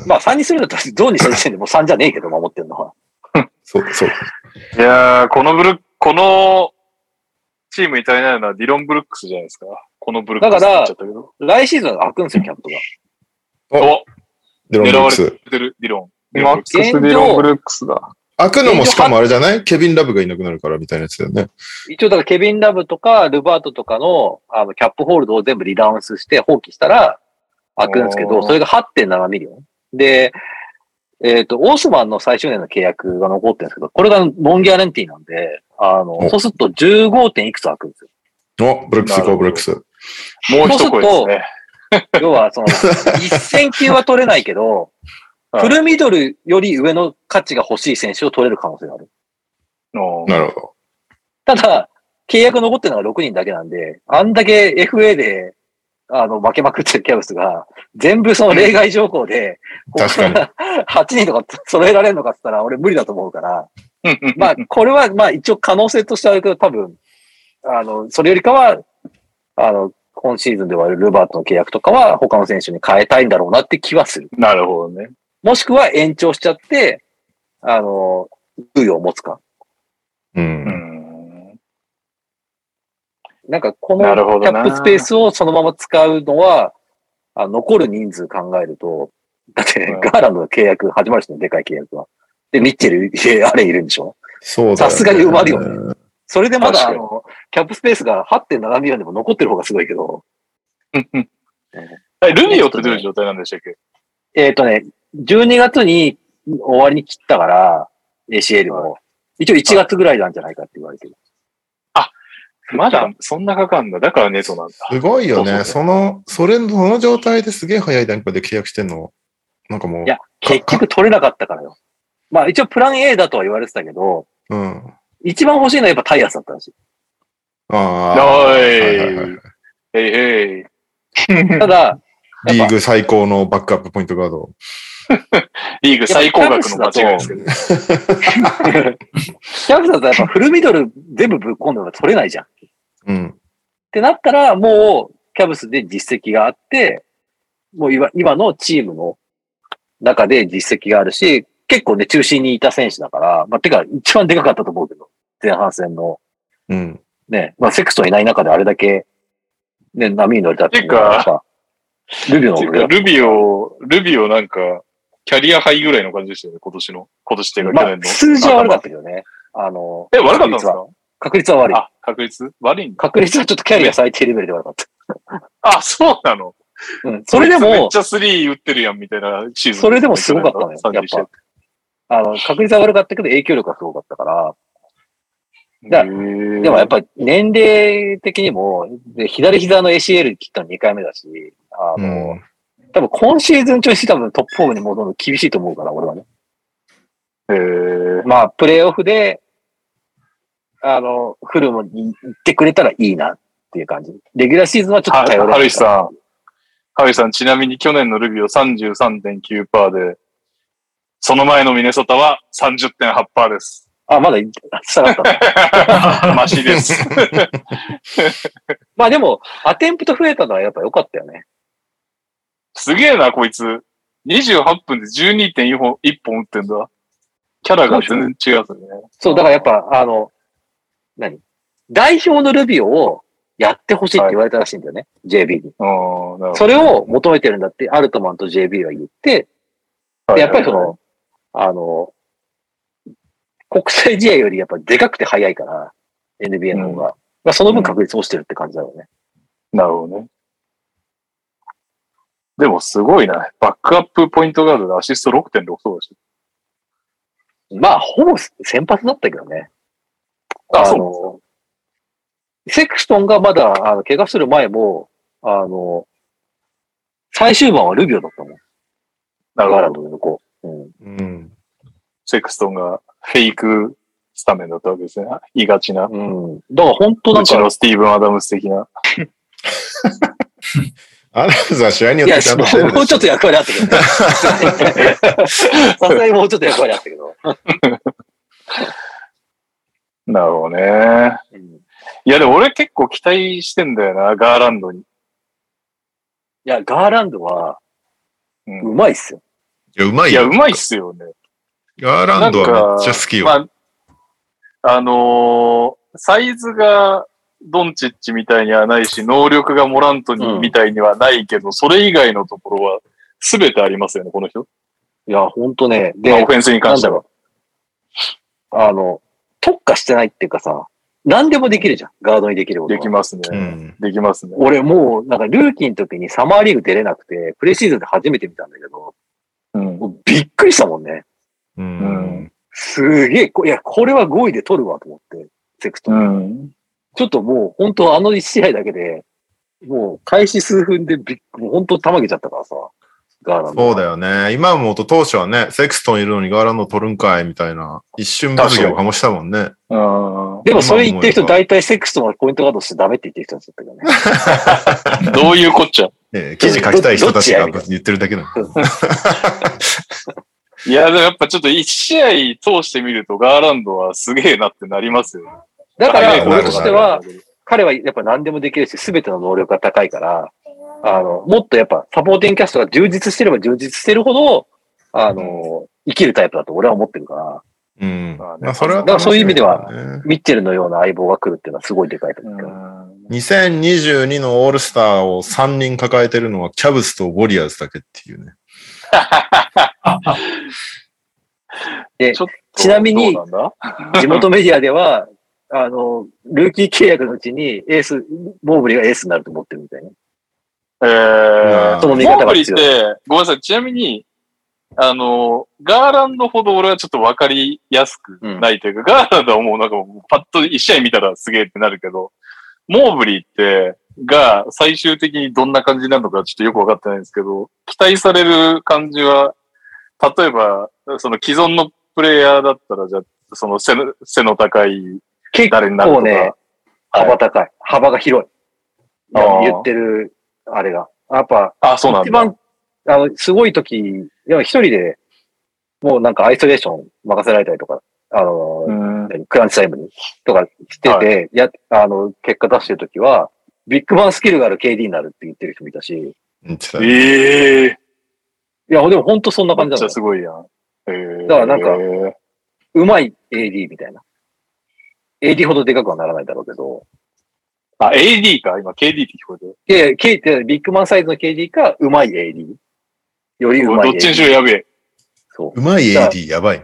まあ3にするんだったらゾーンにした時点でもう3じゃねえけど、守ってるのは。そう、そう。いやー、このブル、このチームに足りないのはディロン・ブルックスじゃないですか。このブルックスだからになっちゃったけど。来シーズンは開くんですよ、キャンプが。お、デロン・ブ狙ルッわクれス。てる、ディロン。マックス・ディロン・ブルックスだ。開くのもしかもあれじゃないケビン・ラブがいなくなるからみたいなやつだよね。一応、だからケビン・ラブとか、ルバートとかの、あの、キャップホールドを全部リダウンスして放棄したら、開くんですけおど、ーそれが8.7ミリオン。で、えっ、と、オースマンの最終年の契約が残ってるんですけど、これがノンギャレンティーなんで、あの、おそうすると 15. 点いくつ開くんですよ。お、ブルックス行こう、ブルックス。もう一声ですね。要 [LAUGHS] は、その、一戦級は取れないけど、はいフルミドルより上の価値が欲しい選手を取れる可能性がある。のなるほただ、契約残ってるのが6人だけなんで、あんだけ FA であの、負けまくってるキャブスが、全部その例外条項で、ここ確かにら8人 [LAUGHS] とか揃えられるのかって言ったら、俺無理だと思 [LAUGHS] うから、うんまあ、これは、まあ、一応可能性としてあるけど、多分、あの、それよりかは、あの、今シーズンではルバートの契約とかは、他の選手に変えたいんだろうなって気はする。なるほどね。もしくは延長しちゃって、あの、猶予を持つか。う。うんん。なんか、こなるほどのキャなップスペースをそのまま使うのは、あ残る人数考えると、だって、うんガーランドの契約始まるしね、でかい契約は。で、ミッチェル、いやあれいるんでしょそうだよねさすがに埋まるよねそれでまだ、あ確かにの、キャップスペースが8.7ミリオンでも残ってる方がすごいけど、えルビオってどういう状態なんでしたっけえっ、とね、12月に終わりに切ったから、ACL も。一応1月ぐらいなんじゃないかって言われてる。まだそんなかかんだ。だからネトなんだ。すごいよね。そうその、それの、その状態ですげえ早い段階で契約してんの。なんかもうい、や、結局取れなかったからよ。まあ一応プラン A だとは言われてたけど、うん。一番欲しいのはやっぱタイヤスだったら [LAUGHS] しい。あおい。あ。はいはいはいえいえい。ただ、リーグ最高のバックアップポイントガード。リーグ最高額の間違いですけど。キャブスだとやっぱフルミドル全部ぶっ込んでも取れないじゃん。っうん。てなったら、もうキャブスで実績があって、もう今今のチームの中で実績があるし、結構ね、中心にいた選手だから、まあ、てか一番でかかったと思うけど、前半戦のうん。ね、まあ、セクストンいない中であれだけ、ね、波に乗れたっていうのは、やっぱルビオのていう方がかルビオ、ルビオなんか、キャリアハイぐらいの感じでしたよね、今年の。今年っていうか、去ま年あ、の。数字は悪かったけどね。あの、え、悪かったんですか確率は悪い。あ、確率悪いんだ。確率はちょっとキャリア最低レベルで悪かっあ、そうなのた。うん。それでこいつめっもち、ゃスリー打ってるやん、みたいなシーズン。それでもすごかったのよ、やっぱ。あの、確率は悪かったけど影響力はすごかったから、だからででもやっぱ年齢的にも、で左膝の ACL 切ったの2回目だし、あの、うん多分今シーズン中に多分トップフォームに戻るの厳しいと思うから、俺はね。ぱ。へーまあ、プレイオフで、あの、フルムに行ってくれたらいいなっていう感じ。レギュラーシーズンはちょっと頼れはないはるしさん。はるしさん、ちなみに去年のルビオ33.9%で、その前のミネソタは30.8%です。あ、まだ下がったな。マシ [LAUGHS] です。まあでも、アテンプト増えたのはやっぱ良かったよね。すげえな、こいつ。28分で12.1本1本打ってんだ。キャラが全然違うぞね。そう、だからやっぱ、あの、何代表のルビオをやってほしいって言われたらしいんだよね。JB に。ああ、なるほど。それを求めてるんだって、アルトマンと JB は言って、でやっぱりその、あの、国際試合よりやっぱでかくて早いから、NBA の方が。まあその分確率落ちてるって感じだろうね。なるほどね。でもすごいな。バックアップポイントガードでアシスト6.6そうだし。まあ、ほぼ先発だったけどね。あのそうなんセクストンがまだ、あの、怪我する前も、あの、最終盤はルビオだったもん。なガーラるほンど。ドの子。うん。うん。セクストンがフェイクスタメンだったわけですね。言いがちな。うん。だから本当なうんちか、のスティーブン・アダムス的な。アダムズは試合によいってや、ちゃんとしてるでしょもうちょっと役割あったけどね。 [LAUGHS] さすがにもうちょっと役割あったけど。なるほどね。うんいや、でも俺結構期待してんだよな、ガーランドに。いや、ガーランドは、うんうまいっすよ。いや、うまいいや、うよ。まいっすよね。ガーランドはめっちゃ好きよ。まあ、あのーサイズがドンチッチみたいにはないし、能力がモラントにみたいにはないけど、それ以外のところは全てありますよね、この人。いや、ほんとね。で、まあオフェンスに関しては。あの、特化してないっていうかさ、何でもできるじゃん。ガードにできることは。できますね。うん。できますね。俺もう、なんかルーキーの時にサマーリーグ出れなくて、プレシーズンで初めて見たんだけど、うんもうびっくりしたもんね。う。うんすげえ、こいや、これは5位で取るわと思って、セクト。うん。ちょっともう、本当あの1試合だけで、もう開始数分でびっもう本当たまげちゃったからさ、ガーランド。そうだよね。今思うと当初はね、セクストンいるのにガーランド取るんかいみたいな、一瞬物議を醸したもんね。うん。でもそれ言ってる人、大体セックスとかポイントガードしてダメって言ってる人なんですよね。どういうこっちゃ。ええ記事書きたい人たちが言ってるだけなの。いや、でもやっぱちょっと一試合通してみるとガーランドはすげえなってなりますよね。だかはいら、はい俺としては、彼はやっぱ何でもできるし、すべての能力が高いから、あの、もっとやっぱサポーティングキャストが充実してれば充実してるほど、あの、生きるタイプだと俺は思ってるから、うん。まあねまあそれはだからそういう意味では楽しみだねミッチェルのような相棒が来るっていうのはすごいでかいと思うから。 2022のオールスターを3人抱えてるのはキャブスとウォリアーズだけっていうね。ちなみにどうなんだ [LAUGHS] 地元メディアでは、あの、ルーキー契約のうちにエース、モーブリーがエースになると思ってるみたいな。えー、その見モ方ーがブリー強っい。て、ごめんなさい、ちなみに、あの、ガーランドほど俺はちょっとわかりやすくないというか、ガーランドはもうなんかもうパッと一試合見たらすげえってなるけど、モーブリーって、が最終的にどんな感じなのかちょっとよくわかってないんですけど、期待される感じは、例えば、その既存のプレイヤーだったら、じゃあその背の背の高い結誰になると構か、ね、幅高い。幅が広い。あー言ってる、あれが。やっぱ、あ、そうなんだ。一番、あの、すごい時、でも一人で、もうなんかアイソレーション任せられたりとか、あの、うんクランチタイムに、とかしてて、はや、あの、結果出してる時は、ビッグマンスキルがある KD になるって言ってる人もいたし、いうんちだねええや、でも本当そんなー、めっ感じちなゃのすごいやん。えーだからなんかうまい AD みたいな。AD ほどでかくはならないだろうけど、あ、AD か今 KD って聞こえてる。いやいや、K ってビッグマンサイズの KD か、うまい AD。よりうまどい AD。っちにしろやべえ。そううまい AD やばい。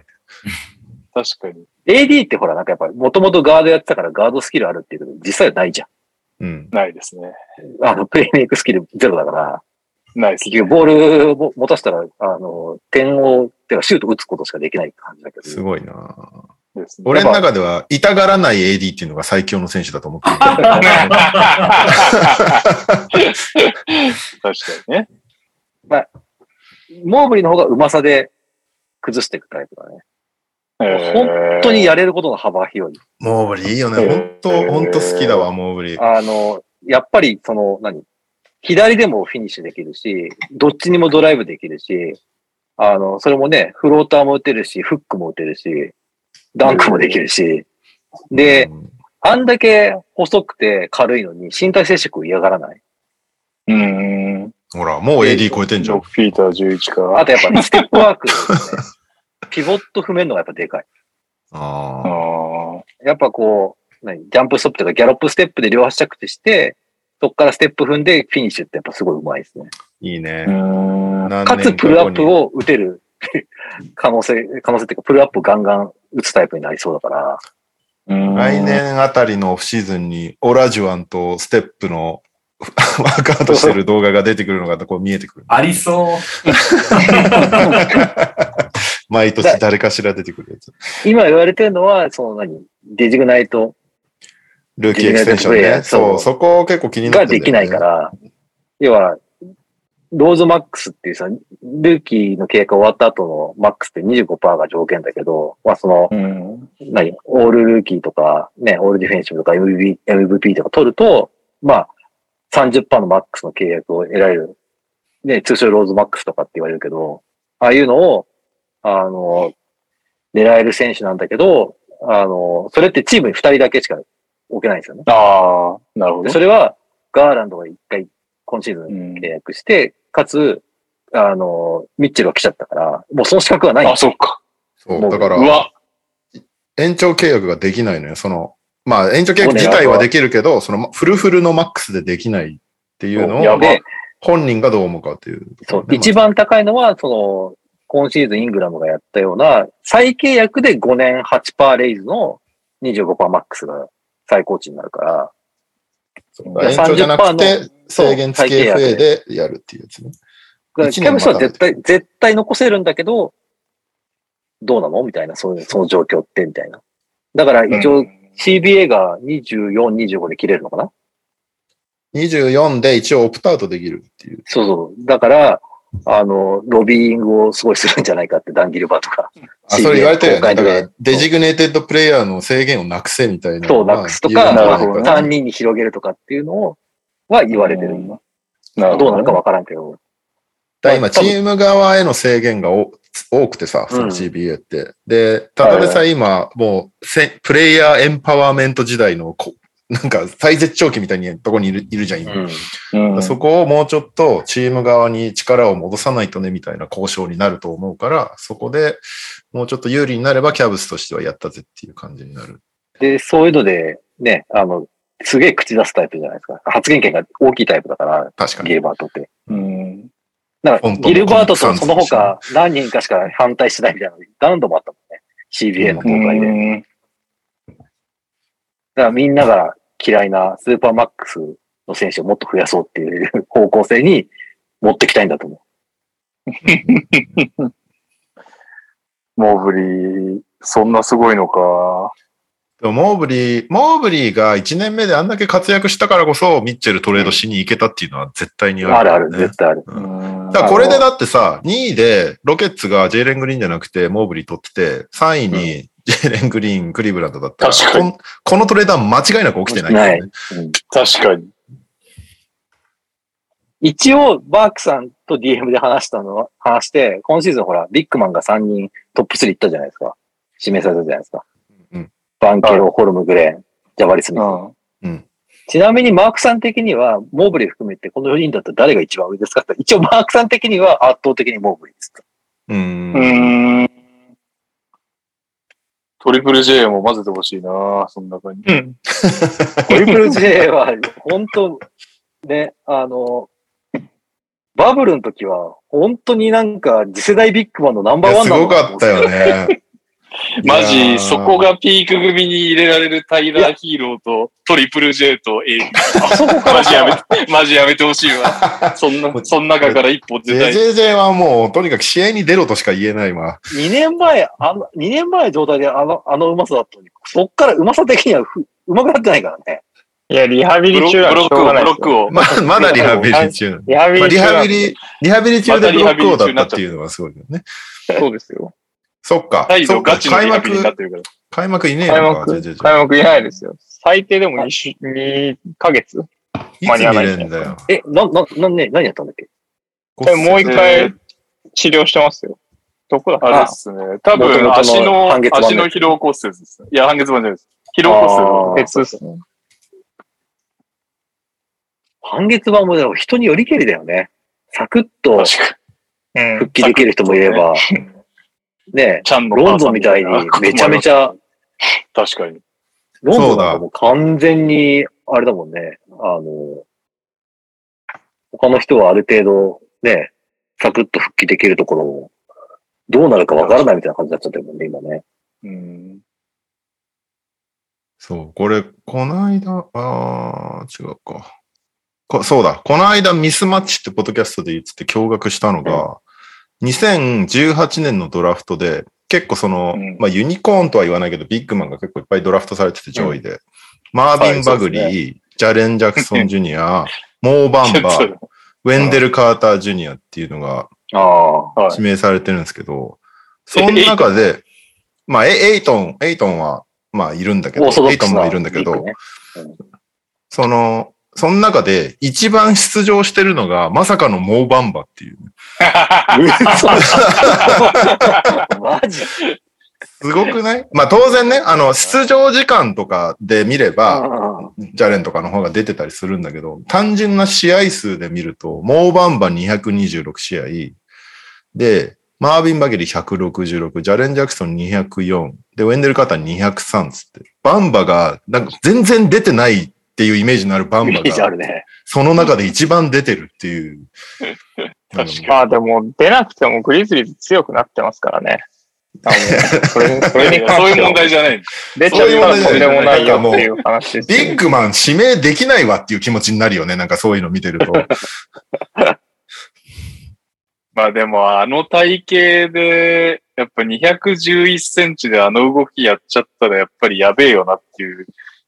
確かに。 AD ってほら、なんかやっぱ、もともとガードやってたからガードスキルあるっていうけど、実際はないじゃうん。ないですね。ん。あの、 [LAUGHS] プレイメイクスキルゼロだから、ないです結局ボールを持たせたら、あの、点を、てかシュート打つことしかできない感じだけすど。ごいなですね。俺の中では、痛がらない AD っていうのが最強の選手だと思ってる。確かにね。モーブリーの方がうまさで崩していくタイプだね。本本当にやれることの幅が広い。モーブリーいいよね。えー本当本当好きだわ、モーブリー。あの、やっぱり、その、何左でもフィニッシュできるし、どっちにもドライブできるし、あの、それもね、フローターも打てるし、フックも打てるし、ダンクもできるし、で、うんあんだけ細くて軽いのに身体接触を嫌がらない。うん。ほら、もう AD 超えてんじゃ6ん。フィーター11か。あとやっぱステップワークですね。ピボット踏めるのがやっぱでかい。あああ。ーやっぱこう、何ジャンプストップとかギャロップステップで両足着地して、そこからステップ踏んでフィニッシュってやっぱすごいうまいですね。いいうね。ん。かつプルアップを。を打てる [LAUGHS] 可能性、可能性っていうか、プルアップガンガン打つタイプになりそうだから、うん来。年あたりのオフシーズンに、オラジュアンとステップの [LAUGHS] ワークアウトしてる動画が出てくるのがこう見えてくる。ありそう。毎年誰かしら出てくるやつ。今言われてるのは、その何デジグナイトルーキーエクステンション自分がやね。ってくれそう、そこを結構気になってがんだよねできないか。ら、要は、ローズマックスっていうさ、ルーキーの経過終わった後のマックスって25%が条件だけど、まあその、うん。何、オールルーキーとか、ね、オールディフェンシブとか MVP, MVP とか取ると、まあ、30%のマックスの契約を得られる。ね、通称ローズマックスとかって言われるけど、ああいうのを、あの、狙える選手なんだけど、あの、それってチームに2人だけしか置けないんですよね。ああ、なるほでど。それは、ガーランドが1回、今シーズンうん契約して、かつ、あの、ミッチェルが来ちゃったから、もうその資格はないんであ、すそっか。そう、だかうら、わ。延長契約ができないのよ。その、まあ、延長契約自体はできるけど、その、フルフルのマックスでできないっていうのやをば、で本人がどう思うかっていうとこそろう、ね。一番高いのは、その、今シーズンイングラムがやったような、再契約で5年8%レイズの25%マックスが最高値になるから、まあ延長じゃなくて、制限付きそう再契約 FA でやるっていうやつね。だから一キ年ャブスは待たない絶対、絶対残せるんだけど、どうなのみたいな、そういう、その状況って、みたいな。だから一応、CBA が24、25で切れるのかな24で一応オプトアウトできるっていう。そうそう。だから、あの、ロビーイングをすごいするんじゃないかって、ダンギルバーとか。あ、それ言われてるよね。公開だでから、デジグネーテッドプレイヤーの制限をなくせみたいな。そう、なくすとまか、あ言わまれてるあよね三人に広げるとかっていうのを、は言われてる。うんどうなるるかわからんけど。だから今、チーム側への制限がお多くてさ、その CBA って。で、ただでさえ今、もうせ、プレイヤーエンパワーメント時代のこ、なんか最絶頂期みたいにとこにいるいるじゃん、今。うん。うんそこをもうちょっとチーム側に力を戻さないとね、みたいな交渉になると思うから、そこでもうちょっと有利になれば、キャブスとしてはやったぜっていう感じになる。で、そういうので、ね、あの、すげえ口出すタイプじゃないですか。発言権が大きいタイプだから、確かギに。ルバートって。うんだか本ら、当のギルバートとその他何人かしか反対してないみたいなの何度もあったもんね。CBA のう公開で。だんからみんなが嫌いなスーパーマックスの選手をもっと増やそうっていう方向性に持ってきたいんだと思モーブリー、そんなすごいのか。でもモーブリー、モーブリーが1年目であんだけ活躍したからこそ、ミッチェルトレードしに行けたっていうのは絶対にう。ある、あるある、絶対ある。だからこれでだってさ、2位でロケッツがジェイレン・グリーンじゃなくてモーブリー取ってて、3位にジェイレン・グリーン、クリーブランドだったら、確かにこんこのトレーダー間違いなく起きてないですよね。確かに。一応、バークさんと DM で話したのは、 [LAUGHS] 話して、今シーズンほら、ビッグマンが3人トップ3行ったじゃないですか。指名されたじゃないですか。うんバンケロ、ホルム、グレーン、ジャバリスミス。うんちなみにマークさん的には、モーブリー含めてこの4人だったら誰が一番上ですかって一応マークさん的には圧倒的にモーブリーです。う。うんんトリプル J も混ぜてほしいな、その中に。。うんトリプル J は、本当ね、あの、バブルの時は、本当になんか次世代ビッグマンのナンいバーやワンすなごのかったよ [LAUGHS] ねマジ、そこ。がピーク組に入れられるタイラー・ヒーローとトリプル J と A マジやめて、マジやめてほしいわ。そんな、その中から一歩出たい。 JJJ はもう、とにかく試合に出ろとしか言えないわ。 2年前、あの、2年前の状態であの、あのうまさだったのに、そっからうまさ的にはふうまくなってないからね。いや、リハビブリロブ中はしょロッうクを、ブがないロッですクよ。を。ままだリハビリ中。リハビまあ、リリ中はハビリ、リハビリ中でブロック王だったっていうのはすごいよね。そうですよ。 [LAUGHS] そっか。態そ度っかガチの開リハビリになっ幕、てるから。開幕いねえ開のか、幕、 JJJ。開幕いないですよ。最低でも 2, 週2ヶ月いつ見れんだよ。え、な、な、な、ね、何やったんだっけでもう一え回治療してますよ。どこだあれっすね。多分、足元々のの半月、板で足の疲労骨折ですね。いや、半月板じゃないです。疲労骨折。あー別ですね。半月板もでも人によりけりだよね。サクッと確かうん復。帰できる人もいれば、ね、ちゃんのロンドンみたいにめちゃめちゃ、確かに。ロンドンなんかもう完全に、あれだもんね、あの、他の人はある程度、ね、サクッと復帰できるところも、どうなるかわからないみたいな感じになっちゃってるもんね、今ね。うん。そう、これ、こないだ、あー、違うか。こそうだ、この間ミスマッチってポッドキャストで言ってて驚愕したのが、2018年のドラフトで、結構その、うんまあユニコーンとは言わないけど、ビッグマンが結構いっぱいドラフトされてて上位で、マービン・バグリー、はいジャレン・ジャクソン・ジュニア、モー・バ [LAUGHS] ンバちょっー、とウェンデル・カーター・ジュニアっていうのがああ。はい指名されてるんですけど、その中で、まあ、エエイトン、エイトンは、まあ、いるんだけど、オーソドエッイトクスンなもいるんだけリーどグ、ねその、その中で一番出場してるのが、まさかのモーバンバっていう。嘘マジ [LAUGHS] すごくないまあ当然ね、あの、出場時間とかで見れば、か。ジャレンとかの方が出てたりするんだけど、単純な試合数で見ると、モーバンバ226試合、で、マービン・バゲリ166、ジャレン・ジャクソン204、で、ウェンデル・カーター203つって、バンバが、なんか全然出てないっていうイメージのあるバインメバージあが、るね。その中で一番出てるっていう。確かにまあでも、出なくてもグリズリーズ強くなってますから [LAUGHS] ね。あのそれそいれやいやそういうに関して問は題じゃない。出ちゃったらとんでもないよっていう話ですよビッグマン指名できないわっていう気持ちになるよね。なんかそういうの見てると。まあでも、あの体型で、やっぱ211センチであの動きやっちゃったら、やっぱりやべえよなっていう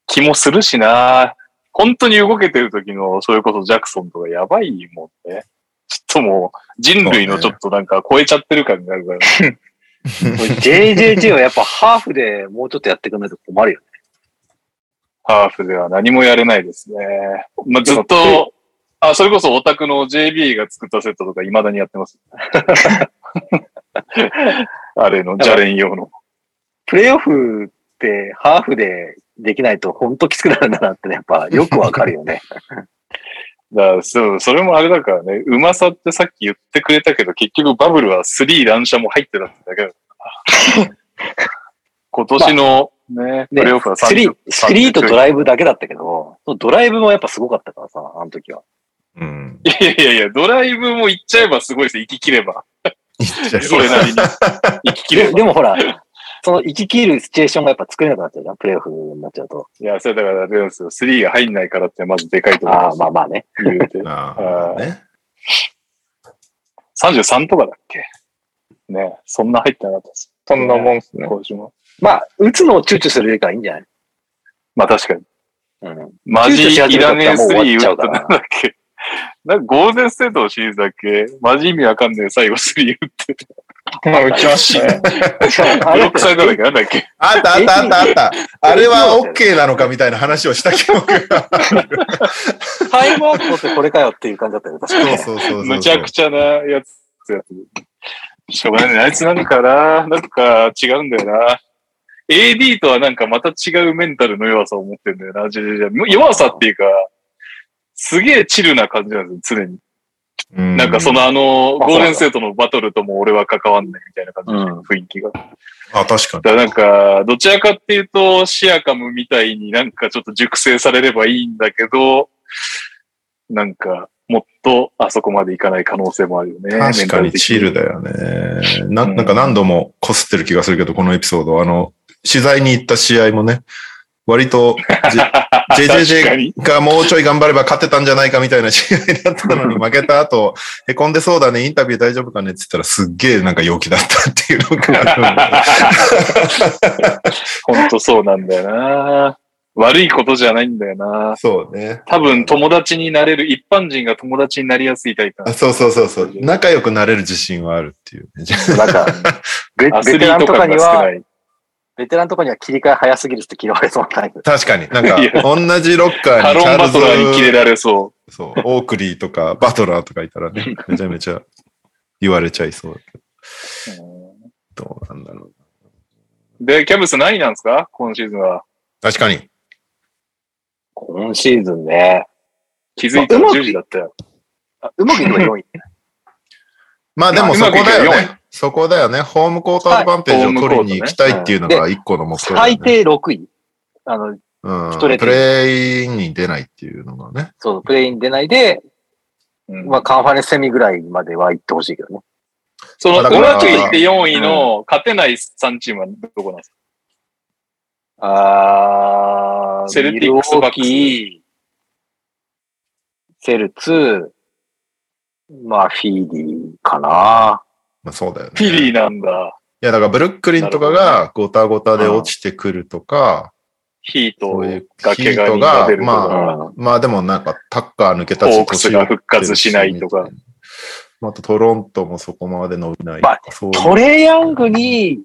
気もするしな。本当に動けてる時の、それこそジャクソンとかやばいもんね。ちょっともう、人類のちょっとなんか超えちゃってる感があるから、 JJJ はやっぱハーフでもうちょっとやってくんないと困るよね。ハーフでは何もやれないですね。まあ、ずっと、あ、それこそオタクの JB が作ったセットとか未だにやってます。 [LAUGHS] あれの、じゃれん用の。プレイオフってハーフでできないとほんときつくなるんだなってね、やっぱよくわかるよね。だからそう、それもあれだからね、うまさってさっき言ってくれたけど、結局バブルは3乱射も入ってたってだけだ [LAUGHS] から。今年のね、プレイオフはスリー30、スリーとドライブだけだったけど、そのドライブもやっぱすごかったからさ、あの時は。うん。いやいやいや、ドライブも行っちゃえばすごいですよ、行き切れば。 [LAUGHS] それなりに。行き切れでば。でもほら、その行き切るシチュエーションがやっぱ作れなくなっちゃうじゃん、プレイオフになっちゃうと。いや、それだから、でもですよ、3が入んないからってまずでかいと思いあまあ、す。まあまあね。言うてああ、ね。 33とかだっけねそんな入ってなかったです。そんなもんっす [LAUGHS] ね。今週も。まあ、打つのを躊躇するよりかはいいんじゃないまあ確かに。うん。マジ躊躇し始いめたららねえもう終わ3っちゃ打っうたかんらだっけなんかゴールデンステートのシリーズだっけマジ意味わかんねえ最後3打って。まあ、打ちました [LAUGHS] ね。しか [LAUGHS] ブも、あロれックされただっけなんだっけあったあったあったあ [LAUGHS] った。あれは OK なのかみたいな話をした記憶が。タイムアップってこれかよっていう感じだったよね、確かにそうね。そうそうそう。むちゃくちゃなやつ。しかもね、あいつなんかな、なんか違うんだよな。AD とはなんかまた違うメンタルの弱さを持ってんだよな、ジェジェジェもう弱さっていうか、すげえチルな感じなんですよ、常に。う。なんかそのあの、あゴールデンステートのバトルとも俺は関わんないみたいな感じの雰囲気が。だあ、確かに。からなんか、どちらかっていうと、シアカムみたいになんかちょっと熟成されればいいんだけど、なんか、もっとあそこまでいかない可能性もあるよね。確かにチルで。だよね。ななんか何度もこすってる気がするけど、このエピソード。あの、取材に行った試合もね、割と [LAUGHS] J- 確かに JJJ がもうちょい頑張れば勝てたんじゃないかみたいな試合だったの [LAUGHS] に負けた後、へこんでそうだね、インタビュー大丈夫かねって言ったらすっげえなんか陽気だったっていうの [LAUGHS] があほんとそうなんだよな。悪いことじゃないんだよる。な。そうね。多分友達になれる、一般人が友達になりやすいタイプなんあだそうそうそうそう。仲良くなれる自信はあるっていう [LAUGHS] ね。なんか、ベアベステリラートンとか感にが少はな、い。ベテランとかには切り替え早すぎるって嫌われそうなタイプ。確かに。なんかいや、同じロッカーカにチロャンーバルズトラーにキレられそう。そう、オークリーとかバトラーとかいたらね、めちゃめちゃ言われちゃいそうだけど。どうなんだろう。で、キャブス何位なんですか今シーズンは。確かに。今シーズンね。気づいたら10時だったよ。あ [LAUGHS] うまくいけば4位。 [LAUGHS] まあでまもあそこだうまよくいけね。そこだよね。ホームコートアドバンテージを取りに行きたいっていうのがは一個の目標だよ最ね。低6位。あの、うんストレートプレイに出ないっていうのがね。そう、プレイに出ないで、うんまあ、カンファレンスセミぐらいまでは行ってほしいけどね。そまの、あだうからまくいって4位の勝てない3チームはどこなんですかあー、セルティックスとバックスミルウォーキーセルツ、まあ、フィーディーかな。まあそうだよね。フィリーいなんだ。や、だからブルックリンとかがゴタゴタで落ちてくるとか、ヒートそういうがヒ怪ー我ト人がが出る、とまか、あ、まあでもなんかタッカー抜けたホークスが復活しないとか。またトロントもそこまで伸びないとまかあ。そういうトレイヤングに、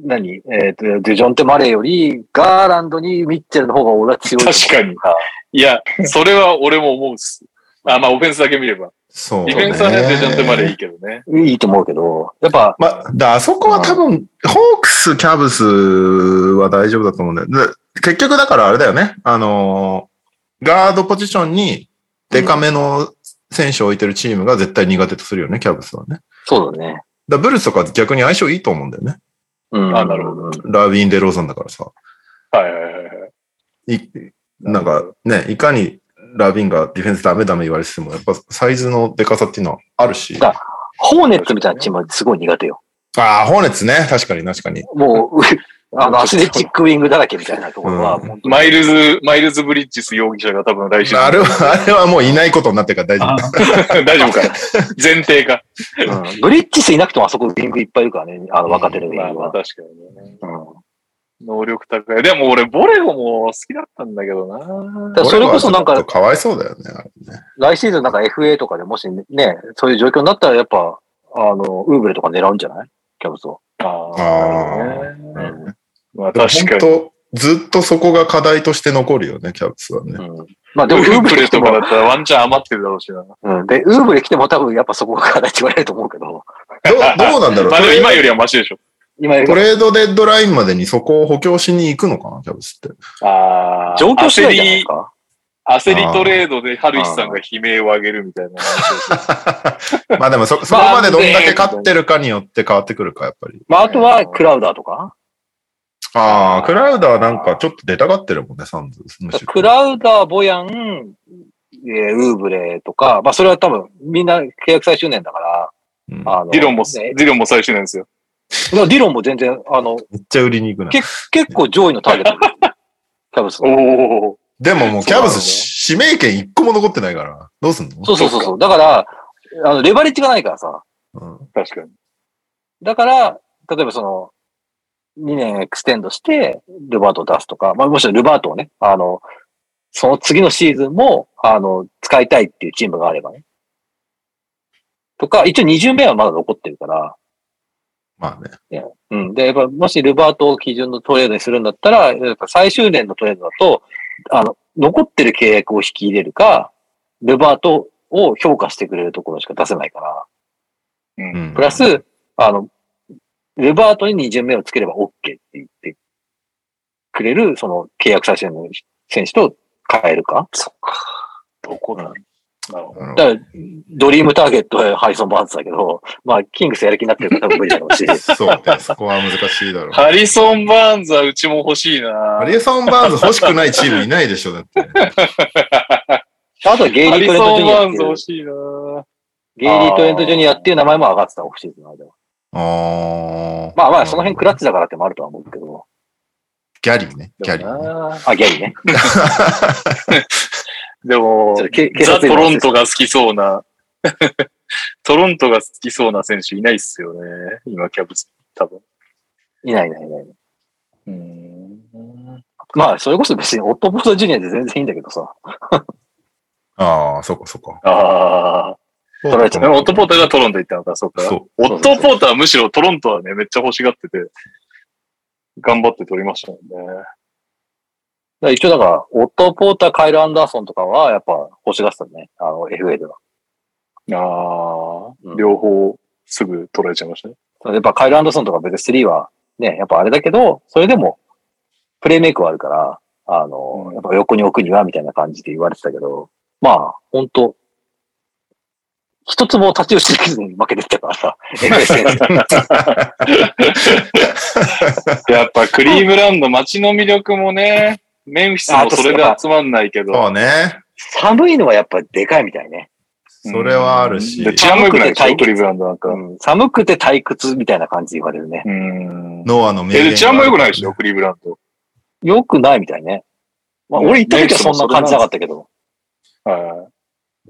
何えっ、と、デュジョンテ・マレーより、ガーランドにミッチェルの方が俺は強い。確かに。いや、それは俺も思うっす。あ、まあ、オフェンスだけ見れば。そう、デね。ィフェンスはね、デジャンテまでいいけどね。に。いいと思うけど、やっぱ、まあ、だあそこは多分、ホークス、キャブスは大丈夫だと思うんだよ。で結局だからあれだよね。あのーガードポジションにデカめの選手を置いてるチームが絶対苦手とするよね、キャブスはね。そうだね。だブルースとか逆に相性いいと思うんだよね。うん。あなるほどラービン・デローザンだからさ。はいはいはいはい。いなんかね、いかにラービンがディフェンスダメダメ言われてても、やっぱサイズのデカさっていうのはあるし。だホーネッツみたいなチームはすごい苦手よ。ああ、ホーネッツね。確かに確かに。も [LAUGHS] う、あの、アスレチックウィングだらけみたいなところは、うん本当にマイルズ、マイルズ・ブリッジス容疑者が多分来週。あれは、あれはもういないことになってるから大丈夫。 [LAUGHS] 大丈夫か。 [LAUGHS] 前提か。うんブリッジスいなくてもあそこウィングいっぱいいるからね、あの若手のウィンまあグまあ、は。確かにね。うん能力高い。でも俺、ボレゴも好きだったんだけどな。だからそれこそなん俺はちょっかと、かわいそうだよね。あれ来シーズンなんか FA とかでもしね、そういう状況になったらやっぱ、あの、ウーブレとか狙うんじゃないキャブスを。ああなるほどねまあ確本かに。当、ずっとそこが課題として残るよね、キャブスはね。うん。まあででも、ウーも、ウーブブレレ来てとかだも、ったらワンチャン余ってるだろうしな。うん。で、ウーブレ来ても多分やっぱそこが課題って言われると思うけど、どうどうなんだろうまあでも今よりはマシでしょ。今よりトもレードデッドラインまでにそこを補強しに行くのかな、キャブスって。あ状況次第じゃないです焦か。り、焦りトレードで春石さんが悲鳴を上げるみたいな話をして。まあでもそ、そこまでどんだけ勝ってるかによって変わってくるか、やっぱり。まああとは、クラウダーとか。ああ、クラウダーなんかちょっと出たがってるもんね、サンズ。むしろクラウダー、ボヤン、えーウーブレとか、まあそれは多分みんな契約最終年だから、うんあの、ディロンも、ねディロンも最終なんですよ。ディロンも全然、あの、めっちゃ売りに行くな。結結構上位のターゲッ [LAUGHS] トです。キャブスのおお。でももうキャブスし指名権一個も残ってないから。どうすんのそうそうそうそう。だから、あの、レバレッジがないからさ。うん確かに。だから、例えばその、2年エクステンドして、ルバートを出すとか、まあ、もしろルバートをね、あの、その次のシーズンも、あの、使いたいっていうチームがあればね。とか、一応2巡目はまだ残ってるから、まあね。うん。で、やっぱ、もしルバートを基準のトレードにするんだったら、やっぱ最終年のトレードだと、あの、残ってる契約を引き入れるか、ルバートを評価してくれるところしか出せないから、うんプラス、あの、レバートに2巡目をつければ OK って言ってくれる、その契約最終の選手と変えるか。そっか。どこなのなるほど。あのだから、ドリームターゲットはハリソン・バーンズだけど、まあ、キングスやる気になってるから多分無理だろうし。そうね、そこは難しいだろう。ハリソン・バーンズはうちも欲しいなハリソン・バーンズ欲しくないチームいないでしょ、だって。あとはゲイリハー・リトレント・ソン・ジュニアバっーンてズ欲、しいういなゲイリー・トレント・ジュニアっていう名前も上がってた、オフシーズンの間は。あまあまあ、その辺クラッチ。チだからってもあるとは思うけど。ギャリーね。ギャリでもーね。なあ、ゲイリーね。でもちょっとけ警ザ・察トにロントが好きそうな、 [LAUGHS] トロントが好きそうな選手いないっすよね。今、キャブス、多分。いないいないいない。うん。まあ、それこそ別にオット・ポート・ジュニアで全然いいんだけどさ。ああ、そっかそっか。ああ。取られちでもオット・ポーターがトロント行ったのか、そうか。そう。オット・ポーターはむしろトロントはね、めっちゃ欲しがってて、頑張って取りましたもんね。だから一応だから、オットー・ポーター、カイル・アンダーソンとかは、やっぱ欲しがってたね。あの、FA では。ああ、うん両方すぐ取られちゃいましたね。やっぱカイル・アンダーソンとか別に3は、ね、やっぱあれだけど、それでも、プレイメイクはあるから、あの、うんやっぱ横に置くには、みたいな感じで言われてたけど、まあ、ほんと、一つも立ち打ちできずに負けてきたか [LAUGHS] らさ、FA やっぱクリームランド、街の魅力もね、メンフィスもそれで集まんないけど、そうね。寒いのはやっぱでかいみたいね。それはあるしで、。治安も良くないでし寒ょくてクリームランドなんか。うん寒くて退屈みたいな感じで言われるね。うん。ノアの名え、言で治安も良くないでしょ、クリームランド。よくないみたいね。まあ、俺行った時はそんな感じなかったけど。はい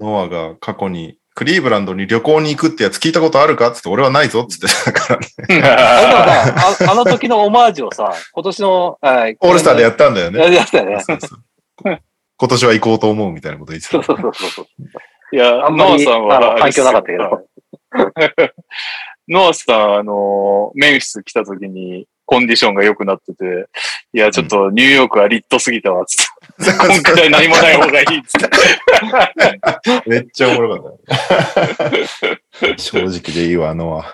ノアが過去に、クリーブランドに旅行に行くってやつ聞いたことあるかっつって、俺はないぞっつって、だから、あれだからさああの時のオマージュをさ、今年の、はい [LAUGHS] オールスターでやったんだよや [LAUGHS] ね。りましたよね。そうそう今年は行こうと思うみたいなこと言ってそうた。そうそうそう。いや、あんまノアりさんあは、の反響なかったけどはい。ノアさん、あの、メンフィス来た時に、コンディションが良くなってて、いや、ちょっとニューヨークはリットすぎたわ、つって。今回何もない方がいい、つって。めっちゃおもろか [LAUGHS] った。正直でいいわ、ノア。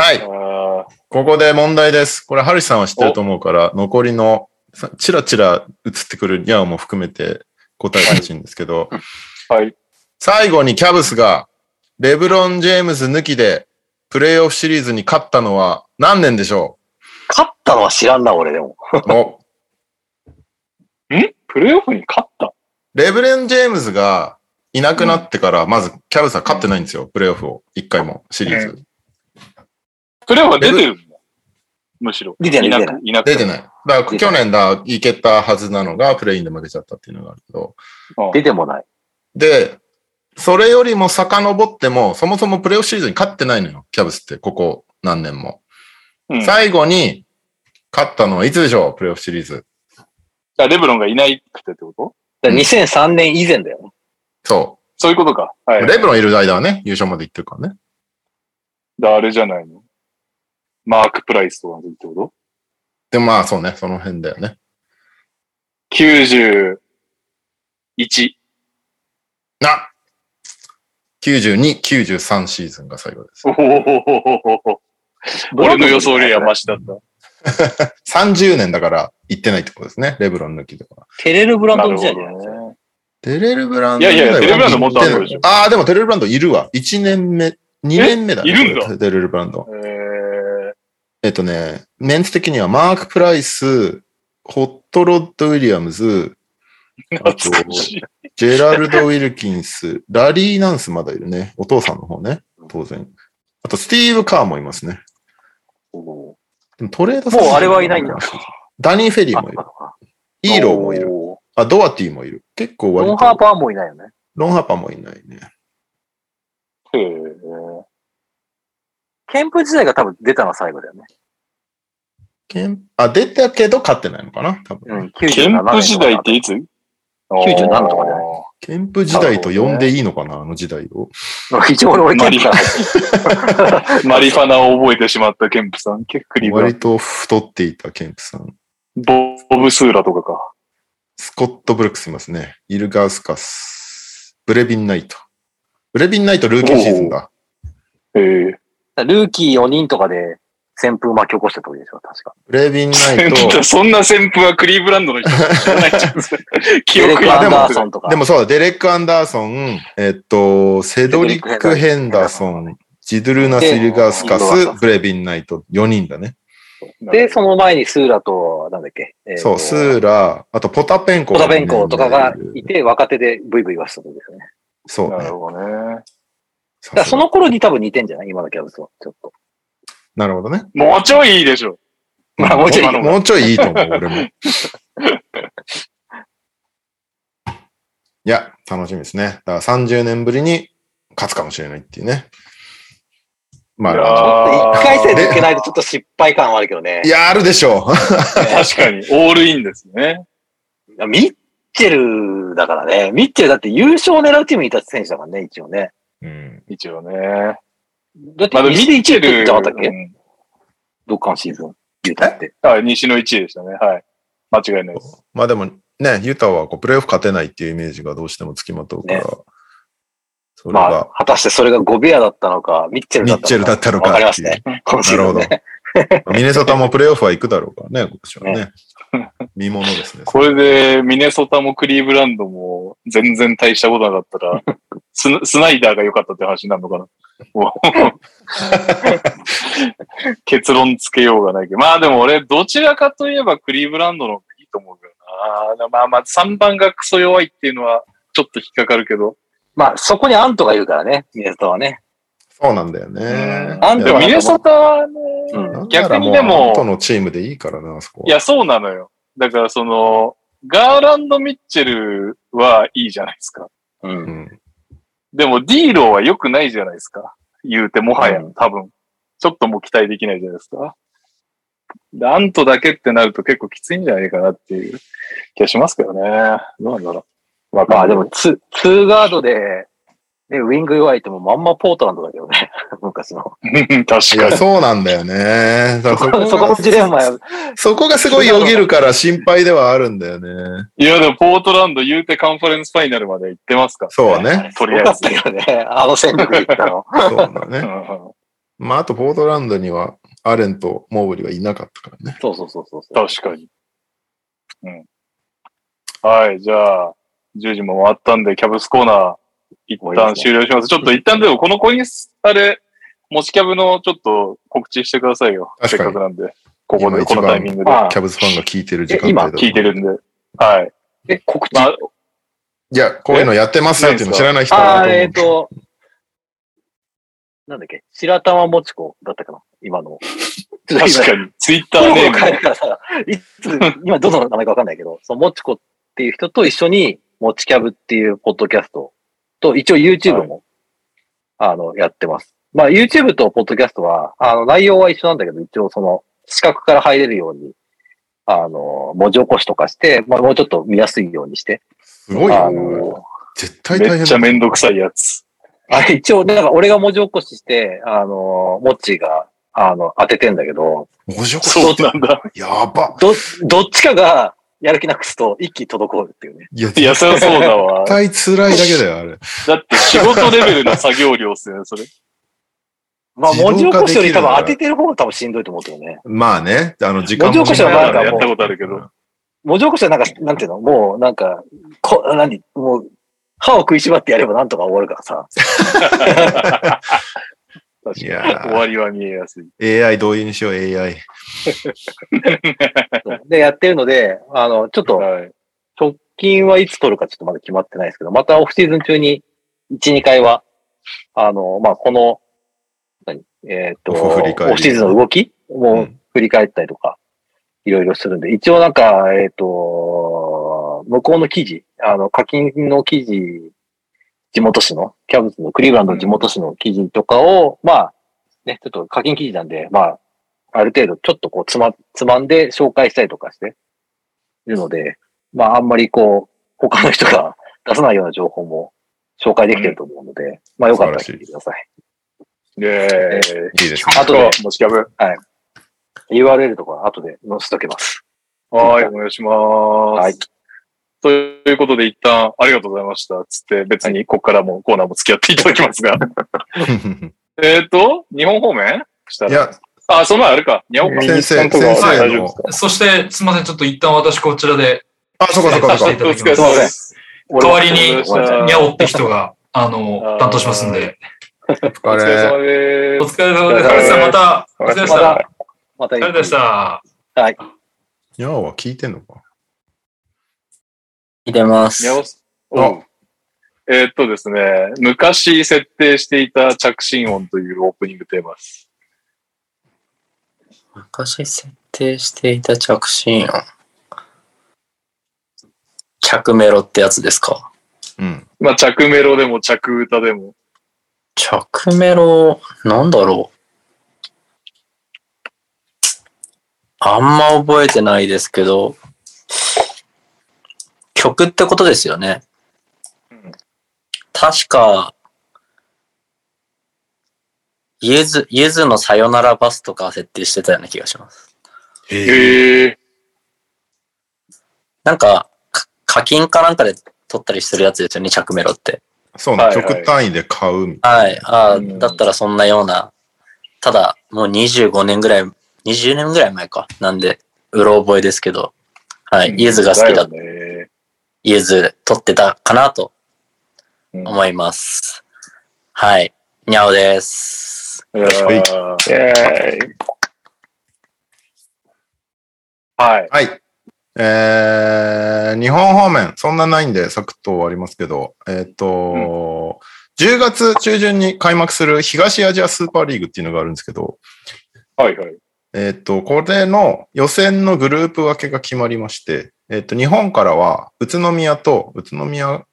はい。あここで問題です。これ、ハルシさんは知ってると思うから、残りの、さチラチラ映ってくるニャオも含めて答えてほしいんですけど、ー [LAUGHS] はい。最後にキャブスが、レブロン・ジェームズ抜きで、プレイオフシリーズに勝ったのは何年でしょ勝ったのは知らんな、俺でも。う [LAUGHS] おプレイオフに勝ったレブロン・ジェームズがいなくなってから、まずキャブスは勝ってないんですよ。プレイオフを。一回も、シリーズ。プレイオフは出てるんだ。むしろ。出てないいな出てなく、いなく出てない。だから、去年だ、いけたはずなのが、プレイインで負けちゃったっていうのがあるけど。出てもない。で、それよりも遡っても、そもそもプレイオフシリーズに勝ってないのよ。キャブスって、ここ何年も。うん最後に勝ったのはいつでしょうプレイオフシリーズ。あレブロンがいないくてってことだから2003年以前だよ。そそういうことか。はう。い。レブロンいる間はね、優勝まで行ってるからね。だあれじゃないのマーク・プライスとかの時ってことでもまあそうね、その辺だよね。 ?91。な !92、93シーズンが最後です。おお俺の予想よりはマシだった。 30年だから行ってないってことですね。レブロン抜きとか。テレル・ブランド時代だなるよほね。どね。テレルブランドぐいらやはい行ってない。やテレルブランドもっと後でしょああ、でもテレルブランドいるわ。1年目、2年目だね。いるんだこれテレルブランド。えー、えっとね、メンツ的にはマーク・プライス、ホット・ロッド・ウィリアムズ、あと、懐かしい。ジェラルド・ウィルキンス、ラリー・ナンスまだいるね。お父さんの方ね。当然。あと、スティーブ・カーもいますね。もでもトレードうあれはいないんだ。ダニー・フェリーもいる。イーローもいる。おーあ、ドアティもいる。結構割と。ロンハーパーもいないよね。ロンハーパーもいないね。えーケンプ時代が多分出たのは最後だよね。ケンあ、出たけど勝ってないのかな多分。うん、97年ケンプ時代っていつ97とかじゃないケンプ時代と呼んでいいのかなあの時代を。一応俺、マケリンファ [LAUGHS] ナ。マリファナを覚えてしまったケンプさん。結構リブラン割と太っていたケンプさん。ボブ・スーラとかか。スコット・ブルックスいますね。イルガースカス。ブレビン・ナイト。ブレビン・ナイトルーキーシーズンだ。えー、プルーキー4人とかで旋風巻き起こした時でしょ、確か。ブレビン・ナイちょっトと。そんな旋風はクリーブランドの人しか知ら [LAUGHS] ないじゃん記デレッ憶ク・がアでンダーもソンとか。でもそうだ、デレック・アンダーソン、えっと、セドリック・ヘンダーソン、ジドゥルナス・イルガースカでイルガースカス、ブレビン・ナイト、4人だね。で、その前にスーラと、なんだっけ。えーとそう、スーラ、あとポタペンコポがタ二年ベ目にンコとかがいて、若手でブイブイはしたんですよね。そうなねる。ほどね。さだからすそがの頃に多分似てんじゃない今のキャブスは。ちょっと。なるほどね。もうちょいいいでしょ。まあもうちょいいいもうちょ [LAUGHS] いいいと思う、俺も。いや、楽しみですね。だから30年ぶりに勝つかもしれないっていうね。まいあ、やー一回戦抜けないとちょっと失敗感はあるけどねい。や、あるでしょ確かに、オールインですね。ミッチェルだからね。ミッチェルだって優勝を狙うチームにいた選手だからね、一応ね。う。うん、一応ね。だってまあ、でも、ミ西ッチェ取っル。てなかったっけうんどっかのシーズン。言うたって。あ西の1位でしたね。はい。間違いないです。まあでも、ね、ユタはこうプレーオフ勝てないっていうイメージがどうしてもつきまとうから、ねそれまあが、果たしてそれがゴベアだったのか、ミッチェルミだっッたのか。チェルだったのかわかりまってすいう。ね。今シなーるほどズンね。。ミネソタもプレーオフは行くだろうからね、今年はね。見ものですね。これで、ミネソタもクリーブランドも全然大したことなか [LAUGHS] ったら、ススナイダーが良かったって話になるのかな。も [LAUGHS] う結論つけようがないけど。まあでも俺、どちらかといえばクリーブランドの方がいいと思うけどな。まあまあ、3番がクソ弱いっていうのはちょっと引っかかるけど。まあ、そこにアントがいるからね、ミネソタはね。そうなんだよね。あんでたもはミネソタはね、うん。なんな逆らにでもう後のチームでいいからな、あそこは。いや、そうなのよ。だからその、ガーランド・ミッチェルはいいじゃないですか。うんう。ん。でも、ディーローは良くないじゃないですか。言うて、もはや、多分。ちょっともう期待できないじゃないですか。でアントだけってなると結構きついんじゃないかなっていう気がしますけどね。どうなんだろう。わまかあんなでいも、ツー、ツーガードで、で、ウィング弱いともうまんまポートランドだけどね。 [LAUGHS] 昔の。確いかや、に。そうなんだよね。だからそこのジレンマや。そこがすごいよぎるから心配ではあるんだよね。いや、でも、ポートランド言うてカンファレンスファイナルまで行ってますから。そうね。とりよあかえっずた。けどね。あの戦力で言ったの。そうだうね。んうんまあ、あと、ポートランドには、アレンとモーブリはいなかったからね。そうそうそうそうそう。確かに。うん。はい、じゃあ、10時も回ったんで、キャブスコーナー、一もういい旦です終了します。ちょっと一旦でも、このコインス、あれ、持ちキャブのちょっと告知してくださいよ。確せっかにかくなんで。ここ今で、一こ番のタイミングであキャブスファンが聞いてる時間帯だと聞いてるんで。はい。え、告知まあ、いや、こういうのやってますよっていうの知らない人あはー、えいっ、ると思う。と、なんだっけ、白玉もちこだったかな今の。確確かに、ツイ [LAUGHS] ッターフォロネー変ーえム。るからさ、いつ、今どの名前かわかんないけど、そのもちこっていう人と一緒に、もちキャブっていうポッドキャストと、一応 YouTube も、あの、やってます。まあ YouTube とポッドキャストは、あの内容は一緒なんだけど、一応その視覚から入れるように、あの、文字起こしとかして、まあもうちょっと見やすいようにして、すごいあよ。の、絶対大めっちゃ変だ。めんどくさいやつ。あれ一応、なんか俺が文字起こしして、あの、モッチーが、あの、当ててんだけど、おじょこそうなんだ。やば。ど、どっちかがやる気なくすと一気滞るっていうね。いや、い絶や、そりゃそうだわ。対辛いだけだよ、あれ。だって仕事レベルの作業量っすよね、それ。まあ自動文化字起こしよでり多分きるなら当ててる方が多分しんどいと思うけどね。まあね、あの、時間文字起こしは暇だからなんやかもうっやったことあるけど。文字起こしはなんか、なんていうのもうなんか、こ、何もう、歯を食いしばってやればなんとか終わるからさ。い終やわりは見えやすい。ー AI 導入にしよう、AI。で、やってるので、あの、ちょっと、はい。直近はいつ撮るかちょっとまだ決まってないですけど、またオフシーズン中に1、2回は、あの、まあ、この、何えっ、と、オ [LAUGHS] フ振り返りオフシーズンの動きうもん振り返ったりとか、いろいろするんで、一応なんか、えっ、と、向こうの記事、あの、課金の記事、地元紙の、キャブズのクリーブランドの地元紙の記事とかを、まあ、ね、ちょっと課金記事なんで、まあ、ある程度ちょっとこうつま、つまんで紹介したりとかしているので、まああんまりこう、他の人が出さないような情報も紹介できてると思うので、まあよかったら聞いてください。イェーイ。いいですあとで持ち株。 URL とか後で載せときます。はい、お願いします。はい。ということで、一旦ありがとうございました。つって、別にここからもコーナーも付き合っていただきますが。えっと、日本方面した [LAUGHS] いら。や、あ、その前あるか。にゃおか。先生、ちゃん先とは生大はい丈夫でのす。かそして、すみません、ちょっと一旦私こちらで、あ、そこそこ失そ礼こい。ただきますお疲れ様です。代わお疲れりに、様でしたにゃおって人が、あのあー、担当しますんで。 [LAUGHS] おあ疲れれ、様でおす。疲れ様です。お疲れ様ですハルさんまた、お疲れ様でしまた。た、またありがとうございました。にゃおは聞いてんのか聞いてますに。ゃおす。あおえっとですね、昔設定していた着信音というオープニングテーマです。昔設定していた着信音。着メロってやつですか。うん。まあ、着メロでも着歌でも。着メロ、なんだろう。あんま覚えてないですけど、曲ってことですよね。うん確か、イエズ、イエズのさよならバスとか設定してたような気がします。へえ。へえ。なんか、か課金かなんかで取ったりするやつですよね、着メロって。そうね、はいはい極単位で買うみたはい。ああ、うんだったらそんなような、ただ、もう25年ぐらい、20年ぐらい前か。なんで、うろ覚えですけど、はい。イエズが好きだ。だよね。イエズ取ってたかなとうん思います。はい。にゃおです。いやーイェーイはい。いな。はい。えー、日本方面、そんなないんで、サクッと終わりますけど、えっ、と、10月中旬に開幕する東アジアスーパーリーグっていうのがあるんですけど、はいはい。えっ、と、これの予選のグループ分けが決まりまして、えっ、と、日本からは、宇都宮と、宇都宮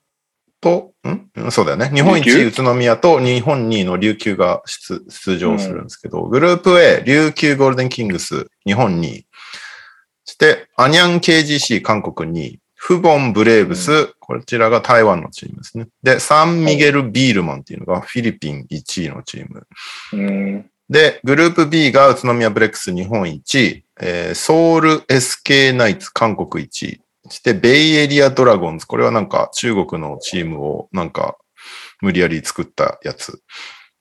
と、んうんそうだよね。日本一琉球宇都宮と日本2位の琉球が出出場するんですけど、グループ A、琉球ゴールデンキングス、日本2位。そして、アニャン KGC、韓国2位。フボンブレーブス、こちらが台湾のチームですね。で、サンミゲル・ビールマンっていうのがフィリピン1位のチーム。うん。で、グループ B が宇都宮ブレックス日本一、えーソウル SK ナイツ韓国一、そしてベイエリアドラゴンズ、これはなんか中国のチームをなんか無理やり作ったやつ。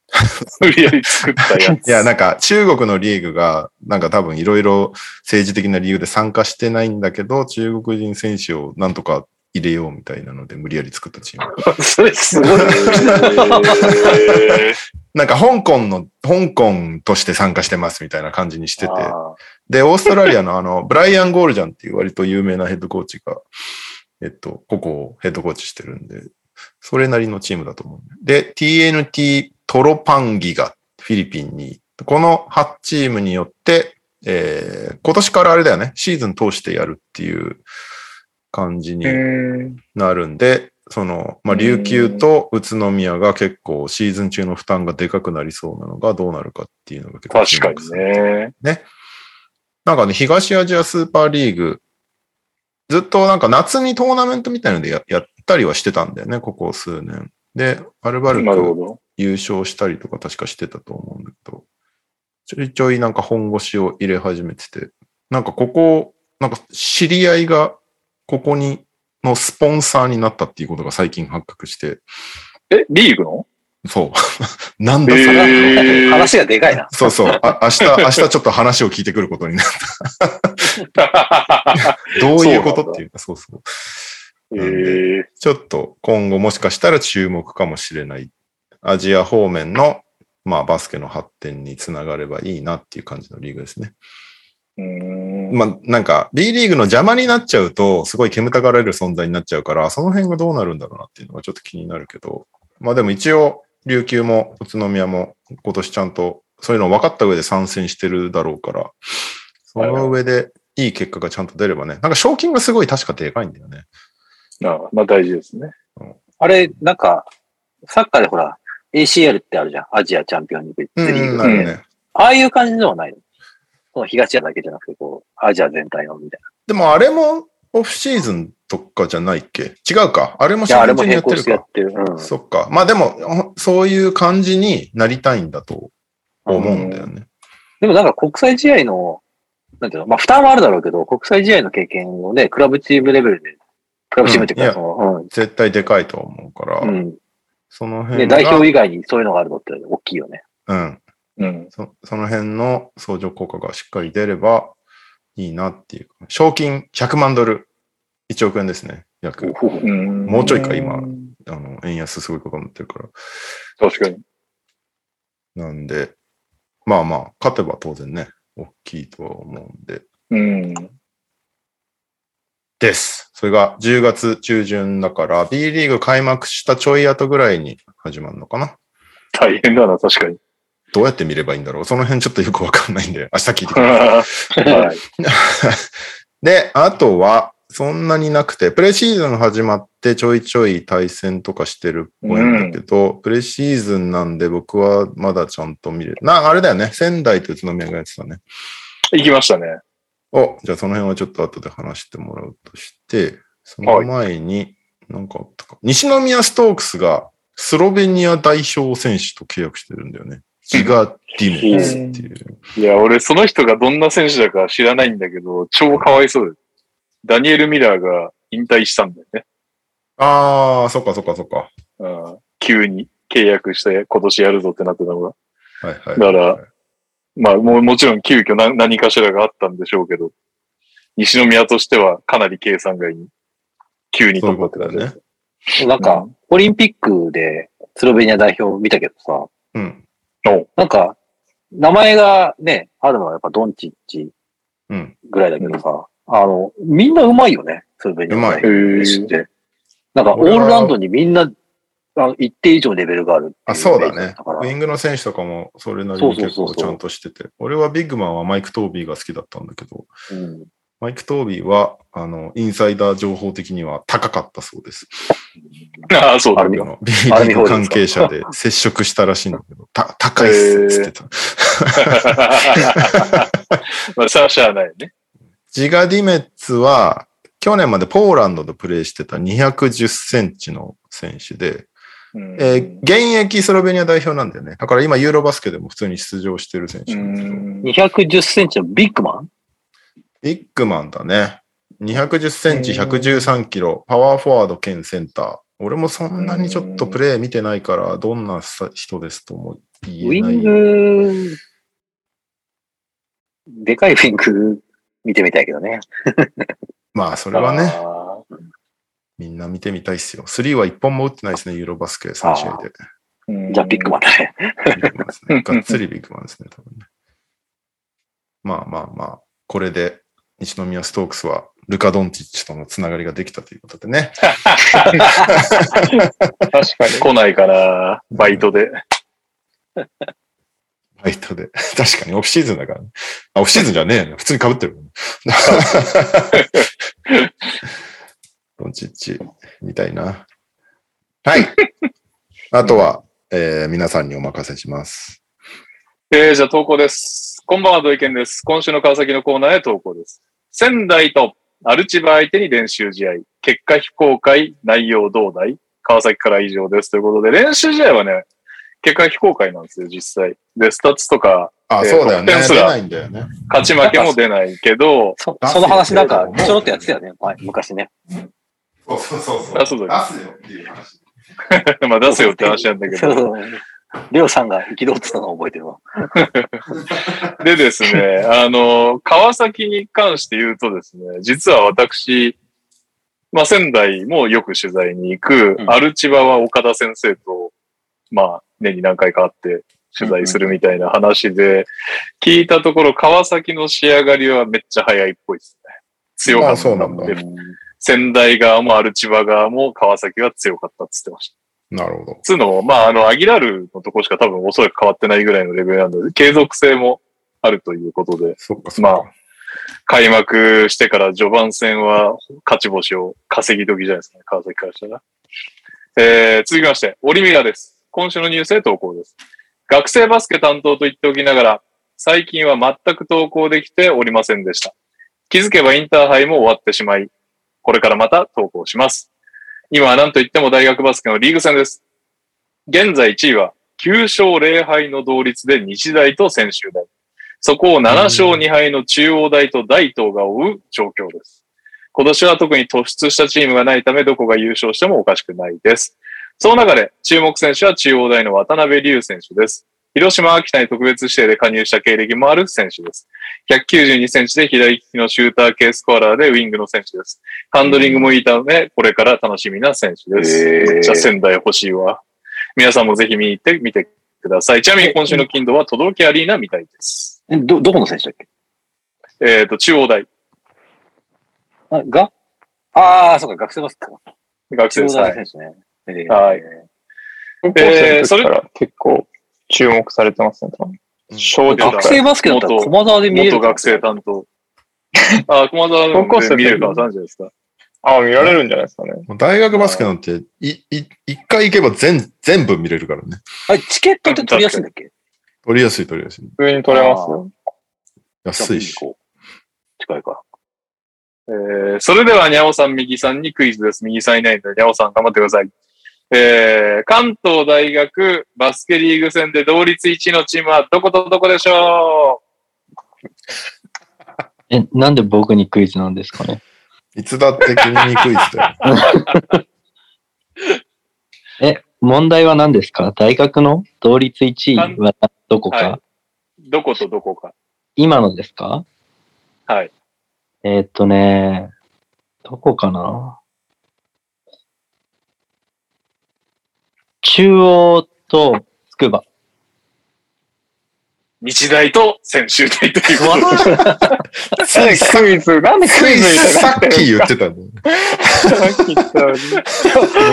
[LAUGHS] 無理やり作ったやつ。 [LAUGHS] いや、なんか中国のリーグがなんか多分いろいろ政治的な理由で参加してないんだけど、中国人選手をなんとか入れようみたいなので無理やり作ったチーム。それすごい。へーなんか香港の、香港として参加してますみたいな感じにしてて。あで、オーストラリアのあの、 [LAUGHS] ブライアン・ゴールジャンっていう割と有名なヘッドコーチが、えっと、ここをヘッドコーチしてるんで、それなりのチームだと思う。で、TNT トロパンギがフィリピンに、この8チームによって、えー、今年からあれだよね、シーズン通してやるっていう感じにうーんなるんで、その、まあ、琉球と宇都宮が結構シーズン中の負担がでかくなりそうなのがどうなるかっていうのが結構確かにね。なんかね、東アジアスーパーリーグ、ずっとなんか夏にトーナメントみたいのでややったりはしてたんだよね、ここ数年。で、アルバルなるほクど。優勝したりとか確かしてたと思うんだけど、ちょいちょいなんか本腰を入れ始めてて、なんかここ、なんか知り合いがここに、のスポンサーになったっていうことが最近発覚して、え、リーグのそう。 [LAUGHS] なんだそれ、えー、話がでかいな。そうそう。あ [LAUGHS] 明日、明日ちょっと話を聞いてくることになる。 [LAUGHS] どういうことっていうか、そうそう。えー、ちょっと今後もしかしたら注目かもしれない。アジア方面の、まあ、バスケの発展につながればいいなっていう感じのリーグですね。うーんまあ、なんか B リーグの邪魔になっちゃうと、すごい煙たがられる存在になっちゃうから、その辺がどうなるんだろうなっていうのがちょっと気になるけど、まあでも一応、琉球も宇都宮も今年ちゃんとそういうのを分かった上で参戦してるだろうから、その上でいい結果がちゃんと出ればね、なんか賞金がすごい確かでかいんだよね。なまあ大事ですね。あれ、なんか、サッカーでほら、ACL ってあるじゃん。アジアチャンピオンズリーグ。うん、なるね。ああいう感じではないのその東アジアだけじゃなくて、こう、アジア全体のみたいでもあれもオフシーズンとかじゃないっけ違うかあれもな。いシや、あーズれン中にもや変って更るしてやか。ってる。うん。そっか。まあでも、ほそういう感じになりたいんだと思うんだよね。でもなんか国際試合の、なんていうの、まあ負担はあるだろうけど、国際試合の経験をね、クラブチームレベルで、クラブチームっていううんか、その、絶対でかいと思うから、うん。うん。そのね、辺が代表以外にそういうのがあるのって大きいよね。うんうん。そ、その辺の相乗効果がしっかり出ればいいなっていう。賞金100万ドル、1億円ですね、約。うんもうちょいか今あの円安すごいことになってるから。確かに。なんで、まあまあ、勝てば当然ね、大きいとは思うんで。うん。です。それが10月中旬だから、B リーグ開幕したちょい後ぐらいに始まるのかな。大変だな、確かに。どうやって見ればいいんだろうその辺ちょっとよくわかんないんで、明日聞いてくださいはい。 [LAUGHS] で、あとは、そんなになくて、プレシーズン始まってちょいちょい対戦とかしてるっぽいんだけど、プレシーズンなんで僕はまだちゃんと見れる。な、あれだよね。仙台と宇都宮がやってたね。行きましたね。お、じゃあその辺はちょっと後で話してもらうとして、その前に、なんかあったか。西宮ストークスがスロベニア代表選手と契約してるんだよね。ジガ・ディモスっていう。いや、俺、その人がどんな選手だか知らないんだけど、超かわいそうです。ダニエル・ミラーが引退したんだよね。あー、そっかそっかそっか。うん、急に契約して、今年やるぞってなってたのが。はいはい、はい。だからまあ、もうもちろん急遽何何かしらがあったんでしょうけど、西宮としてはかなり計算外に、急にそうい取うったこっとてだ感よじですね。なんか、オリンピックでスロベニア代表見たけどさ、うん。なんか、名前がね、あるのはやっぱドンチッチうん。ぐらいだけどさ、あの、みんなうまいよね、スロベニアの代表選手って。なんか、オールラウンドにみんな、あの一定以上レベルがあるっていあ、そうだねだか。ウらィングの選手とかもそれなりに結そうそう構そうちそうゃんとしてて。俺はビッグマンはマイク・トービーが好きだったんだけど、うんマイク・トービーは、あの、インサイダー情報的には高かったそうです。ああ、そうだアルあミの B リーグ関係者で接触したらしいんだけど、た高いっすっつってた。 [LAUGHS] まあ、さあ、しゃあないね。ジガディメッツは、去年までポーランドでプレーしてた210センチの選手で、うんえー現役スロベニア代表なんだよね。だから今ユーロバスケでも普通に出場してる選手うなんだけど、ん210センチのビッグマンビッグマンだね。210センチ、113キロ、パワーフォワード兼センター。俺もそんなにちょっとプレー見てないから、どんなさ人ですともウ言えィない。ング、でかいウィング見てみたいけどね。まあ、それはね、あーみんな見てみたいっすよ。3は1本も打ってないですね、ユーロバスケ3試合で。うんじゃあ、ビッグマンだね。ビッグマンですね。がっつりビッグマンですね、多分ね。まあまあまあ、これで西宮ストークスはルカ・ドンチッチとのつながりができたということでね。確かに。来ないかな、バイトで。バイトで。確かにオフシーズンだからね。あ、オフシーズンじゃねえよね。普通に被ってるもんね。ドンチッチ、みたいな。はい。あとは、えー皆さんにお任せします。えー、じゃあ投稿です。こんばんは、土井健です。今週の川崎のコーナーへ投稿です。仙台とアルチバ相手に練習試合。結果非公開、内容どうだい川崎から以上です。ということで、練習試合はね、結果非公開なんですよ、実際。で、スタッツとか、あ、えーそうだよね。得点す出らないんだよね。勝ち負けも出ないけど、 [LAUGHS] そ出すよその話なんか、ちょろっとやってたよね、前昔ね。そうそうそうそう出すぞよっていう話。まあ出すよって話なんだけど。そう。レオさんが憤ってたのを覚えてるわ。でです [LAUGHS] ね、あの、川崎に関して言うとですね、実は私、まあ仙台もよく取材に行くう、んアルチバは岡田先生と、まあ年に何回か会って取材するみたいな話で、聞いたところ川崎の仕上がりはめっちゃ早いっぽいですね。強かあっそたうなんだで仙台側もアルチバ側も川崎は強かったって言ってました。なるほど。つうのも、まあ、あの、アギラールのとこしか多分おそらく変わってないぐらいのレベルなので、継続性もあるということで、そっかそっか。ま開幕してから序盤戦は勝ち星を稼ぎ時じゃないですかね、川崎からしたら。えー、続きまして、オリミラです。今週のニュースへ投稿です。学生バスケ担当と言っておきながら、最近は全く投稿できておりませんでした。気づけばインターハイも終わってしまい、これからまた投稿します。今は何と言っても大学バスケのリーグ戦です。現在1位は9勝0敗の同率で日大と専修大。そこを7勝2敗の中央大と大東が追う状況です。今年は特に突出したチームがないため、どこが優勝してもおかしくないです。その中で注目選手は中央大の渡辺龍選手です。広島秋田に特別指定で加入した経歴もある選手です。192センチで左利きのシューター系スコアラーでウィングの選手です。ハンドリングもいいため、これから楽しみな選手です。へーめっちゃ仙台欲しいわ。皆さんもぜひ見に行ってみてください。ちなみに今週の金土は届きアリーナみたいです。えど、どこの選手だっけえっ、と、中央大。あがああ、そうか、学生バスケか。学生中で央す。大はいの選手ね。えーはい。高校え生ーのそ時れから結構注目されてますね、多分うん少女学か生バスケだったら駒沢で見える。元学生。担当。あ、駒沢の高校で生の時見れるかわかんないじゃないですか。あ、見られるんじゃないですかね。もう大学バスケなんて、い、い、一回行けば全、全部見れるからね。あれ、チケットって取りやすいんだっけ取りやすい取りやすい。普通に取れますよ。安いし。近いか。えーそれでは、にゃおさん、右さんにクイズです。右さんいないので、にゃおさん頑張ってください。えー、関東大学バスケリーグ戦で同率1位のチームはどことどこでしょえ、なんで僕にクイズなんですかね。いつだって君にクイズだよ。問題は何ですか大学の同率1位はどこか、はいいうどことどこか。今のですかはい。えーっとね、どこかな中央と筑波。日大と専修大ということでなんでクイズ、なんでククイイズズみたいさっき言ってたね。な。さっき言ったの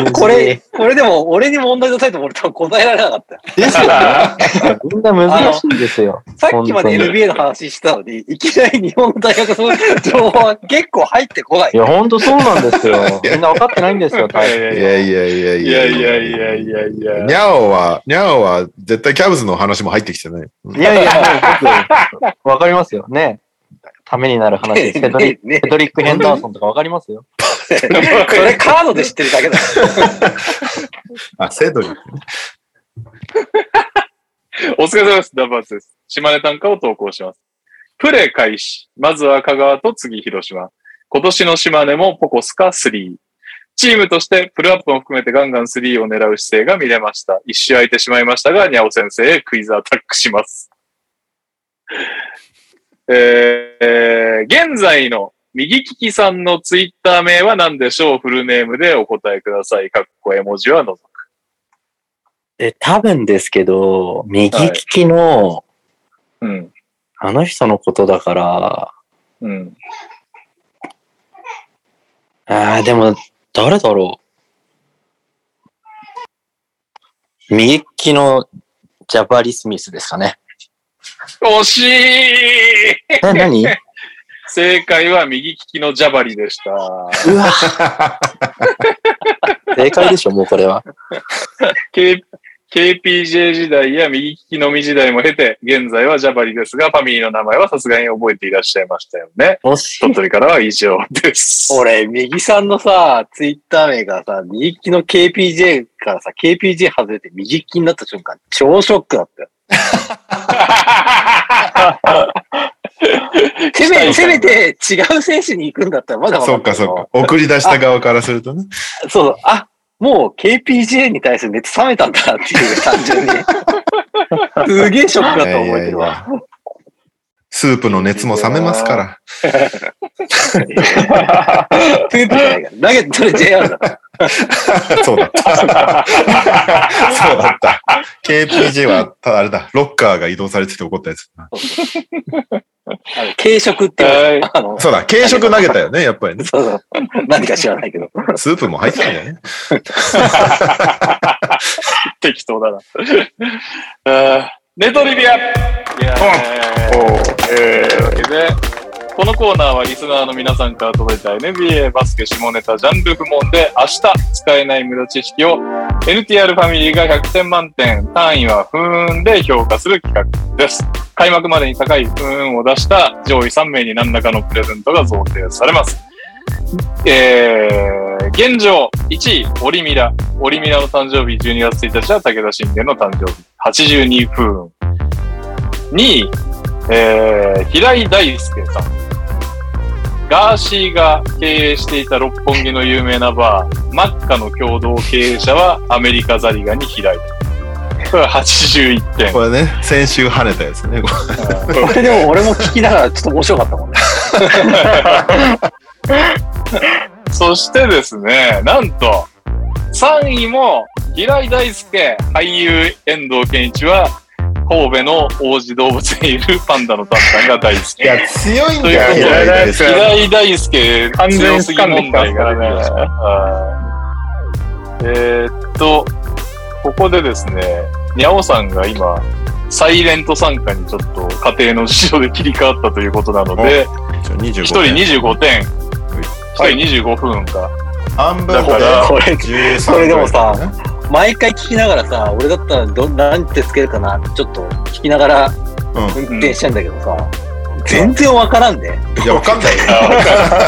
にこれ、これでも、俺に問題出されても俺多分答えられなかったよ。ですよね。みんな難しいんですよ。さっきま本当にで NBA の話してたのに、いきなり日本の大学の情報は結構入ってこないい。や、ほんとそうなんですよ。みんな分かってないんですよ、大い変。やいやいやいいややいやいやいやいや。にゃおは、にゃおは絶対キャブズの話も入ってきてない。いやいや、もう僕分かりますよ。ね。ためになる話 [LAUGHS] です。セドリねねセドリック・ヘンダーソンとか分かりますよ。これカードで知ってるだ [LAUGHS] けだ。あ、セドリ。お疲れ様です。ダバーツです。島根短歌を投稿します。プレ開始。まずは香川と次広島。今年の島根もポコスカ3。チームとしてプルアップも含めてガンガン3を狙う姿勢が見れました。一周空いてしまいましたが、にゃお先生へクイズアタックします。えーえー現在の右利きさんのツイッター名は何でしょうフルネームでお答えください。かっこ絵文字は除く。え、多分ですけど、右利きの、うん。あの人のことだから、うん。ああ、でも、誰だろう。右利きのジャ [LAUGHS] バリ・スミスですかね。惜しいえ、何正解は右利きのジャバリでした。うわ正解でしょ、もうこれは。 K KPJ 時代や右利きのみ時代も経て、現在はジャバリですが、ファミリーの名前はさすがに覚えていらっしゃいましたよね。もし、鳥取からは以上です。俺、右さんのさ、ツイッター名がさ、右利きの KPJ からさ、KPJ 外れて右利きになった瞬間、超ショックだった [LAUGHS] よ。せめせめて違う選手に行くんだったらまだ分そっかかるそっか。送り出した側からするとね。そうそう。あ、もう KPJ に対する熱冷めたんだなっていう、[LAUGHS] 単純に。すげえショックだと思えてるわ。スープの熱も冷めますから。トゥープじゃないから。だけど、それ JR だ。 [LAUGHS] そうだった。そうだった。KPJ は、たあれだ、ロッカーが移動されてて怒ったやつ。あの軽食っていうはい。あの、そうだ、軽食投げたよね、やっぱりね。そうそう。何か知らないけど。スープも入ってたんだよね。適当だな。あーネトリビアイエーイというわけで、このコーナーはリスナーの皆さんから届いた NBA バスケ下ネタジャンル部門で明日使えない無駄知識を NTR ファミリーが100点満点、単位は不運で評価する企画です。開幕までに高い不運を出した上位3名に何らかのプレゼントが贈呈されます。えー、現状1位、オリミラ。オリミラの誕生日12月1日は武田信玄の誕生日。82風雲。2位、えー、平井大輔さん。ガーシーが経営していた六本木の有名なバー、マッカの共同経営者はアメリカザリガニ平井。これは81点。これね、先週跳ねたやつね。これでも俺も聞きながらちょっと面白かったもんね。そしてですね、なんと、3位も、平井大輔、俳優遠藤健一は、神戸の王子動物園いるパンダのタンタンが大好き。いや、強いんとだよ、平井い大う輔ことで、平井大輔、完全強にすぎ掴んでき問た題がね。はいえーっと、ここでですね、にゃおさんが今、サイレント参加にちょっと家庭の事情で切り替わったということなので、 25一人25点。はい一人25分か。半分でだからこれ、 13これでもさ、毎回聞きながらさ、俺だったらど、なんてつけるかなってちょっと聞きながらう運転してんだけどさ、全然わからんで、いや、わかんないよ。あ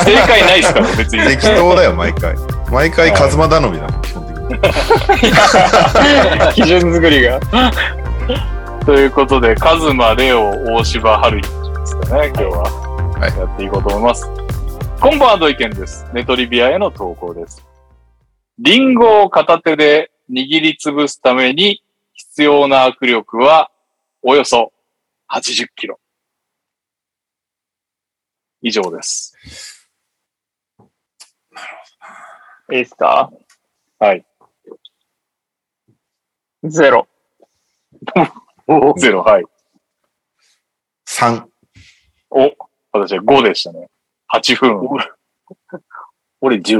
正解ないですから、別に。適当だよ、毎回。毎回、カズマ頼みだもん、基本的に。基準作りが。ということで、カズマ、レオ、大柴、春樹ですかね、今日は。はいやっていこうと思います。コンバード意見です。ネトリビアへの投稿です。リンゴを片手で握りつぶすために必要な握力はおよそ80キロ。以上です。いいですかはい。ゼロ。ゼロ、はい。 3。お、私は5でしたね。8分。お俺15。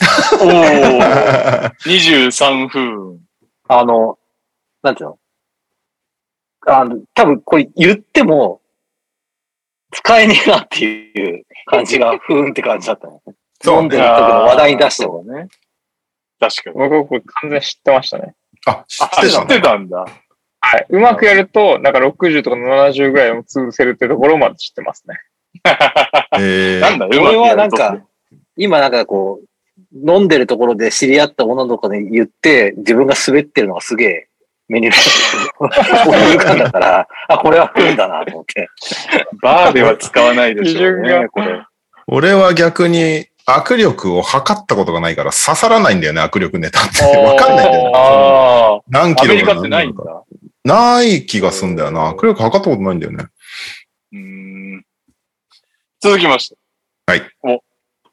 ー23分。あの、なんていうのあの、多分これ言っても、使えねえなっていう感じが、ふーんって感じだったね。そう飲んでる時の話題に出しても。もね。確かに。僕、これ完全に知ってましたね。あ、知っあ、て知たっんてたんだ。はい。うまくやると、なんか60とか70ぐらいを潰せるってところまで知ってますね。えなんだ、うまく俺はなんやるか、今なんかこう、飲んでるところで知り合った女の子に言って、自分が滑ってるのがすげえ、目に思い [LAUGHS] 浮かんだから、あ、これは不運だなと思って。とバーでは使わないでしょう基準ねが、これ。俺は逆に、握力を測ったことがないから刺さらないんだよね、握力ネタって。わかんないんだよね。あ何あ、アキロメリカってないんのか。だ。ない気がすんだよな。握力測ったことないんだよね。うーん。続きまして。はい。お、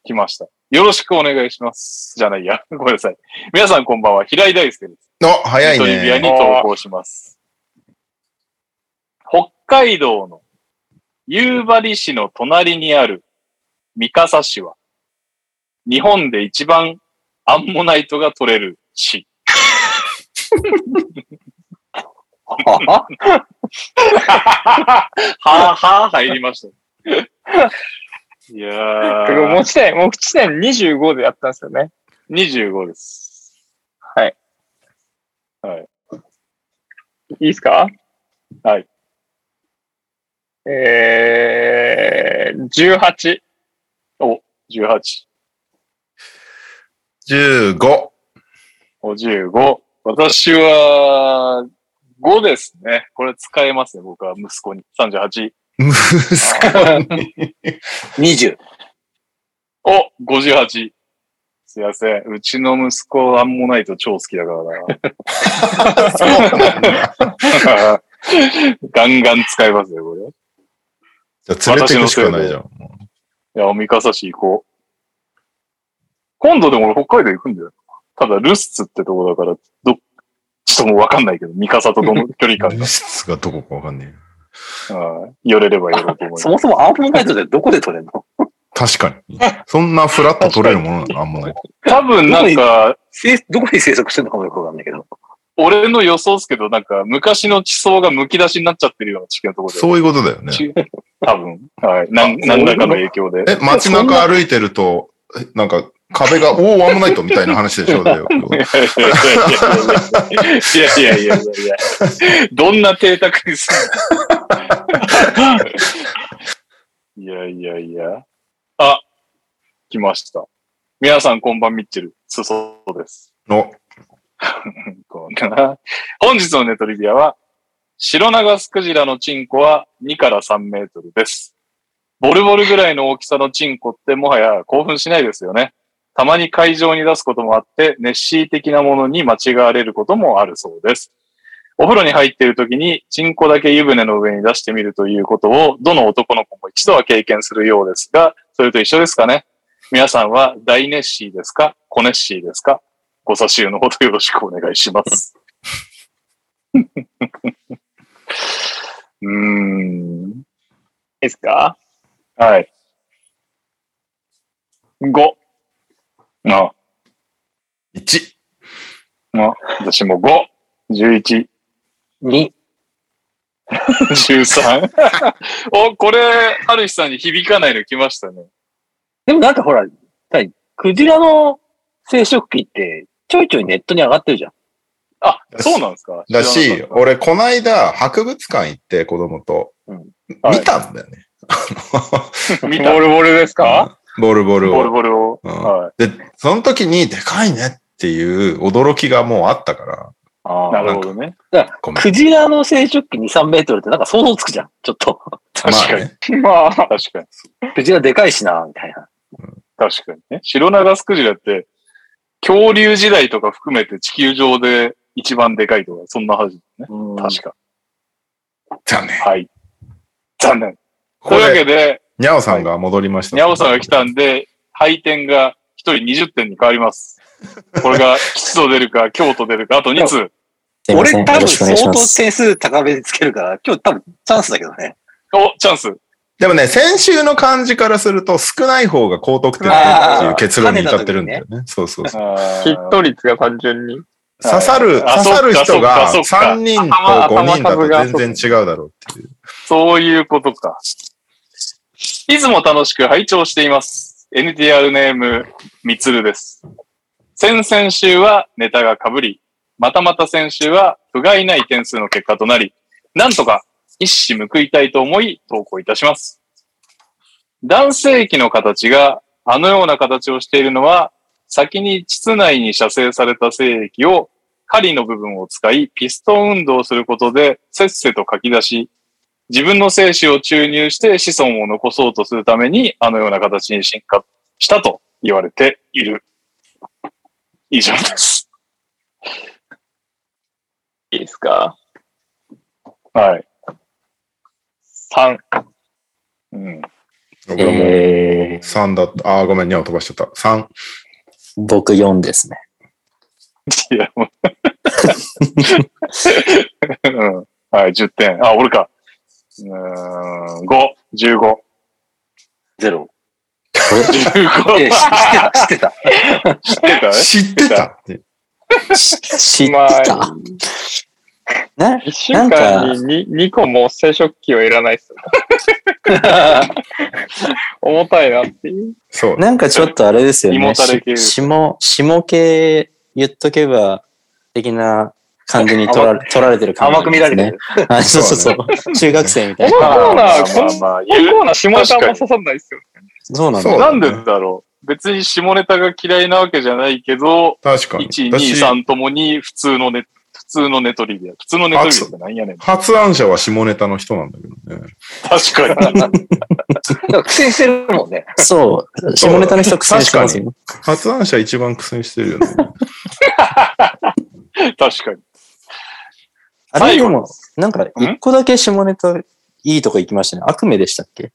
来ました。よろしくお願いします。じゃないや。ごめんなさい。皆さんこんばんは。平井大輔です。あ、早いトリビアね。に投稿します。北海道の夕張市の隣にある三笠市は、日本で一番アンモナイトが取れる市。はははは入りました。いや僕持ー、ち点、持ち点25でやったんですよね。 25です。はい。はい。いいですかはい。えー、18。 18。 15。 55。私は、5ですね。これ使えますね、僕は息子に。38。むすかに。 20。お !58。すいません。うちの息子はアンモナイト超好きだからな。ガンガン使えますね、これ。いじゃあ連れて行くしかないじゃん。や、三笠市行こう。今度でも俺北海道行くんだよ。ただ、ルスツってとこだから、ど、ちょっともうわかんないけど、三笠とどの距離 [LAUGHS] 感物質がどこかわかんねえ。が、うん寄れれば寄ろうと思いますそ。もそもアーモナイトってどこで取れんの確かに。そんなフラット取れるものなのあんまない。多分なんか、せいどこに生息してるのかもよくわかんないけど。俺の予想ですけど、なんか、昔の地層が剥き出しになっちゃってるような地球のところで。そういうことだよね。多分。はい。なん、何らかの影響で。え、街中歩いてると、えなんか壁が、おお、アンモナイトみたいな話でしょだ [LAUGHS] よ。 [LAUGHS] いやいやいやいやいやいやいやいや。どんな邸宅にすんのいやいやいや。あ、来ました。皆さんこんばんみっちる。すそです。の、こうかな。本日のネトリビアは、白長スクジラのチンコは2から3メートルです。ボルボルぐらいの大きさのチンコってもはや興奮しないですよね。たまに会場に出すこともあって、ネッシー的なものに間違われることもあるそうです。お風呂に入っている時に、チンコだけ湯船の上に出してみるということを、どの男の子も一度は経験するようですが、それと一緒ですかね。皆さんは大ネッシーですか小ネッシーですかご差し入れのほどよろしくお願いします。うーん。いいですかはい。5。あ、 1。あ、私も5。11。 2。 [LAUGHS] 13。お、これ、はるしさんに響かないの来ましたね。でもなんかほら、何クジラの生殖器ってちょいちょいネットに上がってるじゃん。あ、そうなんですかだ知らなしか、っ俺、こないだ博物館行って、子供と、うんはい見たんだよね。た見たボルボルですか [LAUGHS] [LAUGHS] ボルボルボルを。ボルを。うんはで、その時に、でかいねっていう驚きがもうあったから、あい。ーなるほどね。ごめんクジラの生殖器2、3メートルってなんか想像つくじゃん。ちょっと。 [LAUGHS] 確かに。まあねま確あ、かに。クジラでかいしな、みたいな。確かにね。白長スクジラって、恐竜時代とか含めて地球上で一番でかいとか、そんなはずね。確か。残念。はい。残念。こというわれ、けで、にゃおさんが戻りました。にゃおさんが来たんで、配点が1人20点に変わります。これが吉と出るか、京都出るか、あと2通。 [LAUGHS] すいま俺せん。よ多分ろしくお相願いし当ます。点数高めにつけるから、今日多分チャンスだけどね。お、チャンス。でもね、先週の感じからすると、少ない方が高得点だっていう結論に至ってるんだよね。そうそうそう。あヒッート率が単純に。刺さる、刺あさるそ人っかがそっかそっか3人と5人だと全然違うだろうっていう。そういうことか。いつも楽しく拝聴しています。NTR ネーム、みつるです。先々週はネタが被り、またまた先週は不甲斐ない点数の結果となり、なんとか一矢報いたいと思い投稿いたします。男性器の形があのような形をしているのは、先に膣内に射精された精液を狩りの部分を使い、ピストン運動をすることでせっせと書き出し、自分の精子を注入して子孫を残そうとするために、あのような形に進化したと言われている。以上です。いいですかはい。 ?3。うん。俺もえー、 3だった。あーごめん、にゃお飛ばしちゃった。3。僕4ですね。いや、もううん。はい、10点。あ、俺か。うーん、5、15。ゼロ。 15え、知ってた、知ってた。知ってた知ってたって。知ってまあ、たね [LAUGHS] 1週間に 2, 2個も生殖器はいらないっすよ。重たいなっていう。そう。なんかちょっとあれですよ胃もね。たれ系し下、下系言っとけば、的な感じに取られ取られてる感じ、甘く見られてる。ね。あそうそうそう。中学生みたいな。このコーナー、まあこのまあまあ、この言うコーナー、下ネタあんま刺さんないですよ。そうなんだ。そうなんでだろう。別に下ネタが嫌いなわけじゃないけど、確かに。 1、2、私3ともに普通のネ、普通のネトリビア。普通のネトリビアってなんやねん。発案者は下ネタの人なんだけどね。確かに。なんか苦戦してるもん [LAUGHS] ね。そう。下ネタの人苦戦してますよね。発案者一番苦戦してるよね。確かに。あれでも、なんか一個だけ下ネタいいとこ行きましたね。悪夢でしたっけ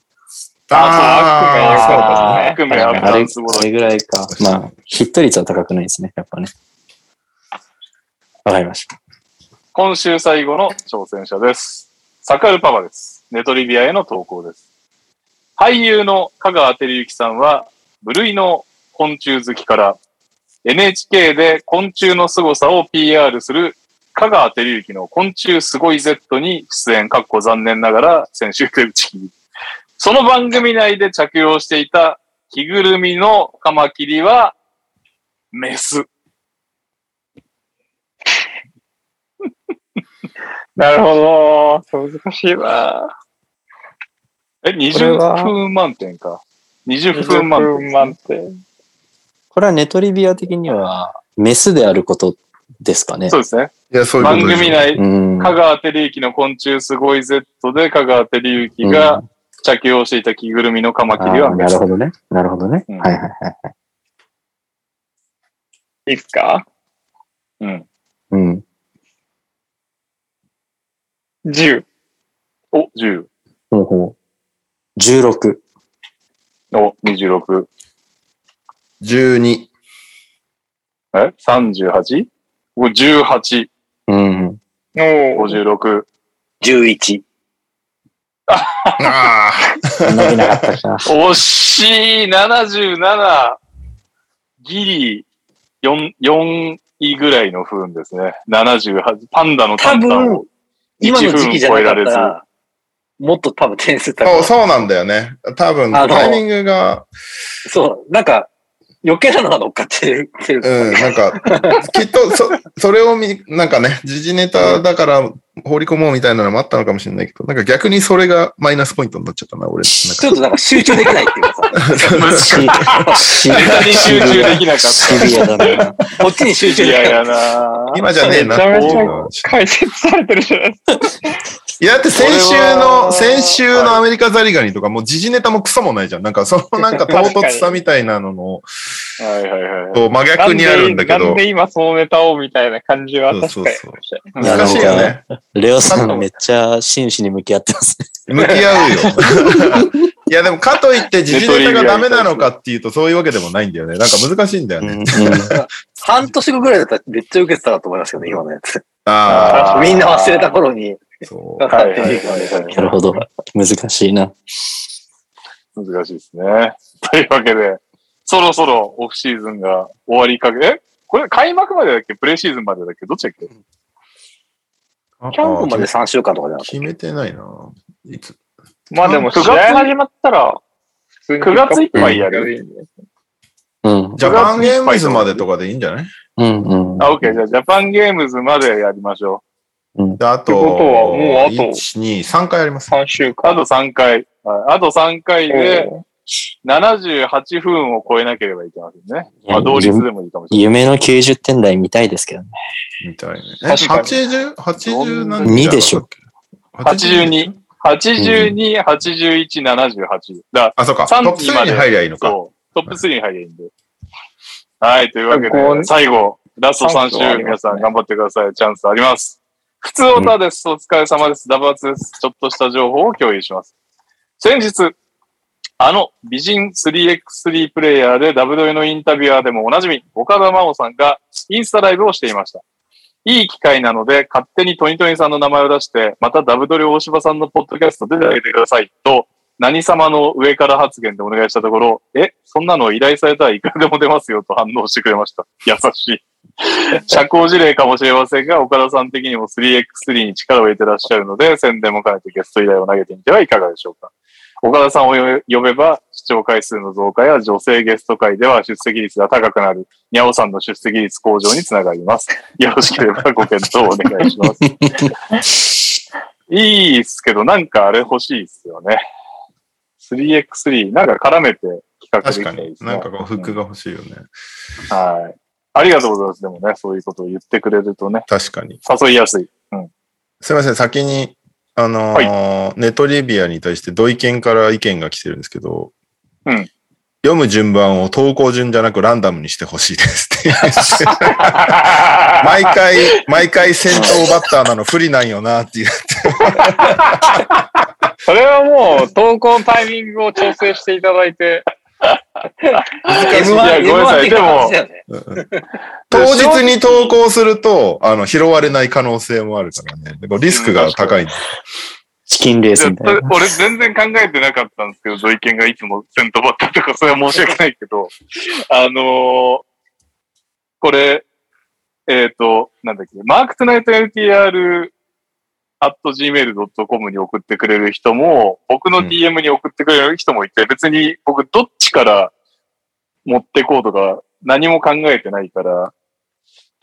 あ悪夢あれはあれダンスボあれぐらいか。まあ、ヒット率は高くないですね。やっぱね。わかりました。今週最後の挑戦者です。サカルパパです。ネトリビアへの投稿です。俳優の香川照之さんは、部類の昆虫好きから NHK で昆虫の凄さを PR する香川照之の昆虫すごい Z に出演、かっこ残念ながら先週で打ち切り。その番組内で着用していた着ぐるみのカマキリは、メス。なるほど。難しいわ。え、これは20分満点か。20分満点。分満点。これはネトリビア的には、メスであることですかねそ。うですね。いや、そういうこ番とです組内、うん。香川照之の昆虫すごい Z で香川照之が着用していた着ぐるみのカマキリあはーメなスるほどね。なるほどね。うんはいはいはいい。いっすかうん。うん。 ?10。お、10。ほうほう。16。 [LAUGHS] お、26。 12。え ?38? お、18。うん。おー56。 11。あ伸びなかったか。惜しい !77! ギリ、4、4位ぐらいの不運ですね。78。パンダの多短歌を分、今の時期じゃなかっ一分超えたらら、もっと多分点数あ。高そう、い。そうなんだよね。多分、あのタイミングが、そう、なんか、余計なのが乗っかってる。ってるうん、なんか、きっと、そ、それを見、なんかね、時事ネタだから放り込もうみたいなのもあったのかもしれないけど、なんか逆にそれがマイナスポイントになっちゃったな、俺。なんちょっとなんか集中できないっていうかさ、難しい。し、し、ネタに集中できなかっ [LAUGHS] シビアだな。こっちに集た。い中できやないい。やなか今じゃねえなっていうのは。解説されてるじゃないですか。いや、だって先週の、これは先週のアメリカザリガニとか、もう時事ネタもクソもないじゃん。なんか、そのなんか唐突さみたいなのの、はいはいはい。と真逆にあるんだけなどん、で今そのネタをみたいな感じは確かにありそうましたね。いや難しいよね。レオさんめっちゃ真摯に向き合ってますね。向き合うよ。いや、でも、かといって時事ネタがダメなのかっていうと、そういうわけでもないんだよね。なんか難しいんだようんね。うん半年後ぐらいだったらめっちゃ受けてたなと思いますけどね、今のやつ。ああー [LAUGHS] みんな忘れた頃に、あ、そかう。かはっいてはい [LAUGHS] るからねはなるほど。難しいな。い。難しいですね。 [LAUGHS] というわけで、そろそろオフシーズンが終わりかけ、えこれ開幕までだっけプレシーズンまでだっけどっちだっけキャンプまで3週間とかじゃなくて。決めてないな。いつまあでも、 9試月合始まったら、9 9月いっぱいやる。うん。ジャパンゲームズまでとかでいいんじゃないうんうん。あ、オッケー。じゃあジャパンゲームズまでやりましょであと、ってことはもうあと1、2、3回あります。 3週う。あ間。と3回。はいあと3回でおー78分を超えなければいけませんね。まあ同率でもいいかもしれない。夢の90点台見たいですけどね。みたいね。え、確かに80、80何二でしょ。 82。82、81、78。だあ、そうか。ト三ップ3に入りゃいいのか。そう。トップ3に入ればいいんで。はい、というわけこうで、最後、ラスト3チャンスはあ週、りますね皆さん頑張ってください。チャンスあります。普通オタです。お疲れ様です。ダバーツです。ちょっとした情報を共有します。先日、あの美人 3x3 プレイヤーでダブドリのインタビュアーでもおなじみ、岡田真央さんがインスタライブをしていました。いい機会なので、勝手にトニトニさんの名前を出して、またダブドリ大柴さんのポッドキャスト出てあげてくださいと、何様の上から発言でお願いしたところ、え、そんなの依頼されたらいくらでも出ますよと反応してくれました。優しい。 [LAUGHS] 社交事例かもしれませんが、岡田さん的にも 3x3 に力を入れてらっしゃるので、宣伝も兼ねてゲスト依頼を投げてみてはいかがでしょうか。岡田さんをよ呼べば、視聴回数の増加や女性ゲスト会では出席率が高くなる、にゃおさんの出席率向上につながります。よろしければご検討お願いします。いいっすけど、なんかあれ欲しいっすよね。3x3、なんか絡めて企画でき確たからいいにっ。すねなんかこう、フックが欲しいよね。はい。ありがとうございます。でもね、そういうことを言ってくれるとね、確かに。誘いやすい。すいません、先に、あのーネトリビアに対して土井健から意見が来てるんですけど、うん読む順番を投稿順じゃなくランダムにしてほしいですって。毎回、毎回先頭バッターなの不利なんよなっていう。それはもう、投稿のタイミングを調整していただいて、いやごめんなさい。でも、当日に投稿すると、あの、拾われない可能性もあるからね。でこうリスクが高いんで。チキンいレーやスみたいな。俺全然考えてなかったんですけど、土井健がいつも先頭バッターとか、それは申し訳ないけ [LAUGHS] ど、あのーこれ、えっ、と、なんだっけ、マークトナイト LTR アット gmail.com に送ってくれる人も、僕の DM に送ってくれる人もいて、別に僕どっちから持ってこうとか何も考えてないから、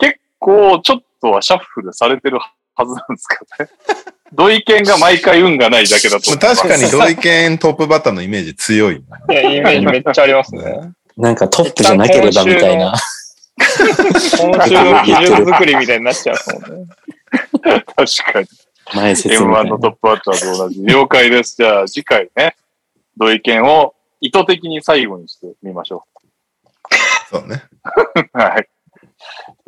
結構ちょっとはシャッフルされてるはずなんですけ [LAUGHS] どね。土井健が毎回運がないだけだと思います確かに土井健トップバッターのイメージ強いな。 [LAUGHS] いや、イ [LAUGHS] メージめっちゃありますね。なんかトップじゃなければみたいな。今週の基準作りみたいになっちゃうもん [LAUGHS] ね。確かに。前説みた M1 いなの。トップバッターと同じ。 [LAUGHS] 了解です。じゃあ次回ね、土井健を意図的に最後にしてみましょそうね。う。 [LAUGHS] はい。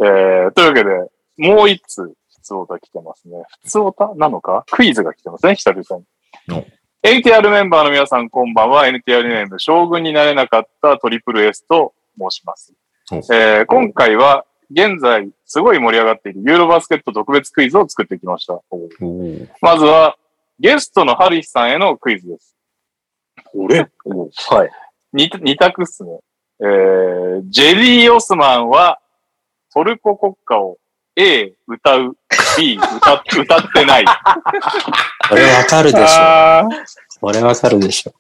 えー、というわけで、もう一通、普通オタ来てますね。普通オタなのかクイズが来てますね、久々にお。 NTR メンバーの皆さん、こんばんは。NTR ネーム、将軍になれなかったトリプル S と申します。おえー今回は、現在、すごい盛り上がっているユーロバスケット特別クイズを作ってきました。まずは、ゲストのハルヒさんへのクイズです。俺はい。二二択っすね。えー、ジェリー・オスマンは、トルコ国歌を A、歌う、B、歌っ歌ってない。俺わかるでしょ。ああ、俺わかるでしょ。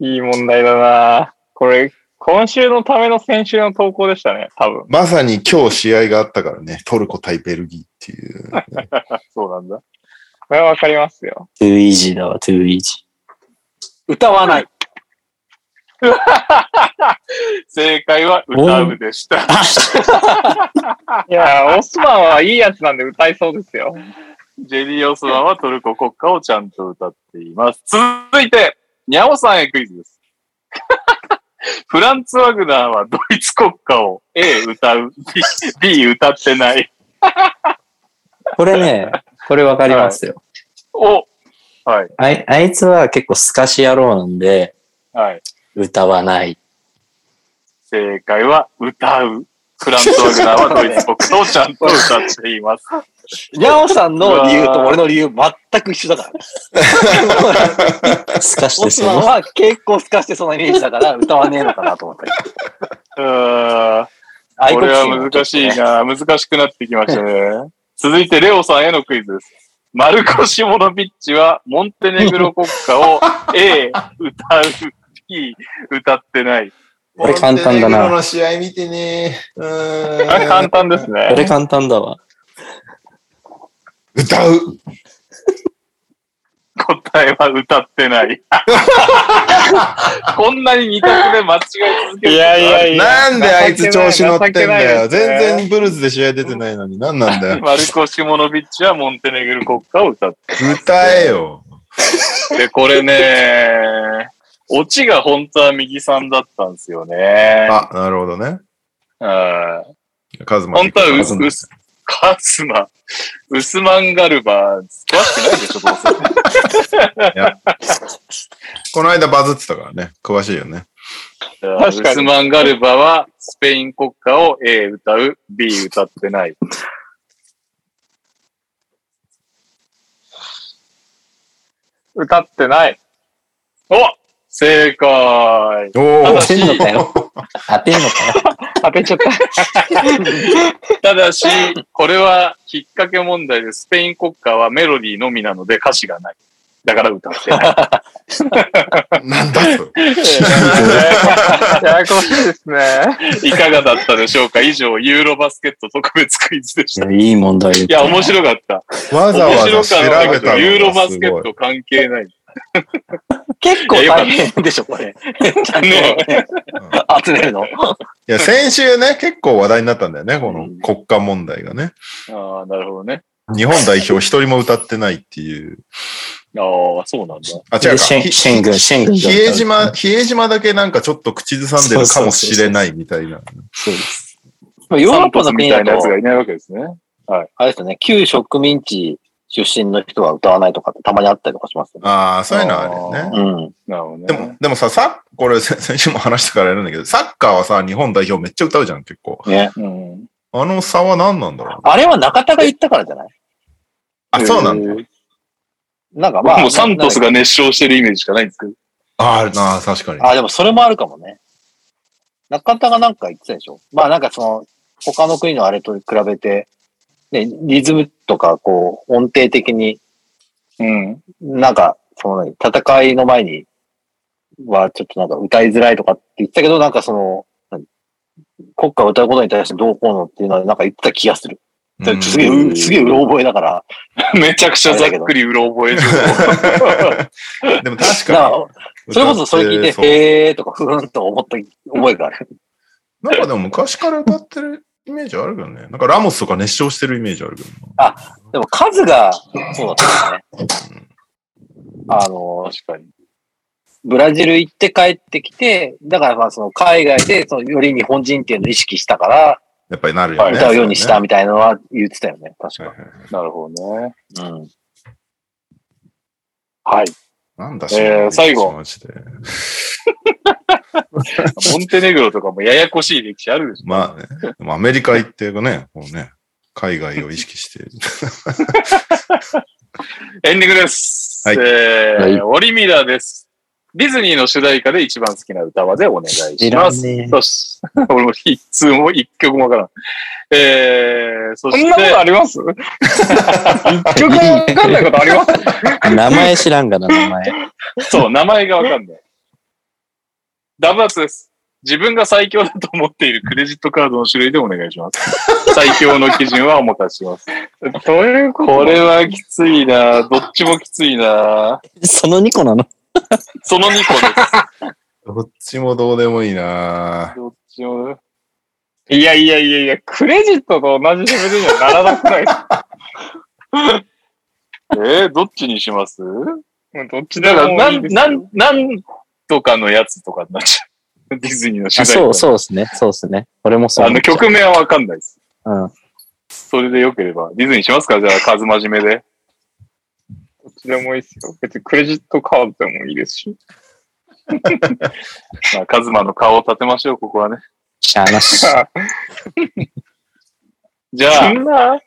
いい問題だな。これ、今週のための先週の投稿でしたね、多分。まさに今日試合があったからね。トルコ対ベルギーっていう。そうなんだ。これはわかりますよ。トゥーイージーだわ、トゥーイージ歌わない。正解は歌うでした。 [LAUGHS] いやー、オスマンはいいやつなんで歌いそうですよ。ジェリー・オスマンはトルコ国歌をちゃんと歌っています。続いて、ニャオさんへクイズです。 [LAUGHS] フランツ・ワグナーはドイツ国歌を A 歌う、B, B 歌ってない。ー。これね、これわかりますよ。を、はい、あいあいつは結構透かし野郎なんで、はい。歌わない。正解は歌う。フランツ・ワグナーはドイツ国歌をちゃんと歌ってい [LAUGHS] ます。ニャオさんの理由と俺の理由全く一緒だから。透かしオてスそマンの、は結構透かしてそのイメージだから歌わねえのかなと思ったけど。うーん。愛こ国れ心は難しいな。難しくなってきましたね。続いて、レオさんへのクイズです。マルコ・シモノビッチは、モンテネグロ国歌を A、歌う、B、歌ってない。これ簡単モだなンテネグロの試合見てね。うーんあれ簡単ですこれね。簡単だわ。 [LAUGHS] 歌う。答えは歌ってない。 [LAUGHS] こんなに二択で間違い続けいる。やいやいや。なんであいつ調子乗ってん情けないだよ。情けな全いですね然ブルーズで試合出てないのに、何なんだ [LAUGHS] よ。マルコ・シモノビッチは、モンテネグロ国歌を歌って歌えよ。で、これね、オチが本当は右さんだったんですよね。あ、なるほどね。うんカズマ。本当はカうズす、マうす、カズマ、ウスマンガルバー、詳しくないでしょ、どうせ。この間バズってたからね。詳しいよね。確かにウスマンガルバは、スペイン国歌を A 歌う、B 歌ってない。歌ってない。お正解。お当おてんのかよ。当てんのかよ。当てちゃった。ただし、これはきっかけ問題で、スペイン国歌はメロディーのみなので歌詞がない。だから歌ってない。なんだそれ。 [LAUGHS] ややこしいですね。いかがだったでしょうか以上、ユーロバスケット特別クイズでした。いいい問題です。や、面白かった。わざわざ面調白かったべけどたユのーロがバすスケごッい。ト関係ない。結構大変でしょ、これ。ちゃんとね集めるの。いや、先週ね、結構話題になったんだよね、この国家問題がね。ああ、なるほどね。日本代表一人も歌ってないっていう。ああ、そうなんだ。あ、違うで、か。シン、ひシング、シング。比江島、比江島だけなんかちょっと口ずさんでるかもしれないみたいな。そうです。まあヨーロッサンパトスのみ国ただいなやつがと、いないわけですね。あれですよね、旧植民地出身の人は歌わないとかってたまにあったりとかしますよね。ああ、そういうのはあるよね。うん。なるほどね。でも、でもさ、さ、これ [LAUGHS] 先先週も話したからやるんだけど、サッカーはさ、日本代表めっちゃ歌うじゃん、結構。ね。うん、あの差は何なんだろう。あれは中田が言ったからじゃないあ、そうなんだ。だ。なんかまあ。もうサントスが熱唱してるイメージしかないんですけど。あーあー、確かに。あ、でもそれもあるかもね。中田がなんか言ってたでしょまあなんかその、他の国のあれと比べて、ね、リズムとかこう、音程的に、うん。なんか、その何戦いの前にはちょっとなんか歌いづらいとかって言ってたけど、なんかその、何国歌を歌うことに対してどうこうのっていうのはなんか言ってた気がする。うんすげえ、うすげえうろ覚えだから。めちゃくちゃざっくりうろ覚え状況でも確だかからに。それこそそれ聞いそうて、へーとかふーんと思った覚えがある。なんかでも昔から歌ってるイメージあるけどね。なんかラモスとか熱唱してるイメージあるけどな。でも数が、そうだったね。あの、確かに。ブラジル行って帰ってきて、だからまあその海外でそのより日本人っていうのを意識したから、やっぱりなるよね。歌うようにしたみみたいなのは言ってたよね、確たいか。な。なるほどね。うん。はい。なんだえー最後マジでモンテネグロとかもややこしい歴史あるでしょ。まあね。でもアメリカ行ってね、こうね、海外を意識して。エンディングです。はいえーはいオリミラです。ディズニーの主題歌で一番好きな歌はでお願いします。ねそし、 [LAUGHS] 俺も一通も一曲もわからん。えー、そこんしなことあて、ります一曲もわかんないことあります名前知らんがな、名前。そう、名前がわかんない。ダブアツです。自分が最強だと思っているクレジットカードの種類でお願いします。最強の基準はお任せします。どういうこ [LAUGHS] とこれはきついなどっちもきついなその2個なのその2個です。どっちもどうでもいいなぁどっちも。いやいやいやいや、クレジットと同じレベルにはならなくないですかえー、どっちにします [LAUGHS] もうどっちだでかもら、ないいん、ですよなん、なんとかのやつとかになっちゃう。 [LAUGHS] ディズニーの主あ題歌。そう、そうですね。そうですね。俺もそうあ思の、っちゃう。曲名はわかんないです。うん。それでよければ。ディズニーしますかじゃあ、数真面目で。どっちでもいいですよ。別にクレジットカードでもいいですし。まあ、カズマの顔を立てましょう、ここはね。しゃーなし。じそゃあ、んな、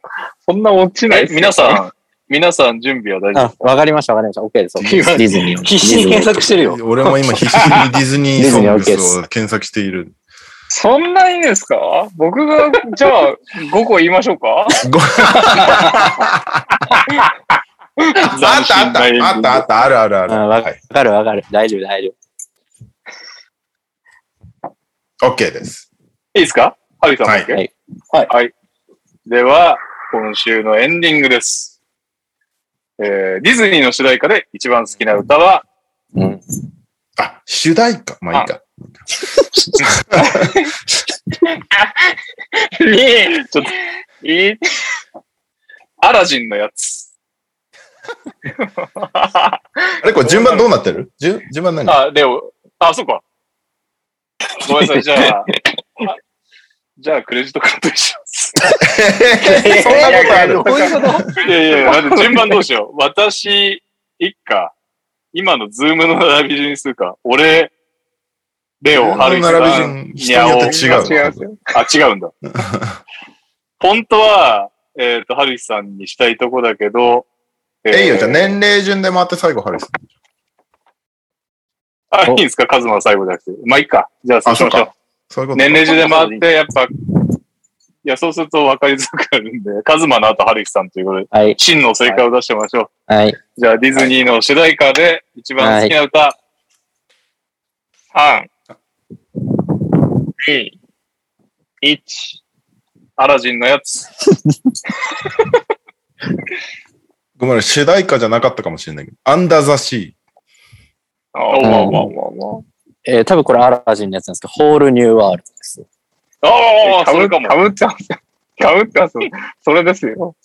そんな落ちなえいですよ皆さん、皆さん準備は大丈夫あ、わかりました、わかりました。OK です。OK ですディズニーを。必死に検索してるよ。俺も今必死にディズニーソングスを検索している。そんなにですか僕が、じゃあ、5個言いましょうかあったあったあったあったあるあるある。あはわい。わかる、わかる。大丈夫、大丈夫。 OK です。いいですかハリーさんだけはいはい。はい。では、今週のエンディングです。えー、ディズニーの主題歌で一番好きな歌は、うん。あ、主題歌。まあいいか。ちょっと、アラジンのやつ。あれこれ順番どうなってる順順番何あ、レオ、あ、そっか。ごめんなさい、じゃあ、 [LAUGHS] あじゃあクレジットカードにします。 [LAUGHS] そんなことあるどういうこといやいや、待って順番どうしよう。 [LAUGHS] 私、いっか。今のズームの並び順数か。俺、レオ、ハルキさん。並び順、人によって違うの。違いますよ。あ、違 [LAUGHS] うんだ。本当は、えっ、と、ハルキさんにしたいとこだけど、えーえいよ、じゃあ年齢順で回って最後、ハリス。あ、いいんですかカズマは最後じゃなくて。まあ、いいか。じゃあ、そうしましょう。そういうこと年齢中で回って、やっぱ、いや、そうすると分かりづらくなるんで、カズマの後、ハルキさんということで、はい。真の正解を出してみましょう。はい。じゃあ、ディズニーの主題歌で一番好きな歌、3、2、1、アラジンのやつ。ごめん、主題歌じゃなかったかもしれないけど、アンダーザシああ、んまあまあまあまえー多分これアラジンのやつなんですけど、ホールニューワールドです。あ。ああ、かそぶれかも。ってます。 [LAUGHS] かぶってます。それです [LAUGHS] よ。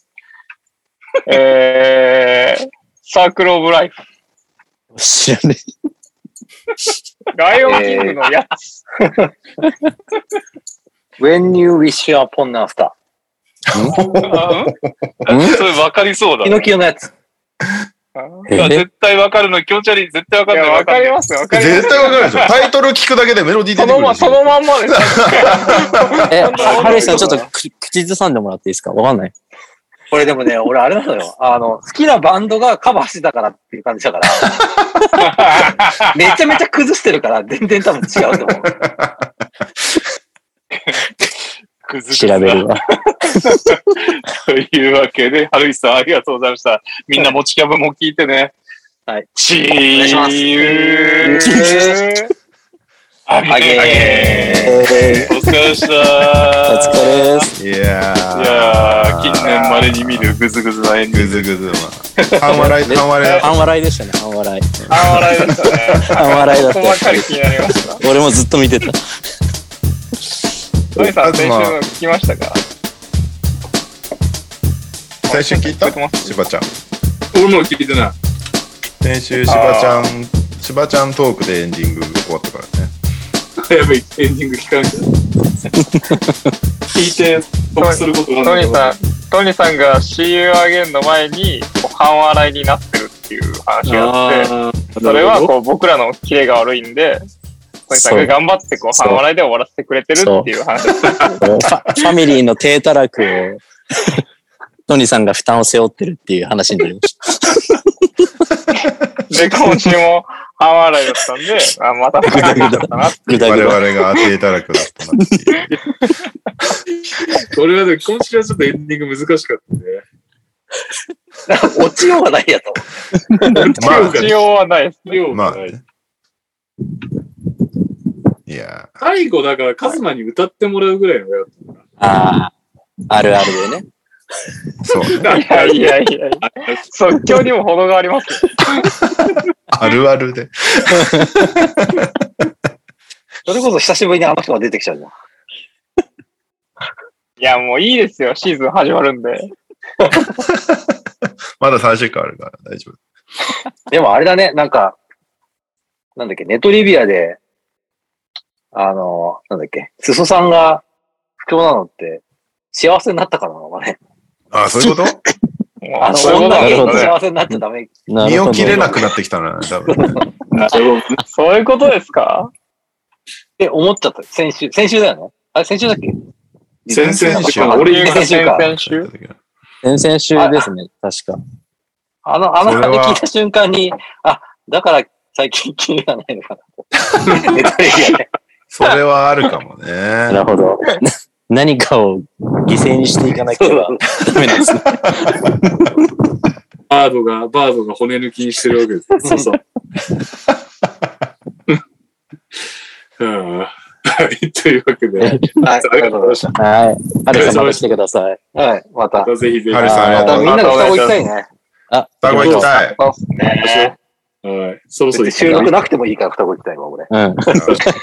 えー、サークルオブライフ。知らねライオンキングのやつ。 When you wish upon a star. [LAUGHS] あうんんそれ分かりそうだピね。ノキオのやつ。え。いや絶対分かるの気持ち悪い。絶対分いかんや、ない。わかりんないますよ。わかー。りま絶す。対わかるでしょ。タイトル聞くだけでメロディー出てくそのるでま、しそょ。のまんまです。え、ハルさんちょっと口口ずさんでもらっていいですかわかんない。これでもね、 [LAUGHS] 俺あれなのよ。あの、好きなバンドがカバーしてたからっていう感じだから。 [LAUGHS] めちゃめちゃ崩してるから、全然多分違うと思う。くずくず調だべるわ。というわけで、春石さんありがとうございました。みんな持ちキャブも聞いてね。はい。チーお願いします。あげーあげお疲れでした。 [LAUGHS] お疲れです。いやー。いやー、近年まれに見るグズグズなエンディンぐずぐずは。半笑い、半笑い。半笑いでしたね、半笑い。あ、笑いでしたね。半笑いだっここばっかりた。気になりました。俺もずっと見てた。ノイさん、先週の聞きましたか最初聞いた聞こえしてまばちゃん。グ。俺も聞いてない。先週、しばちゃん、しばちゃんトークでエンディング終わったからね。やばい、エンディング聞かなきゃ。聞いて、得することがトないニーさん、トニーさんが See You Again の前に、こう半笑いになってるっていう話があって、あーそれはこう僕らのキレが悪いんで、トニーさんが頑張ってこうそう半笑いで終わらせてくれてるっていう話です。ファファミリーの低たらくを、トニーさんが負担を背負ってるっていう話になりました。で、今週も半笑いだったんで、あ、また半笑いだったなって。ぐだ我ぐ々だ。が当てたらくだったなっていう。これはでも今週はちょっとエンディング難しかったね。落ちようがないやと。まあ必要はないです。量がないまいや最後だからカズマに歌ってもらうぐらいのやつ。 [LAUGHS] ああ、あるあるでね。ー、そうね。いやいやいやいや即興にも程がありますよ。あるあるで。それこそ久しぶりにあの人が出てきちゃうじゃん。いや、もういいですよ。シーズン始まるんで。まだ最終回あるから大丈夫。でもあれだね、なんか、なんだっけ、ネトリビアで、あの、なんだっけ、すそさんが不況なのって、幸せになったからなのかね。あー、そういうこともうあの、そういうこと女な芸んですよ人ね幸せになっちゃダメ。な身るほをど。切れなくなってきたな、多分。そういうことですかって思っちゃった。先週、先週だよね。あれ、先週だっけ先々週あ俺先週か。先々週先々週ですね、確か。あの、あのそれは話聞いた瞬間に、あ、だから最近気がないのかな。ネトリビアで。それはあるかも [LAUGHS] なるね。ほど。な何かを犠牲にしていかなければダメなんですね。バードが、バードが骨抜きにしてるわけです。そうそう。うんはい、というわけで、はい、ありがとうございましはい。ハルさんまた来てください。た。はい、またま。たぜひぜハルさん、ありまがたとみ。うんなで双子行きたいね。あ、双子行きたい。ねひ。はい、そろそ別ろに収録なくてもいいから双子行きたいわ、俺。うん。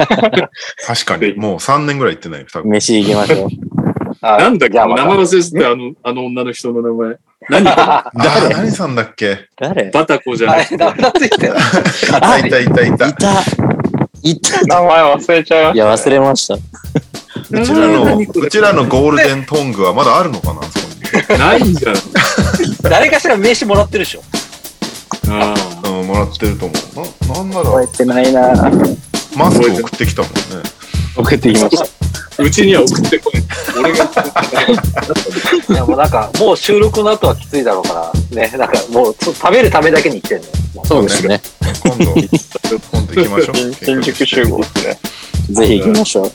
確かに、もう3年ぐらい行ってないよ、双子。飯行きましょう。はいなんだっけ、じゃ名あま前た忘れてた、あの、あの女の人の名前。何誰何さんだっけ誰バタコじゃなあい。れ、ダメだって言っあ、いたいたいたい。た。いた。名前忘れちゃいまいしや、忘れました。うちらの、うちらのゴールデントングはまだあるのかなそこにないんじゃん。た。誰かしら名刺もらってるでしょ。あうん、もらってると思う。な、なんなら、えてないなマスク送ってきたもんね。送ってきました。ーうちには送ってこない。俺が、 [LAUGHS] いやもうなんか、もう収録の後はきついだろうから、ね、なんかもうちょ食べるためだけに来てんの、そうですね。今度、今度行きましょう。新宿集合ですね。ぜひ行きましょう。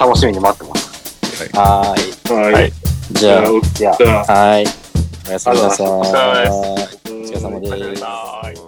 楽しみに待ってます。はーい。はい。じゃお疲れ様でしたあ、はーい。おやすみなさい。お疲れ様お疲れ様です。はい